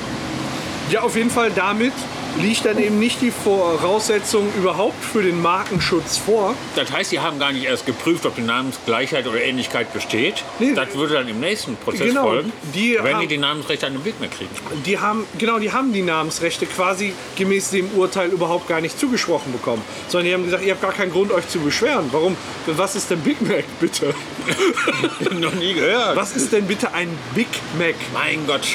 Speaker 1: Ja, auf jeden Fall damit liegt dann eben nicht die Voraussetzung überhaupt für den Markenschutz vor.
Speaker 2: Das heißt, Sie haben gar nicht erst geprüft, ob die Namensgleichheit oder Ähnlichkeit besteht.
Speaker 1: Nee.
Speaker 2: Das würde dann im nächsten Prozess
Speaker 1: Genau,
Speaker 2: folgen,
Speaker 1: die
Speaker 2: wenn
Speaker 1: haben-
Speaker 2: die die Namensrechte an den Bild mehr
Speaker 1: [laughs]
Speaker 2: kriegen.
Speaker 1: Die haben, genau, die haben die Namensrechte quasi gemäß dem Urteil überhaupt gar nicht zugesprochen bekommen. Sondern die haben gesagt, ihr habt gar keinen Grund, euch zu beschweren. Warum? Was ist denn Big Mac, bitte? [laughs]
Speaker 2: Noch nie gehört.
Speaker 1: Was ist denn bitte ein Big Mac?
Speaker 2: Mein Gott,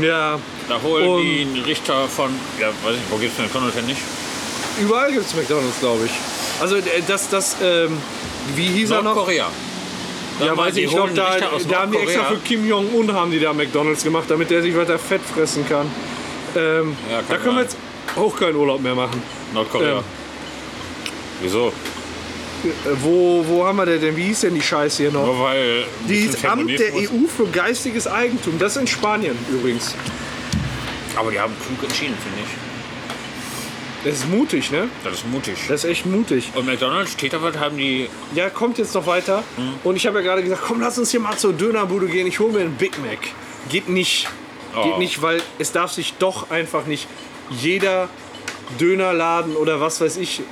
Speaker 1: Ja,
Speaker 2: da holen
Speaker 1: Und-
Speaker 2: die Richter von, ja, weiß ich, wo gibt es McDonald's denn nicht?
Speaker 1: überall gibt es McDonalds, glaube ich. Also äh, das, das, ähm, wie hieß er noch?
Speaker 2: Nordkorea. Da
Speaker 1: Ja,
Speaker 2: waren
Speaker 1: weiß
Speaker 2: die
Speaker 1: ich, ich glaube,
Speaker 2: holen
Speaker 1: da,
Speaker 2: Richter aus
Speaker 1: da haben die extra für
Speaker 2: Nordkorea.
Speaker 1: Kim Jong-un haben die da McDonalds gemacht, damit der sich weiter fett fressen kann. Ähm,
Speaker 2: Ja, kann
Speaker 1: da können wir
Speaker 2: sein.
Speaker 1: jetzt auch keinen Urlaub mehr machen.
Speaker 2: Nordkorea.
Speaker 1: Ähm.
Speaker 2: Wieso?
Speaker 1: Äh, wo, wo haben wir denn, denn, wie hieß denn die Scheiße hier noch?
Speaker 2: Nur weil. ein
Speaker 1: Die
Speaker 2: bisschen
Speaker 1: ist Amt der E
Speaker 2: Feminismus-
Speaker 1: EU für geistiges Eigentum. Das in Spanien übrigens.
Speaker 2: Aber die haben klug entschieden, finde ich.
Speaker 1: Das ist mutig, ne?
Speaker 2: Das ist mutig.
Speaker 1: Das ist echt mutig.
Speaker 2: Und McDonalds, Teterwald haben die.
Speaker 1: Ja, kommt jetzt noch weiter. Und ich habe ja gerade gesagt, komm, lass uns hier mal zur Dönerbude gehen. Ich hole mir einen Big Mac. Geht nicht.
Speaker 2: Oh.
Speaker 1: Geht nicht, weil es darf sich doch einfach nicht jeder Dönerladen oder was weiß ich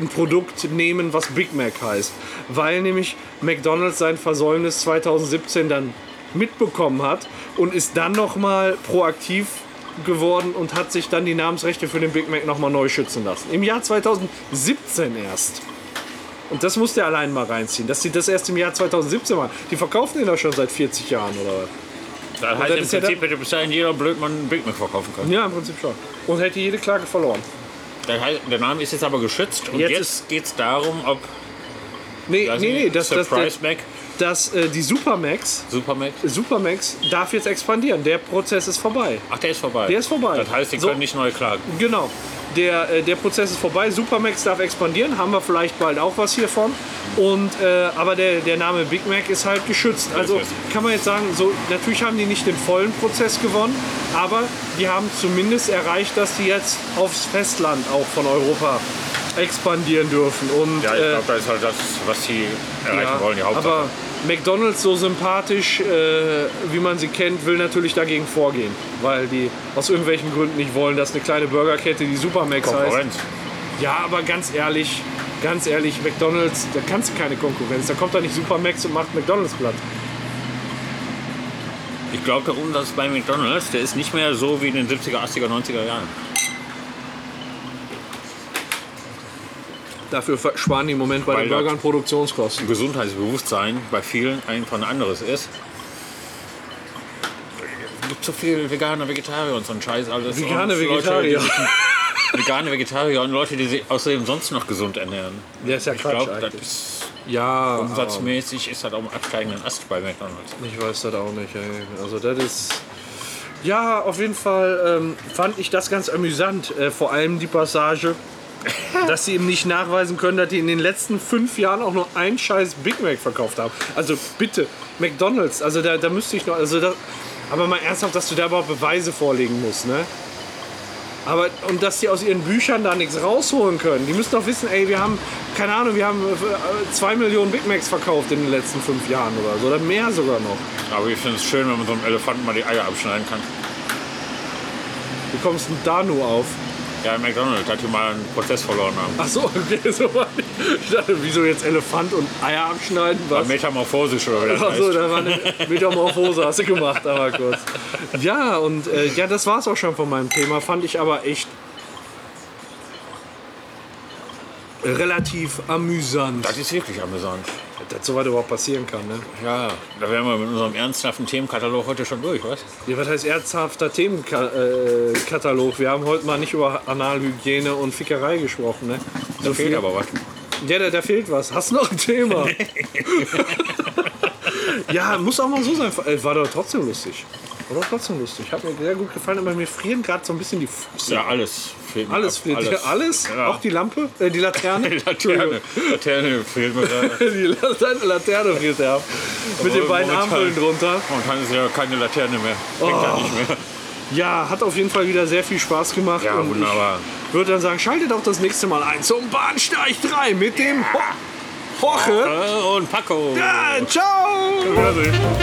Speaker 1: ein Produkt nehmen, was Big Mac heißt. Weil nämlich McDonald's sein Versäumnis 2017 dann mitbekommen hat und ist dann nochmal proaktiv geworden und hat sich dann die Namensrechte für den Big Mac nochmal neu schützen lassen. Im Jahr 2017 erst. Und das muss der allein mal reinziehen, dass sie das erst im Jahr 2017 machen. Die verkaufen den doch schon seit 40 Jahren oder was?
Speaker 2: Da
Speaker 1: das
Speaker 2: heißt im
Speaker 1: ist ja
Speaker 2: Prinzip, hätte bis dahin jeder Blödmann einen Big Mac verkaufen können.
Speaker 1: Ja, im Prinzip schon. Und hätte jede Klage verloren.
Speaker 2: Das heißt, der Name ist jetzt aber geschützt und
Speaker 1: Jetzt
Speaker 2: jetzt, geht es darum, ob
Speaker 1: Nee,
Speaker 2: weiß
Speaker 1: nee,
Speaker 2: nicht,
Speaker 1: nee, das, das,
Speaker 2: Surprise
Speaker 1: das,
Speaker 2: Mac,
Speaker 1: das, äh, die Supermax,
Speaker 2: Super Mac.
Speaker 1: Supermax darf jetzt expandieren. Der Prozess ist vorbei.
Speaker 2: Ach, der ist vorbei.
Speaker 1: Der ist vorbei.
Speaker 2: Das heißt, die
Speaker 1: So.
Speaker 2: können nicht neu klagen.
Speaker 1: Genau. Der, äh, der Prozess ist vorbei. Supermax darf expandieren. Haben wir vielleicht bald auch was hiervon. Und, äh, aber der, der Name Big Mac ist halt geschützt. Also
Speaker 2: besser.
Speaker 1: kann man jetzt sagen, so, natürlich haben die nicht den vollen Prozess gewonnen, aber die haben zumindest erreicht, dass die jetzt aufs Festland auch von Europa expandieren dürfen. Und,
Speaker 2: Ja, ich
Speaker 1: äh,
Speaker 2: glaube, das ist halt das, was sie erreichen
Speaker 1: ja,
Speaker 2: wollen, die Hauptsache.
Speaker 1: aber McDonald's so sympathisch, äh, wie man sie kennt, will natürlich dagegen vorgehen, weil die aus irgendwelchen Gründen nicht wollen, dass eine kleine Burgerkette, die Supermax heißt.
Speaker 2: Konkurrenz.
Speaker 1: Ja, aber ganz ehrlich, ganz ehrlich, McDonald's, da kannst du keine Konkurrenz. Da kommt da nicht Supermax und macht McDonald's platt.
Speaker 2: Ich glaube, der Umsatz bei McDonalds, der ist nicht mehr so wie in den 70er, 80er, 90er Jahren.
Speaker 1: Dafür sparen die im Moment bei
Speaker 2: Weil
Speaker 1: den
Speaker 2: dort-
Speaker 1: Burgern Produktionskosten.
Speaker 2: Gesundheitsbewusstsein bei vielen einfach ein anderes ist. Es gibt so viele Veganer, Vegetarier und so ein Scheiß alles.
Speaker 1: Vegane
Speaker 2: und Leute,
Speaker 1: Vegetarier.
Speaker 2: die- vegane Vegetarier und Leute, die sich außerdem sonst noch gesund ernähren.
Speaker 1: Der ist ja
Speaker 2: Ich
Speaker 1: Quatsch
Speaker 2: glaube, das
Speaker 1: eigentlich.
Speaker 2: ist
Speaker 1: Ja, aber
Speaker 2: umsatzmäßig ist halt auch im absteigenden Ast bei McDonalds.
Speaker 1: ich weiß das auch nicht. Ey. Also das ist... Ja, auf jeden Fall ähm, fand ich das ganz amüsant. Äh, vor allem die Passage, dass sie eben nicht nachweisen können, dass die in den letzten fünf Jahren auch nur ein scheiß Big Mac verkauft haben. Also bitte, McDonalds, also da, da müsste ich noch. Also da, aber mal ernsthaft, dass du da überhaupt Beweise vorlegen musst, ne? Aber und dass die aus ihren Büchern da nichts rausholen können. Die müssen doch wissen, ey, wir haben, keine Ahnung, wir haben äh, zwei Millionen Big Macs verkauft in den letzten fünf Jahren oder so. Oder mehr sogar noch.
Speaker 2: Aber ich finde es schön, wenn man so einem Elefanten mal die Eier abschneiden kann.
Speaker 1: Wie kommst denn da nur auf?
Speaker 2: Ja, McDonalds hat hier mal einen Prozess verloren. Haben.
Speaker 1: Ach so, okay, [laughs] so war ich. Ich dachte, wieso jetzt Elefant und Eier abschneiden? Was?
Speaker 2: Metamorphosisch oder wie das
Speaker 1: Ach so,
Speaker 2: heißt.
Speaker 1: da war eine
Speaker 2: [laughs]
Speaker 1: Metamorphose, hast du gemacht, aber kurz. Ja, und äh, ja, das war's auch schon von meinem Thema. Fand ich aber echt relativ amüsant,
Speaker 2: Das ist wirklich amüsant.
Speaker 1: dass sowas überhaupt passieren kann. Ne?
Speaker 2: Ja, da wären wir mit unserem ernsthaften Themenkatalog heute schon durch, was?
Speaker 1: Ja, was heißt ernsthafter Themenkatalog? Wir haben heute mal nicht über Analhygiene und Fickerei gesprochen. Ne? So
Speaker 2: Fehlt aber was.
Speaker 1: Ja, da, da fehlt was. Hast du noch ein
Speaker 2: [laughs]
Speaker 1: Thema? ja, muss auch mal so sein. Äh, War doch trotzdem lustig. War doch trotzdem lustig. Hat mir sehr gut gefallen, aber mir frieren gerade so ein bisschen die Füße.
Speaker 2: Ja, alles. Fehlt mir
Speaker 1: Alles
Speaker 2: ab.
Speaker 1: friert. Alles? alles?
Speaker 2: Ja.
Speaker 1: Auch die Lampe? Äh, die Laterne?
Speaker 2: [laughs] Die [laughs] Laterne. Laterne fehlt mir gerade.
Speaker 1: die La- deine Laterne friert er ab. Mit den
Speaker 2: Obwohl,
Speaker 1: beiden
Speaker 2: momentan-
Speaker 1: Armhüllen drunter.
Speaker 2: Momentan ist ja keine Laterne mehr. Bringt ja nicht mehr.
Speaker 1: Ja, hat auf jeden Fall wieder sehr viel Spaß gemacht.
Speaker 2: Ja,
Speaker 1: und
Speaker 2: wunderbar.
Speaker 1: Ich würde dann sagen, schaltet auch das nächste Mal ein zum Bahnsteig 3 mit dem Ho Hoche.
Speaker 2: Äh, Und Paco.
Speaker 1: Ja, ciao!
Speaker 2: Wiedersehen.